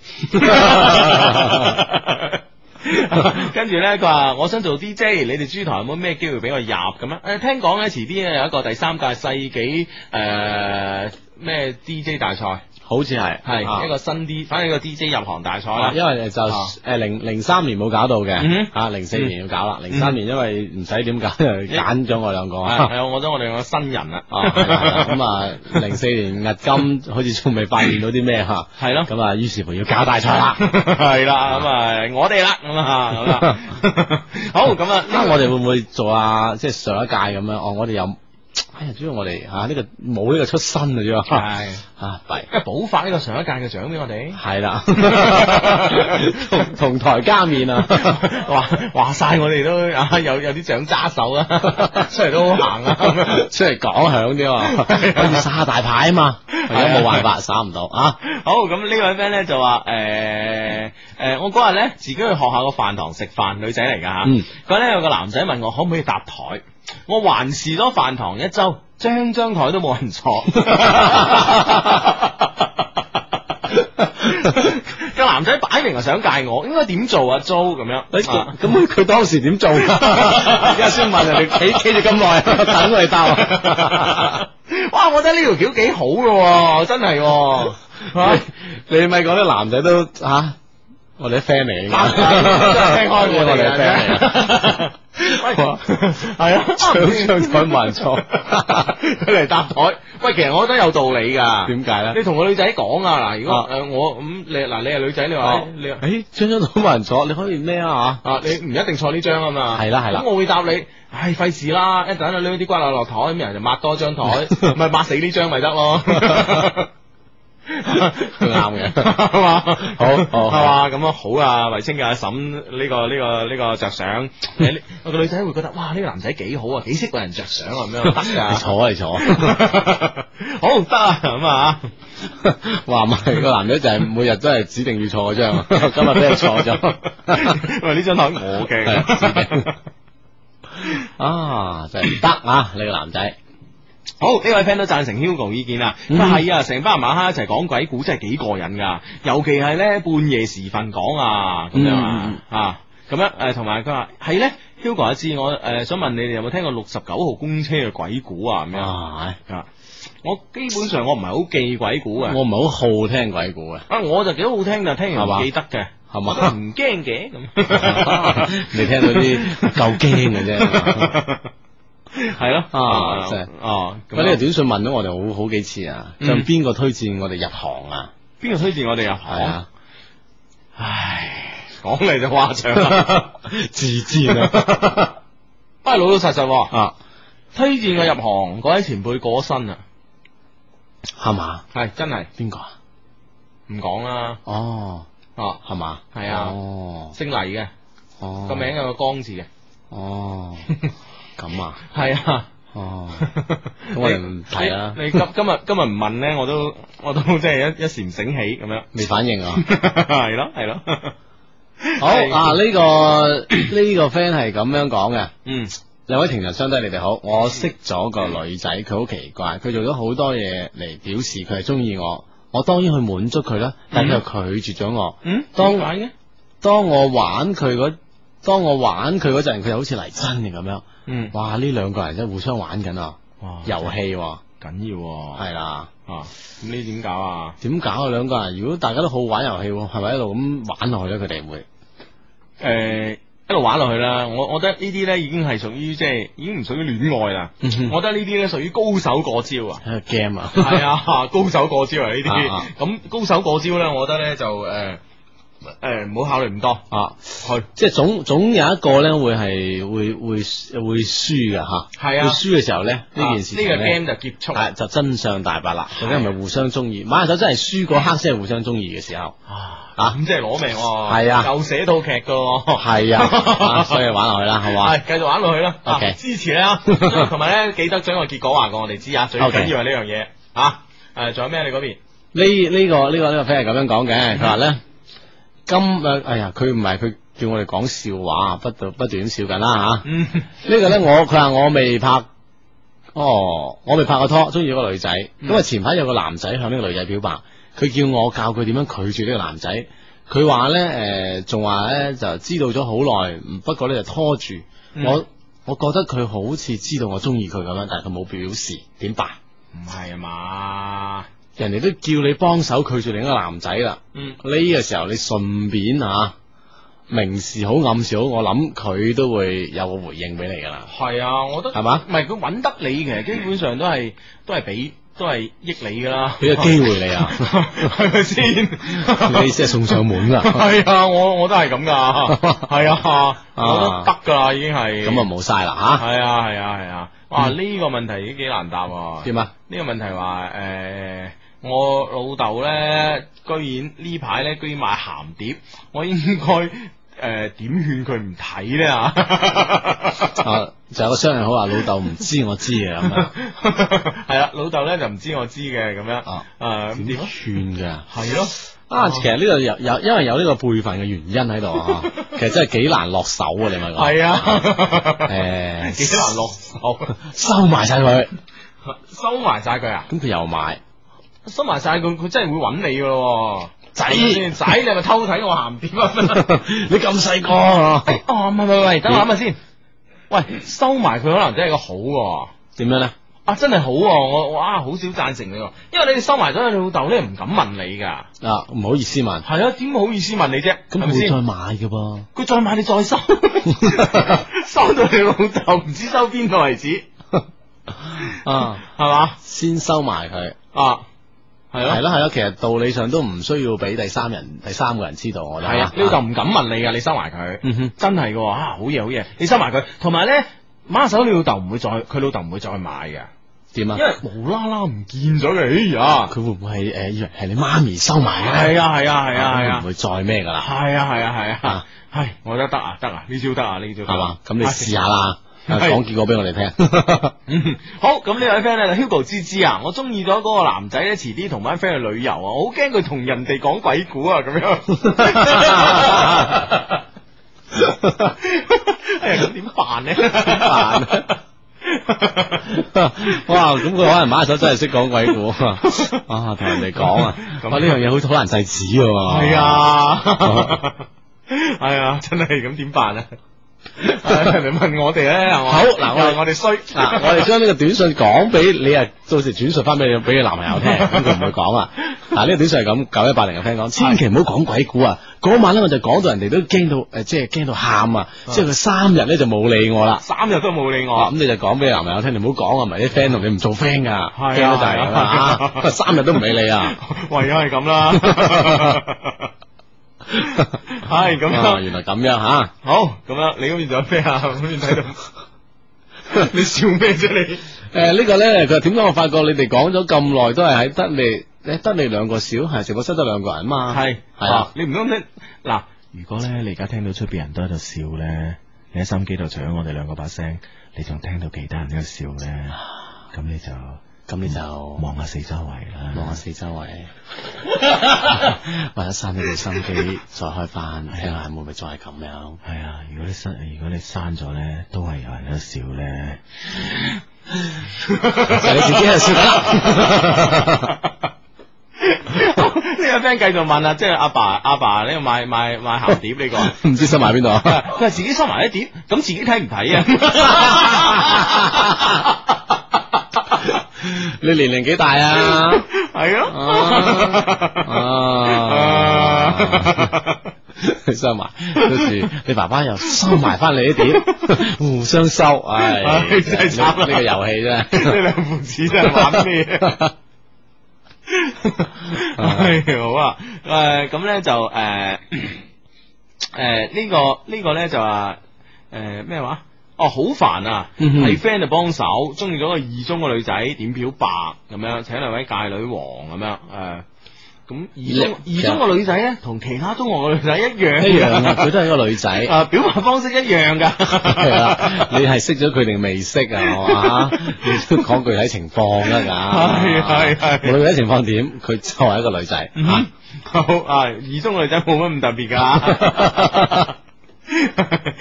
跟住咧，佢話我想做 DJ，你哋珠台有冇咩機會俾我入咁啊樣？誒、聽講咧，遲啲咧有一個第三屆世紀誒咩 DJ 大賽，好似係係、啊一個新 D，反正一個 DJ 入行大賽啊啦。因為就啊誒零零三年冇搞到嘅嗯，啊零四年要搞啦，零嗯三年因為唔使點搞，就揀咗我兩個係啊。係啊，我覺得我哋兩個新人啦，啊係啦咁啊，零四年日金好似仲未發現到啲咩吓，係咯。咁啊，於是乎要搞大賽啦。係啦，咁啊，我哋啦，咁啊，咁啦， 好，咁啊，啊，我哋會唔會做啊？即係上一屆咁樣？哦，我哋有，哎呀，主要我哋吓呢個冇呢個出身嘅啫，係啊弊。補發呢個上一屆嘅獎俾我 哋。係啦，同同台加 面啊！话话晒我哋都啊有有啲掌揸手 啦，出嚟都好行啊咁樣。出嚟講響啲啊，跟住耍大牌啊嘛，而家冇辦法耍唔到啊！好，咁呢位 friend 咧就話诶诶，誒我嗰日咧自己去學校個飯堂食飯，女仔嚟噶吓。嗯佢咧有個男仔問我可唔可以搭台，我環視咗飯堂一周，張張台都冇人 坐。個男仔擺明係想戒我，應該點做啊？租咁樣。誒啊哎咁咁佢當時點做啊㗎？ 而家先問人哋企企咗咁耐，等佢答啊。 哇！我覺得呢條橋幾 好嘅喎，真係喎、你咪講啲男仔都吓啊我哋啲 friend 嚟啊真係聽開啊我哋我哋啲啊 friend 嚟嘅哇 係啊，張張台萬錯，佢嚟搭台。喂，其實我覺得有道理噶。點解咧？你同個女仔講啊啊，嗱，啊如果啊誒我咁你嗱你係女仔，你話哦你話诶，張張台冇人坐，你可以咩啊？啊你唔一定坐呢張啊嘛。係啦係啦咁我會答你，唉費事啦，一陣啊攣啲骨落落台，咁人就抹多張 台，咪抹死呢張咪得咯。都啱嘅係嘛？好好係嘛？咁啊好啊，維清嘅阿嬸呢個呢個呢個着 想，你呢個女仔會覺得哇呢個男仔幾好啊，幾識為人着想啊咁樣得你㗎。坐你坐，啊 好得啊咁啊。 哇！唔係個男仔就係每日都係指定要坐嗰張， 今日俾人坐咗。喂，呢張台我 係自嘅己。啊，真係唔得啊！你個男仔，好，呢位 friend 都贊成 Hugo 意見啦。嗯佢話係啊，成班人晚黑一齊講鬼故真係幾過癮噶，尤其係咧半夜時分講啊，咁樣啊嗯，啊，咁樣誒，同埋佢話係咧，Hugo 阿志，我誒、呃想問你哋有冇聽過六十九號公車嘅鬼故啊？咁樣啊，啊，我基本上我唔係好記鬼故嘅，我唔係好好聽鬼故嘅，啊，我就幾好聽就聽係完嘛唔記得嘅，係我嘛都？唔驚嘅咁。 你聽到啲 夠驚嘅啫。系咯，啊真係哦，咁咁呢個呢短信問咗我哋好好幾次啊，嗯就邊個推薦我哋入行啊？邊個推薦我哋入行？係啊，唉，講嚟就誇張啦， 自薦啊， 不過老老實實喎，啊，推薦我入行嗰位前輩過咗身啊，係嘛？係真係邊個啊？唔講啦，哦，啊，係嘛？係啊哦，姓黎嘅，哦，個名有個江字嘅，哦，咁啊，係 啊，哦，咁我哋唔睇啦你今今日今日唔問咧，我都我都 即係一一時唔醒起咁樣， 未反應啊？係咯係咯，好啊，呢個呢個 friend 係咁樣講嘅。嗯兩位情人相低，你哋好。我識咗個女仔，佢好奇怪，佢做咗好多嘢嚟表示佢係中意我。我當然去滿足佢啦，但係佢又拒絕咗我。嗯，當點解嘅，當我玩佢嗰，當我玩佢嗰陣，佢又好似嚟真嘅咁樣。嗯，哦哇！呢兩個人真係互相玩緊啊，哇遊戲緊喎要喎係啦。啊，咁呢點搞啊？點搞啊？兩個人如果大家都好玩遊戲喎，係咪一路咁玩落去咧？佢哋會。诶、一路玩落去啦，我我觉得呢啲咧已經係屬於即係已經唔屬於戀愛啦，我覺得呢啲咧屬於高手過招啊 喺度 game 啊？係啊，高手過招啊呢啊啊啲，咁高手過招咧，我覺得咧就诶诶唔好考慮咁多，啊，去即係總總有一個咧會係會會會輸嘅吓。係佢啊，輸嘅時候咧，呢件事啊呢個情咧 game 就結束係就真相大白啦。究竟係咪互相中意？玩下手真係輸嗰刻先係互相中意嘅時候，啊，啊咁即係攞命喎，係啊又寫套劇噶喎。係 啊，啊所以玩落去啦，係嘛？系继续玩落去啦。啊 OK 支持你啊！ 同埋咧，記得將個結果話過我哋知啊，最緊 OK 要係呢樣嘢啊！诶，仲有咩？你嗰邊呢呢個呢個呢個 friend 係咁樣講嘅，佢話咧今誒，哎呀，佢唔係佢叫我哋講笑話，不斷不斷咁笑緊啦嚇。嗯呢個咧我佢話我未拍。哦，我未拍過拖，中意咗個女仔。嗯咁啊，前排有個男仔向呢個女仔表白，佢叫我教佢點樣拒絕呢個男仔。佢話咧，诶、仲話咧就知道咗好耐，唔不過咧就拖住。嗯我我覺得佢好似知道我中意佢咁樣，但係佢冇表示，點辦？唔係啊嘛？人哋都叫你幫手拒絕另一個男仔啦。嗯，呢個時候你順便啊，明示好暗示好，我諗佢都會有個回應俾你噶啦，係啊，我覺得係嘛？唔係佢揾得你，其實基本上都係都係俾都係益你噶啦，，俾個機會你啊 係咪先？你先係送上門啦，係啊，我我都係咁噶，係啊，我覺得得噶啦，已經 係咁啊冇晒啦係啊係啊係啊，哇！呢個問題已經幾難答喎吓，。點啊？呢個問題話誒、我老豆咧，居然呢排咧居然買鹹碟，我應該 誒、點勸佢唔睇咧啊？啊，就有個商人好話老豆唔知我知啊 咁啊 係啊，老豆咧就唔知我知嘅咁樣，啊，誒咁點點啊？勸㗎？係咯，啊，其實呢度有有，因為有呢個輩分嘅原因喺度 啊，其實真係幾難落手啊！你咪講，係啊，誒 幾難落手，收埋晒佢，收埋晒佢啊！咁佢又買， 收埋晒佢，佢真係會揾你噶咯喎。仔仔，你係咪偷睇我鹹碟啊？ 你咁細個啊，哦，唔係唔係唔係，等我諗下先。喂，收埋佢可能真係個好喎。點樣咧？啊，真係好、喎！我哇好少贊成你喎，因為你收埋咗你老豆咧，唔敢問你㗎。啊，唔好意思問，係啊，點好意思問你啫？係咁佢咪會先再？買嘅噃。佢再買你再 收，收到你老豆唔知收邊個為 止，啊，係嘛？先收埋佢，啊，係係咯，咯係咯，啊其實道理上都唔需要俾第三人、第三個人知道，我覺得係啊，你老豆唔敢問你㗎，你收埋佢。嗯哼，真係嘅喎，啊好嘢好嘢，你收埋佢，同埋咧孖手你老豆唔會再，佢老豆唔會再買嘅，點啊因？為無啦啦唔見咗佢，哎呀，佢會唔會係誒以為係你媽咪收埋嘅咧？係啊係啊係啊係唔啊，會再咩噶啦，係啊係啊係啊啊，係，我覺得得啊得啊，呢招得啊呢招得係啊嘛？咁你試下啦，啊係講結果俾我哋 聽。嗯， 好，咁呢位 friend 咧就 Hugo 芝芝啊，我中意咗嗰個男仔咧，遲啲同班 friend 去旅遊啊，我好驚佢同人哋講鬼故啊，咁樣。 哎呀，咁點辦咧？辦哇！咁佢可能馬手真係識講鬼 故啊！啊，同人哋講啊，咁哇！呢樣嘢好好難制止㗎 喎。係， 啊，係啊，真係咁點辦啊？ 人哋問我哋咧，好嗱我哋又話我哋衰， 嗱，我哋將呢個短信講俾你啊，到時轉述翻俾你俾你男朋 友聽，咁佢唔會講啦。嗱，呢個短信係咁，九一八零嘅 friend 講，千祈唔好講鬼故啊！嗰晚咧我就講到人哋都驚到誒，即係驚到喊啊！即係佢三日咧就冇理我啦。三日都冇理哦，我 咁。你就講俾你男朋友聽，你唔好講啊，唔係啲 friend 同你唔做 friend 噶，係啊驚得就係咁啦係啊啊三日都唔理你啊！ 唯有係咁啦。 係咁啊樣，原來咁樣吓，好咁樣，你嗰邊仲有咩 啊？我嗰邊睇到， 你笑咩啫你？誒呃呢個咧，佢話點解我發覺你哋講咗咁耐都係喺得你誒得你兩個小，係直播室得兩個人嘛？係係啊，你唔通聽 嗱？ 如果咧你而家聽到出邊人都喺度笑咧，你喺心機度搶我哋兩個把聲，你仲聽到其他人喺度笑咧，咁你就啊嗯咁你就望下四周圍啦望下四周 圍，或者閂咗部心機再開翻，睇下會唔會再係咁樣？系啊，如果你刪，如果你刪咗咧，都係有人喺度笑 咧。就你自己喺度笑 啦。呢個 friend 繼續問啊，即係阿爸阿爸呢個買買買鹹碟呢個。 唔知收埋邊度啊？佢話自己收埋一碟，咁自己睇唔睇 啊？你年齡 幾大啊？係 啊 啊！收埋，到時你爸爸又收埋翻你啲 碟，互相收，唉、唉真係慘啊呢個遊戲真係。呢兩父子真係玩咩？ 係好啊，誒咁咧就誒誒呢個呢個咧就話誒咩話？哦，好煩啊！嗯哼係 friend 就幫手，中意咗個二中個女仔，點表白咁樣，請兩位界女王咁樣誒。咁二中你二中個女仔咧，同其他中學個女仔一樣㗎， 一樣啊，佢都係一個女仔。 啊，表白方式一樣 係啊噶啦，。你係識咗佢定未識啊？係嘛，你都講具體情況啦，係係係㗎。無論具體情況點，佢就係一個女仔。嗯啊哼好啊，二中女仔冇乜咁特別噶，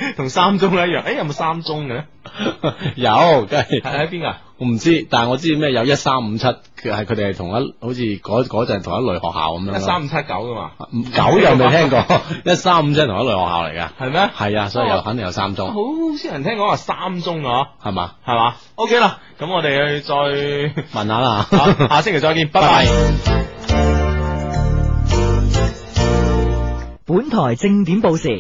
同三中咧一樣。誒、哎有冇三中嘅咧？有，梗係係喺邊啊噶？我唔知，但係我知咩有一三五七，佢係佢哋係同一，好似嗰嗰陣同一類學校咁樣咯。一三五七九噶嘛？唔九又未聽過， 一三五真係同一類學校嚟噶，係咩？係啊，所以哦有肯定有三中，好少人聽講話三中啊，係嘛？係嘛？OK 啦，咁我哋去再，問下啦下下 星期再見，拜拜。本台正點報時